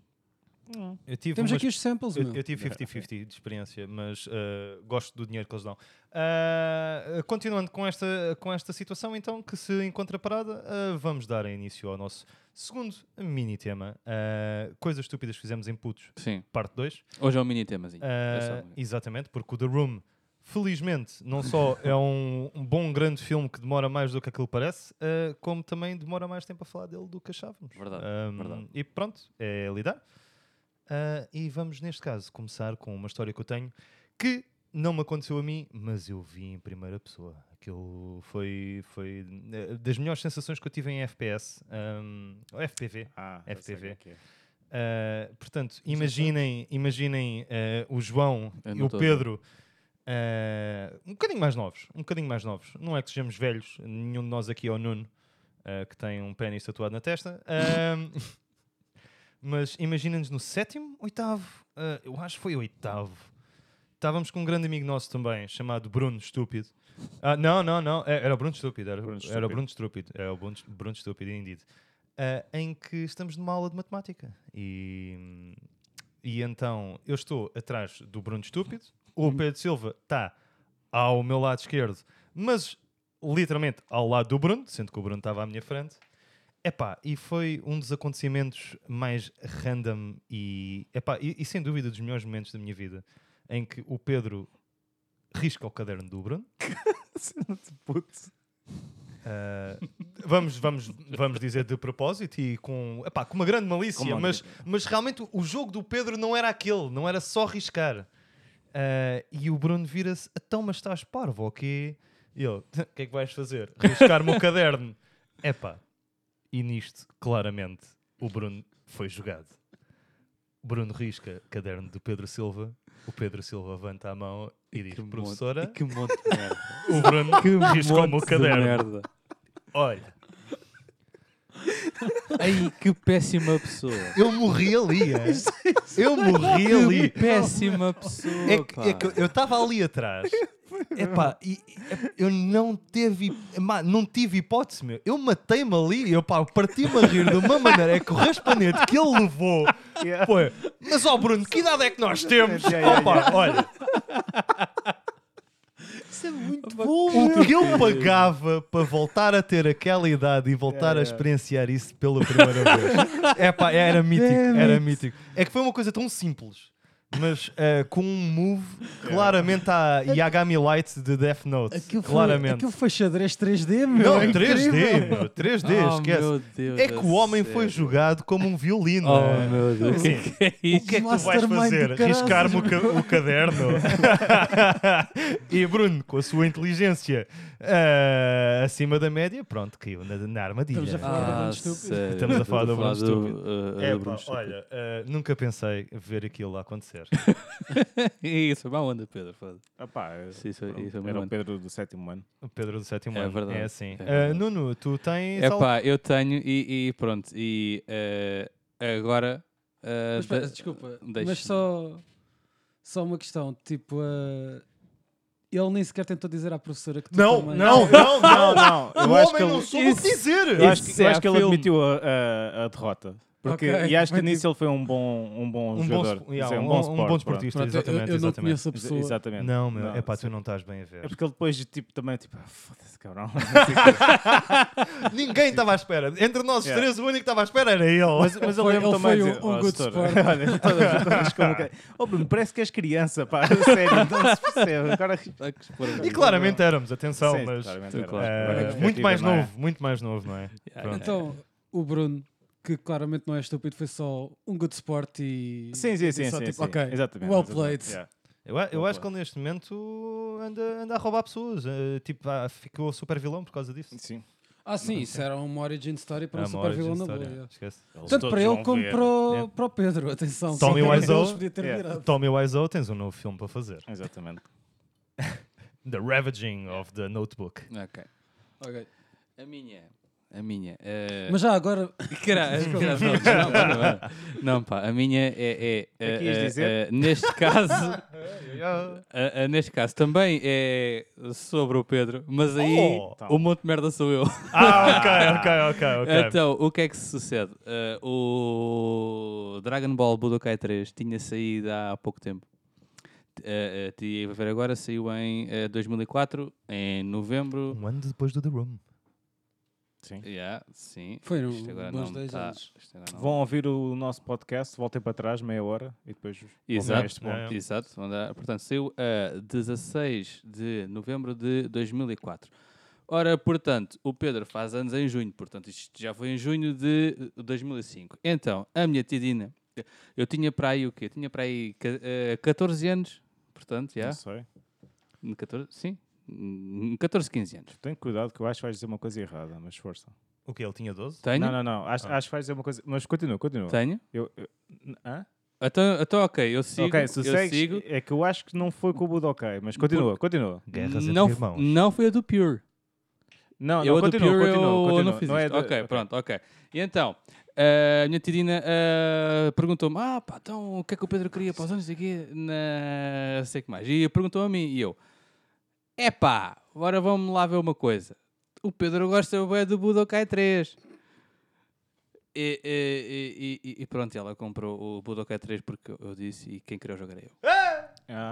eu tive
Temos
umas-
aqui os samples,
eu,
meu.
eu tive 50-50 de experiência, mas ah, gosto do dinheiro que eles dão. Ah, continuando com esta, com esta situação, então, que se encontra parada, ah, vamos dar início ao nosso segundo mini tema: ah, Coisas estúpidas que fizemos em putos,
Sim.
parte 2.
Hoje é um mini temazinho. É só
Ah,
um-
exatamente, porque o The Room, felizmente, não só é um, um bom grande filme que demora mais do que aquilo parece, ah, como também demora mais tempo a falar dele do que achávamos.
Verdade,
Ah,
verdade.
E pronto, é lidar. Ah, e vamos, neste caso, começar com uma história que eu tenho que não me aconteceu a mim, mas eu vi em primeira pessoa. Aquilo foi, foi eh, das melhores sensações que eu tive em FPS, ah, ou FPV,
Ah, eu sei
FTV.
o que é que é.
Uh, portanto, imaginem, imaginem uh, o João
Eu
e
não
o
tô a
Pedro uh, um bocadinho mais novos, um bocadinho mais novos. Não é que sejamos velhos, nenhum de nós aqui é o Nuno, uh, que tem um pênis tatuado na testa. Um, mas imaginem-nos no sétimo, oitavo, uh, eu acho que foi oitavo. Estávamos com um grande amigo nosso também, chamado Bruno Estúpido. Ah, não, não, não, é- era o Bruno Estúpido, era,
Bruno
era o
Estúpido.
Bruno Estúpido, era o Bruno, Bruno Estúpido, indeed. Ah, em que estamos numa aula de matemática. E, e então eu estou atrás do Bruno Estúpido,
Uhum.
o Pedro Silva está ao meu lado esquerdo, mas literalmente ao lado do Bruno, sendo que o Bruno estava à minha frente. Epá, e foi um dos acontecimentos mais random e, epá, e, e sem dúvida dos melhores momentos da minha vida, em que o Pedro risca o caderno do Bruno. Ah, vamos, vamos, vamos dizer de propósito e com, epá, com uma grande malícia,
Com uma-
mas, mas realmente o jogo do Pedro não era aquele, não era só riscar. Ah, e o Bruno vira-se, então, mas estás parvo, ok? E ele, o que é que vais fazer? Riscar-me o caderno. Epá, e nisto, claramente, o Bruno foi jogado. Bruno risca caderno do Pedro Silva. O Pedro Silva levanta a mão e diz: Professora,
Monte, e que monte de merda.
o Bruno riscou-me o
Monte de
caderno.
merda.
Olha,
Ai, que péssima pessoa.
eu morri ali. é. Eu morri ali.
Que péssima pessoa.
É que, é
pá.
que eu- eu estava ali atrás. Epá, e, e- eu não teve, hip- ma- não tive hipótese, meu. Eu matei-me ali, eu pá, parti-me a rir de uma maneira é que o raspanete que ele levou foi. Mas ó Bruno, que idade é que nós temos? Opa, olha,
Isso é muito bom.
o que eu pagava para voltar a ter aquela idade e voltar a experienciar isso pela primeira vez. Epá, É
É
era mítico, era mítico. É que foi uma coisa tão simples. Mas eh, com um move
É.
claramente à Yagami Light de Death Note.
É Aquilo foi,
claramente.
aquilo foi xadrez 3D, meu.
Não,
é
3D,
incrível.
meu, 3D,
Oh,
esquece.
meu Deus
É que
do
o homem
céu.
foi jogado como um violino.
Oh,
é.
meu Deus. O que é
Assim,
que é
O
isto?
que é que tu vais
Mastermind
fazer?
do caraças.
Riscar-me o, ca- o caderno? e Bruno, com a sua inteligência ah, acima da média, pronto, caiu na, na armadilha.
Estamos a falar
Ah,
Bruno estúpido.
sério,
Estamos a falar do Bruno
do,
estúpido.
uh, uh,
É,
Bruno
pá,
estúpido.
olha, ah, nunca pensei ver aquilo a acontecer.
Isso, é má onda, Pedro. foda-se.
Ah, pá, eu-
Sim, isso-
pronto,
isso é
era
muito-
o Pedro do sétimo ano.
O Pedro do sétimo
É
ano.
verdade,
É assim.
é
Ah,
verdade.
Nuno, tu tens.
É
al-
pá, eu tenho e, e pronto. E eh, agora. eh,
Mas espera,
da-
desculpa,
deixa-me.
mas só, só uma questão, tipo, eh, ele nem sequer tentou dizer à professora que tu
Não,
também- um
não, não, não.
Não, não, eu
o
acho que
homem
ele,
não soube o que dizer.
eu acho que-
Isso
eu
é
acho que ele
filme.
admitiu a, a- a derrota. Porque,
Ok,
e acho que
mas
nisso ele foi um bom, um bom
Um bom,
jogador.
spo- yeah,
Quer dizer,
um, um
sport,
bom
pronto.
desportista,
Pronto, eu-
exatamente.
eu, não
exatamente.
conheço a
Exa-
pessoa.
Exatamente.
Não, meu, é pá,
sim.
tu não estás bem a ver.
É porque ele depois, tipo, também, tipo, ah, foda-se, cabrão.
Ninguém estava à espera. Entre nós
Yeah.
três, o único que estava à espera era ele.
Mas, mas eu
Foi-
lembro
ele
também
foi
de
um-
dizer,
um
"Oh,
good
setora,
sport."
olha, todas as coisas como que- Oh, Bruno, parece que és criança, pá. Sério, não se percebe. Agora...
Ai, que espor-
E claramente éramos, atenção,
Sim,
mas
claramente,
Sim,
era-
claro.
eh,
era
muito mais
não é?
novo, muito mais novo, não é? Pronto.
Então, o Bruno, que claramente não é estúpido, foi só um good sport e...
Sim, sim, sim.
e só
sim,
tipo,
sim.
ok,
Exatamente.
well
exatamente.
played.
Yeah.
Eu, a- eu acho que ele neste momento anda, anda a roubar pessoas. eh, tipo, ah, ficou super vilão por causa disso.
Sim.
Ah sim, isso era uma origin story para
É
um
uma
super vilão
origin
na
story,
boa.
é,
yeah.
esquece.
Tanto para ele como para o,
Yeah.
para o Pedro, atenção.
Tommy
qualquer um
Wiseau.
deles podia ter
Yeah.
virado.
Tommy Wiseau, tens um novo filme para fazer.
Exatamente.
The Ravaging of the Notebook.
Ok.
Ok.
A minha. A minha. eh,
Mas já agora,
Caralho, não, não, não, não. Não, pá, a minha é. é,
É que ias
eh, eh,
dizer?
eh, neste caso. eh, eh, neste caso também é sobre o Pedro, mas aí
Oh!
o monte de merda sou eu.
Ah, ok, ok, ok, ok.
Então, o que é que se sucede? Eh, o Dragon Ball Budokai 3 tinha saído há pouco tempo. Eh, eh, Tive a ver agora, saiu em eh, 2004, em novembro.
Um ano depois do The Room.
Sim.
Yeah, sim.
Foram
Isto agora
um bons
não
dois
tá-
anos.
isto agora não-
Vão ouvir o nosso podcast, voltem para trás, meia hora, e depois
Exato,
este ponto.
É.
exato. vamos dar- Portanto, saiu a 16 de novembro de 2004. Ora, portanto, o Pedro faz anos em junho, portanto, isto já foi em junho de eh, 2005. Então, a minha tidina, eu tinha para aí o quê? Tinha para aí ca- eh, 14 anos, portanto, já.
Não sei.
14, sim, hum, 14, 15 anos.
Tenho cuidado que eu acho que vais dizer uma coisa errada, mas força.
O que? Ele tinha 12?
Tenho,
Não, não, não. Acho, acho que vais dizer uma coisa. Mas continua, continua.
tenho.
Eu, eu- n- hã?
Então, então, ok, eu sigo,
ok,
eu
sossegues,
sigo.
É que eu acho que não foi com o Budokai, mas continua, continua.
Guerras entre
Não,
irmãos.
não foi a do Pure.
Não,
eu
não,
a do
continua,
Pure,
continua,
eu
continua.
não fiz
é
isto.
da-
ok, pronto, ok. E então, eh, a minha tidina eh, perguntou-me, ah pá, então o que é que o Pedro queria para os anos aqui na... sei que mais. E perguntou a mim, e eu, epá, agora vamos lá ver uma coisa. O Pedro gosta bué do Budokai 3. E, e- e- e- e pronto, ela comprou o Budokai 3 porque eu disse e quem queria o jogo era eu.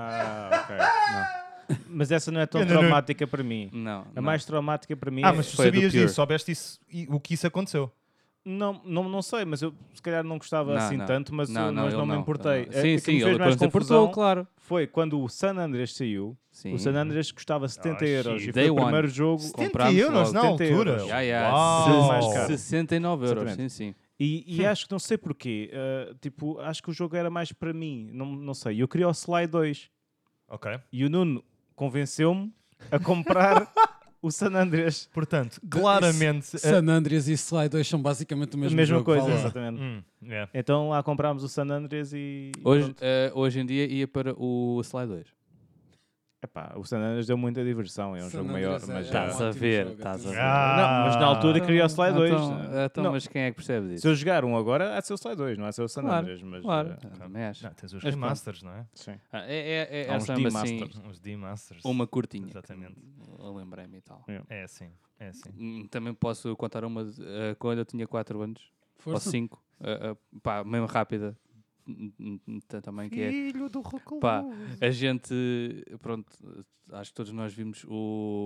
Ah, ok. não. Mas essa não é tão
Ainda não-
traumática para mim.
Não,
A
não.
É mais traumática para mim
Ah,
é-
mas tu
Foi a do
sabias
Pure.
disso, soubeste isso, e, o que isso aconteceu.
Não, não, não sei, mas eu se calhar não gostava
Não,
assim
não.
tanto, mas
Não,
mas não,
ele
me
ele
importei.
não.
É-
Sim,
é que
sim,
me fez
ele depois
mais
se
confusão
importou, claro.
foi quando o San Andreas saiu.
Sim.
O San Andreas custava 70
Ah,
euros
shit.
e
Day
foi o
one.
primeiro jogo.
70 euros na
70
altura.
euros.
Já, já,
Uau!
Mais caro.
69 euros, sim,
Então, Exatamente.
sim.
E, e acho que não sei porquê. eh, tipo, acho que o jogo era mais para mim. Não, não sei. Eu queria o Sly 2
Ok.
e o Nuno convenceu-me a comprar o San Andrés.
Portanto, claramente. eh, a-
San Andreas e Sly 2 são basicamente o
A
mesmo
mesma
jogo,
coisa,
vá lá.
exatamente.
Hum, é.
Então lá comprámos o San Andrés e. e
Hoje,
pronto.
eh, hoje em dia ia para o Slide 2.
Epá, o San Andrés deu muita diversão, é um
San
jogo maior.
Andreas é-
Mas
é
já-
Estás
um
a
ótimo
ver,
jogo,
estás a
atenção.
ver.
Ah,
Não, mas na altura queria o Slide 2.
Então, então,
Não,
mas quem é que percebe disso?
Se eu jogar um agora, há de ser o Slide 2, não há de ser o San
Claro,
Andrés. Mas,
Claro,
eh,
ah, também acho.
Não, tens os
Mas
remasters, não é?
sim.
Ah, é, é, é,
Há
é
uns
samba assim,
D-masters.
Os D-Masters.
uma curtinha.
Exatamente.
Eu Lembrei-me e tal.
É assim, é assim.
Hum, Também posso contar uma de- eh, quando eu tinha 4 anos,
Força.
ou 5, pá, mesmo rápida, hum, hum, hum, t- também que é.
Filho do Recluso.
Pá, a gente, pronto, acho que todos nós vimos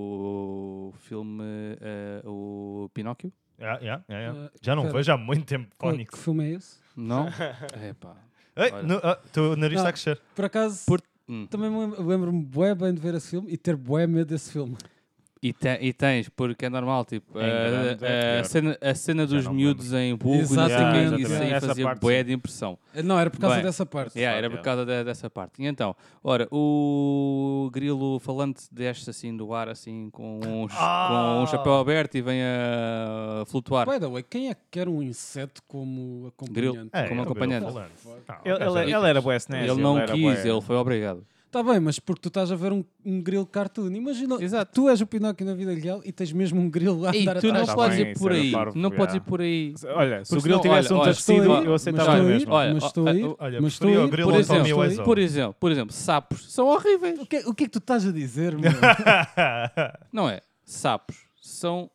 o filme, eh, o Pinóquio,
Ah, yeah, yeah, yeah.
Ah,
Eh,
Já não
espera.
vejo há muito tempo
Qual-
cónico.
Que filme é esse?
não? é pá.
Ei,
Olha.
no- ah, teu nariz está a crescer.
Por acaso,
Hum.
também me lembro- lembro-me bué bem de ver esse filme e ter bué medo desse filme.
E, te- e tens, porque é normal, tipo,
Em
a-
grande é
a,
pior.
cena, a cena
Já
dos
não me
miúdos em burro, não sei o quê,
Exatamente.
isso aí
Essa
fazia
parte,
bué
sim.
de impressão.
Não, era por causa
Bem,
dessa parte.
Yeah, era por
parte, é.
causa de- dessa parte. E então, ora, o grilo falante desce assim do ar, assim, com um, ch-
Ah!
com um chapéu aberto e vem a flutuar.
By the way, quem é que quer um inseto como acompanhante?
É,
Como
é o
acompanhante.
Bill Falante. Ah, o
Ele,
gajo
ele,
é-
assim, ele era boa snatch.
ele não
era
quis,
bué-
ele foi obrigado.
Está Tá bem, mas porque tu estás a ver um, um grilo cartoon. Imagina,
Exato.
tu és o Pinóquio na vida real e tens mesmo um grilo lá a
E
andar
tu não
atrás.
tá
podes
bem,
ir
isso
por
era
aí,
parvo,
não
já.
podes ir por aí.
Olha, se
Porque
o
senão-
Grilo tivesse
olha,
um
olha,
tecido,
estou aí,
eu aceitava
mas estou aí.
mesmo.
Olha,
mas
ó,
estou
ó,
aí.
ó,
Olha,
mas
preferia
estou
o
aí.
grilo
Por
ao
exemplo,
Tommy
é
Wiseau.
por exemplo, por exemplo, sapos são horríveis.
O que, o que é que tu estás a dizer, meu?
Não é? Sapos são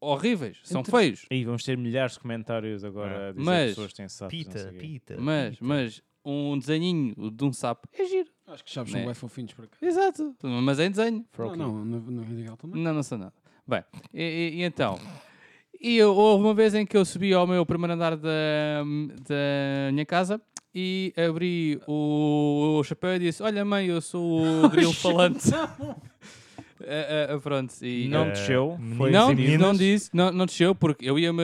horríveis, são feios.
Aí vamos ter milhares de comentários agora a dizer
Mas-
que pessoas têm sapos. é não sei
Pita,
o quê.
pita.
Mas, mas um desenhinho de um sapo é giro.
Acho que chaves
Né?
são bué fofinhos por acaso.
Exato. Mas é em desenho.
Não, não, na, na vida real também.
Não, não sou nada. Bem, e, e- e então? E eu- houve uma vez em que eu subi ao meu primeiro andar da, da minha casa e abri o, o chapéu e disse: Olha, mãe, eu sou o grilo falante. Ah, ah, ah, pronto, e.
Não
Eh,
desceu.
meninos
foi
Não,
e
exibido.
meninas.
não disse, não, não desceu, porque eu ia-me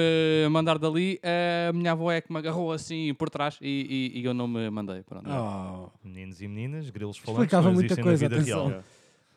mandar dali, a minha avó é que me agarrou assim por trás e, e- e eu não me mandei. Pronto.
Ah,
Oh.
Meninos e meninas, grilos falantes,
Explicava
não
muita
existem
coisa,
na vida
atenção.
real.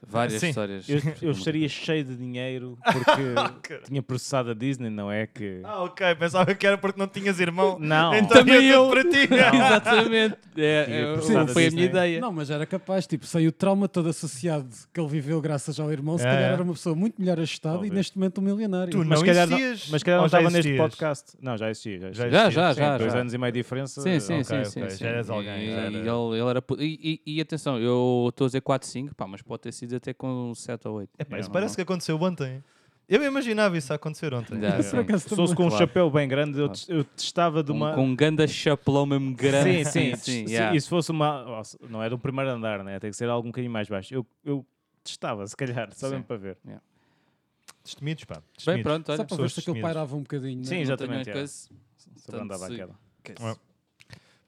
Várias
Sim.
histórias.
Eu, eu estaria cheio de dinheiro porque tinha processado a Disney, não é que...
Ah, ok, pensava que era porque não tinhas irmão.
Não.
Então
Também
ia tudo
eu.
para ti.
Exatamente. É,
Tinha
é,
pensado
foi a
nisso,
minha
né?
ideia.
Não, mas era capaz, tipo, sem o trauma todo associado que ele viveu graças ao irmão, se
É,
calhar
é.
era uma pessoa muito melhor ajustada
Talvez.
e neste momento um milionário.
Tu
Mas
não
se calhar não-
existias?
Mas calhar
ou
não
já
estava neste
existias?
podcast. Não, já existia. Já existia.
Já,
existias?
já,
Sim,
já.
Dois
Ah, já.
anos e meio de diferença.
Sim, sim,
Ok,
sim,
ok,
sim,
já
sim.
eras alguém,
E,
já
e
era-
ele, ele era. pu- E, e- e atenção, eu estou a dizer 4, 5, pá, mas pode ter sido até com 7 ou 8.
Epá, É isso parece que aconteceu ontem. Eu imaginava isso a acontecer ontem.
Ah,
Por acaso
Se fosse
também.
com um
Claro.
chapéu bem grande, eu, tes- eu testava de uma...
Com um ganda chapelão mesmo grande.
Sim, sim, sim.
yeah.
E se fosse uma. ó, se- Não é do primeiro andar, né? Tem que ser algo um bocadinho mais baixo. Eu, eu testava, se calhar, só
Sim.
mesmo para ver.
Destemidos, pá.
Bem,
destemidos.
pronto, olha.
Só para ver se
pessoas
aquilo
destemidas.
pairava um bocadinho.
Sim,
Né?
não tenho
exatamente.
mais
é.
coisa.
Sobre andava
Portanto,
aquela.
que-
Ué.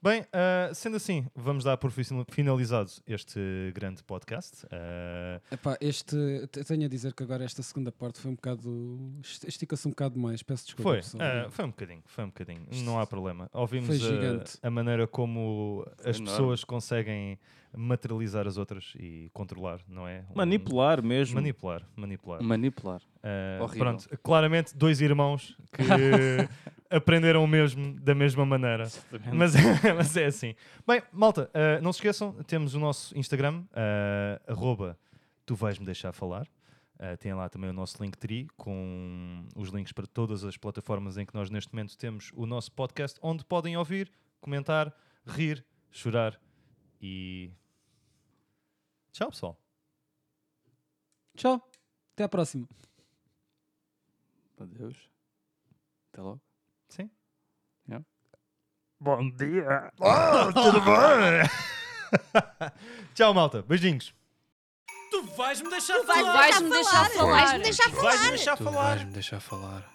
Bem, ah, sendo assim, vamos dar por fin- finalizado este grande podcast. Ah,
Epá, este, te- tenho a dizer que agora esta segunda parte foi um bocado. est- Estica-se um bocado mais, peço desculpa.
foi,
pessoal.
ah, foi um bocadinho, foi um bocadinho, não há problema. Ouvimos
Foi
ah,
gigante.
a, maneira como as
Enorme.
pessoas conseguem materializar as outras e controlar, não é? Um-
Manipular mesmo.
Manipular, manipular.
Manipular.
Ah,
Horrível.
pronto, claramente dois irmãos que aprenderam o mesmo da mesma maneira. Mas, mas é assim. Bem, malta, ah, não se esqueçam, temos o nosso Instagram, ah, arroba tu vais-me deixar falar. Ah, tem lá também o nosso Linktree com os links para todas as plataformas em que nós neste momento temos o nosso podcast, onde podem ouvir, comentar, rir, chorar e... Tchau, pessoal.
Tchau, até à próxima.
Adeus. Até logo.
Sim.
Yeah.
Bom dia. Oh, tudo bom? Tchau, malta. Beijinhos.
Tu vais-me deixar falar.
դե
Vais-me deixar falar.
Tu vais-me deixar falar.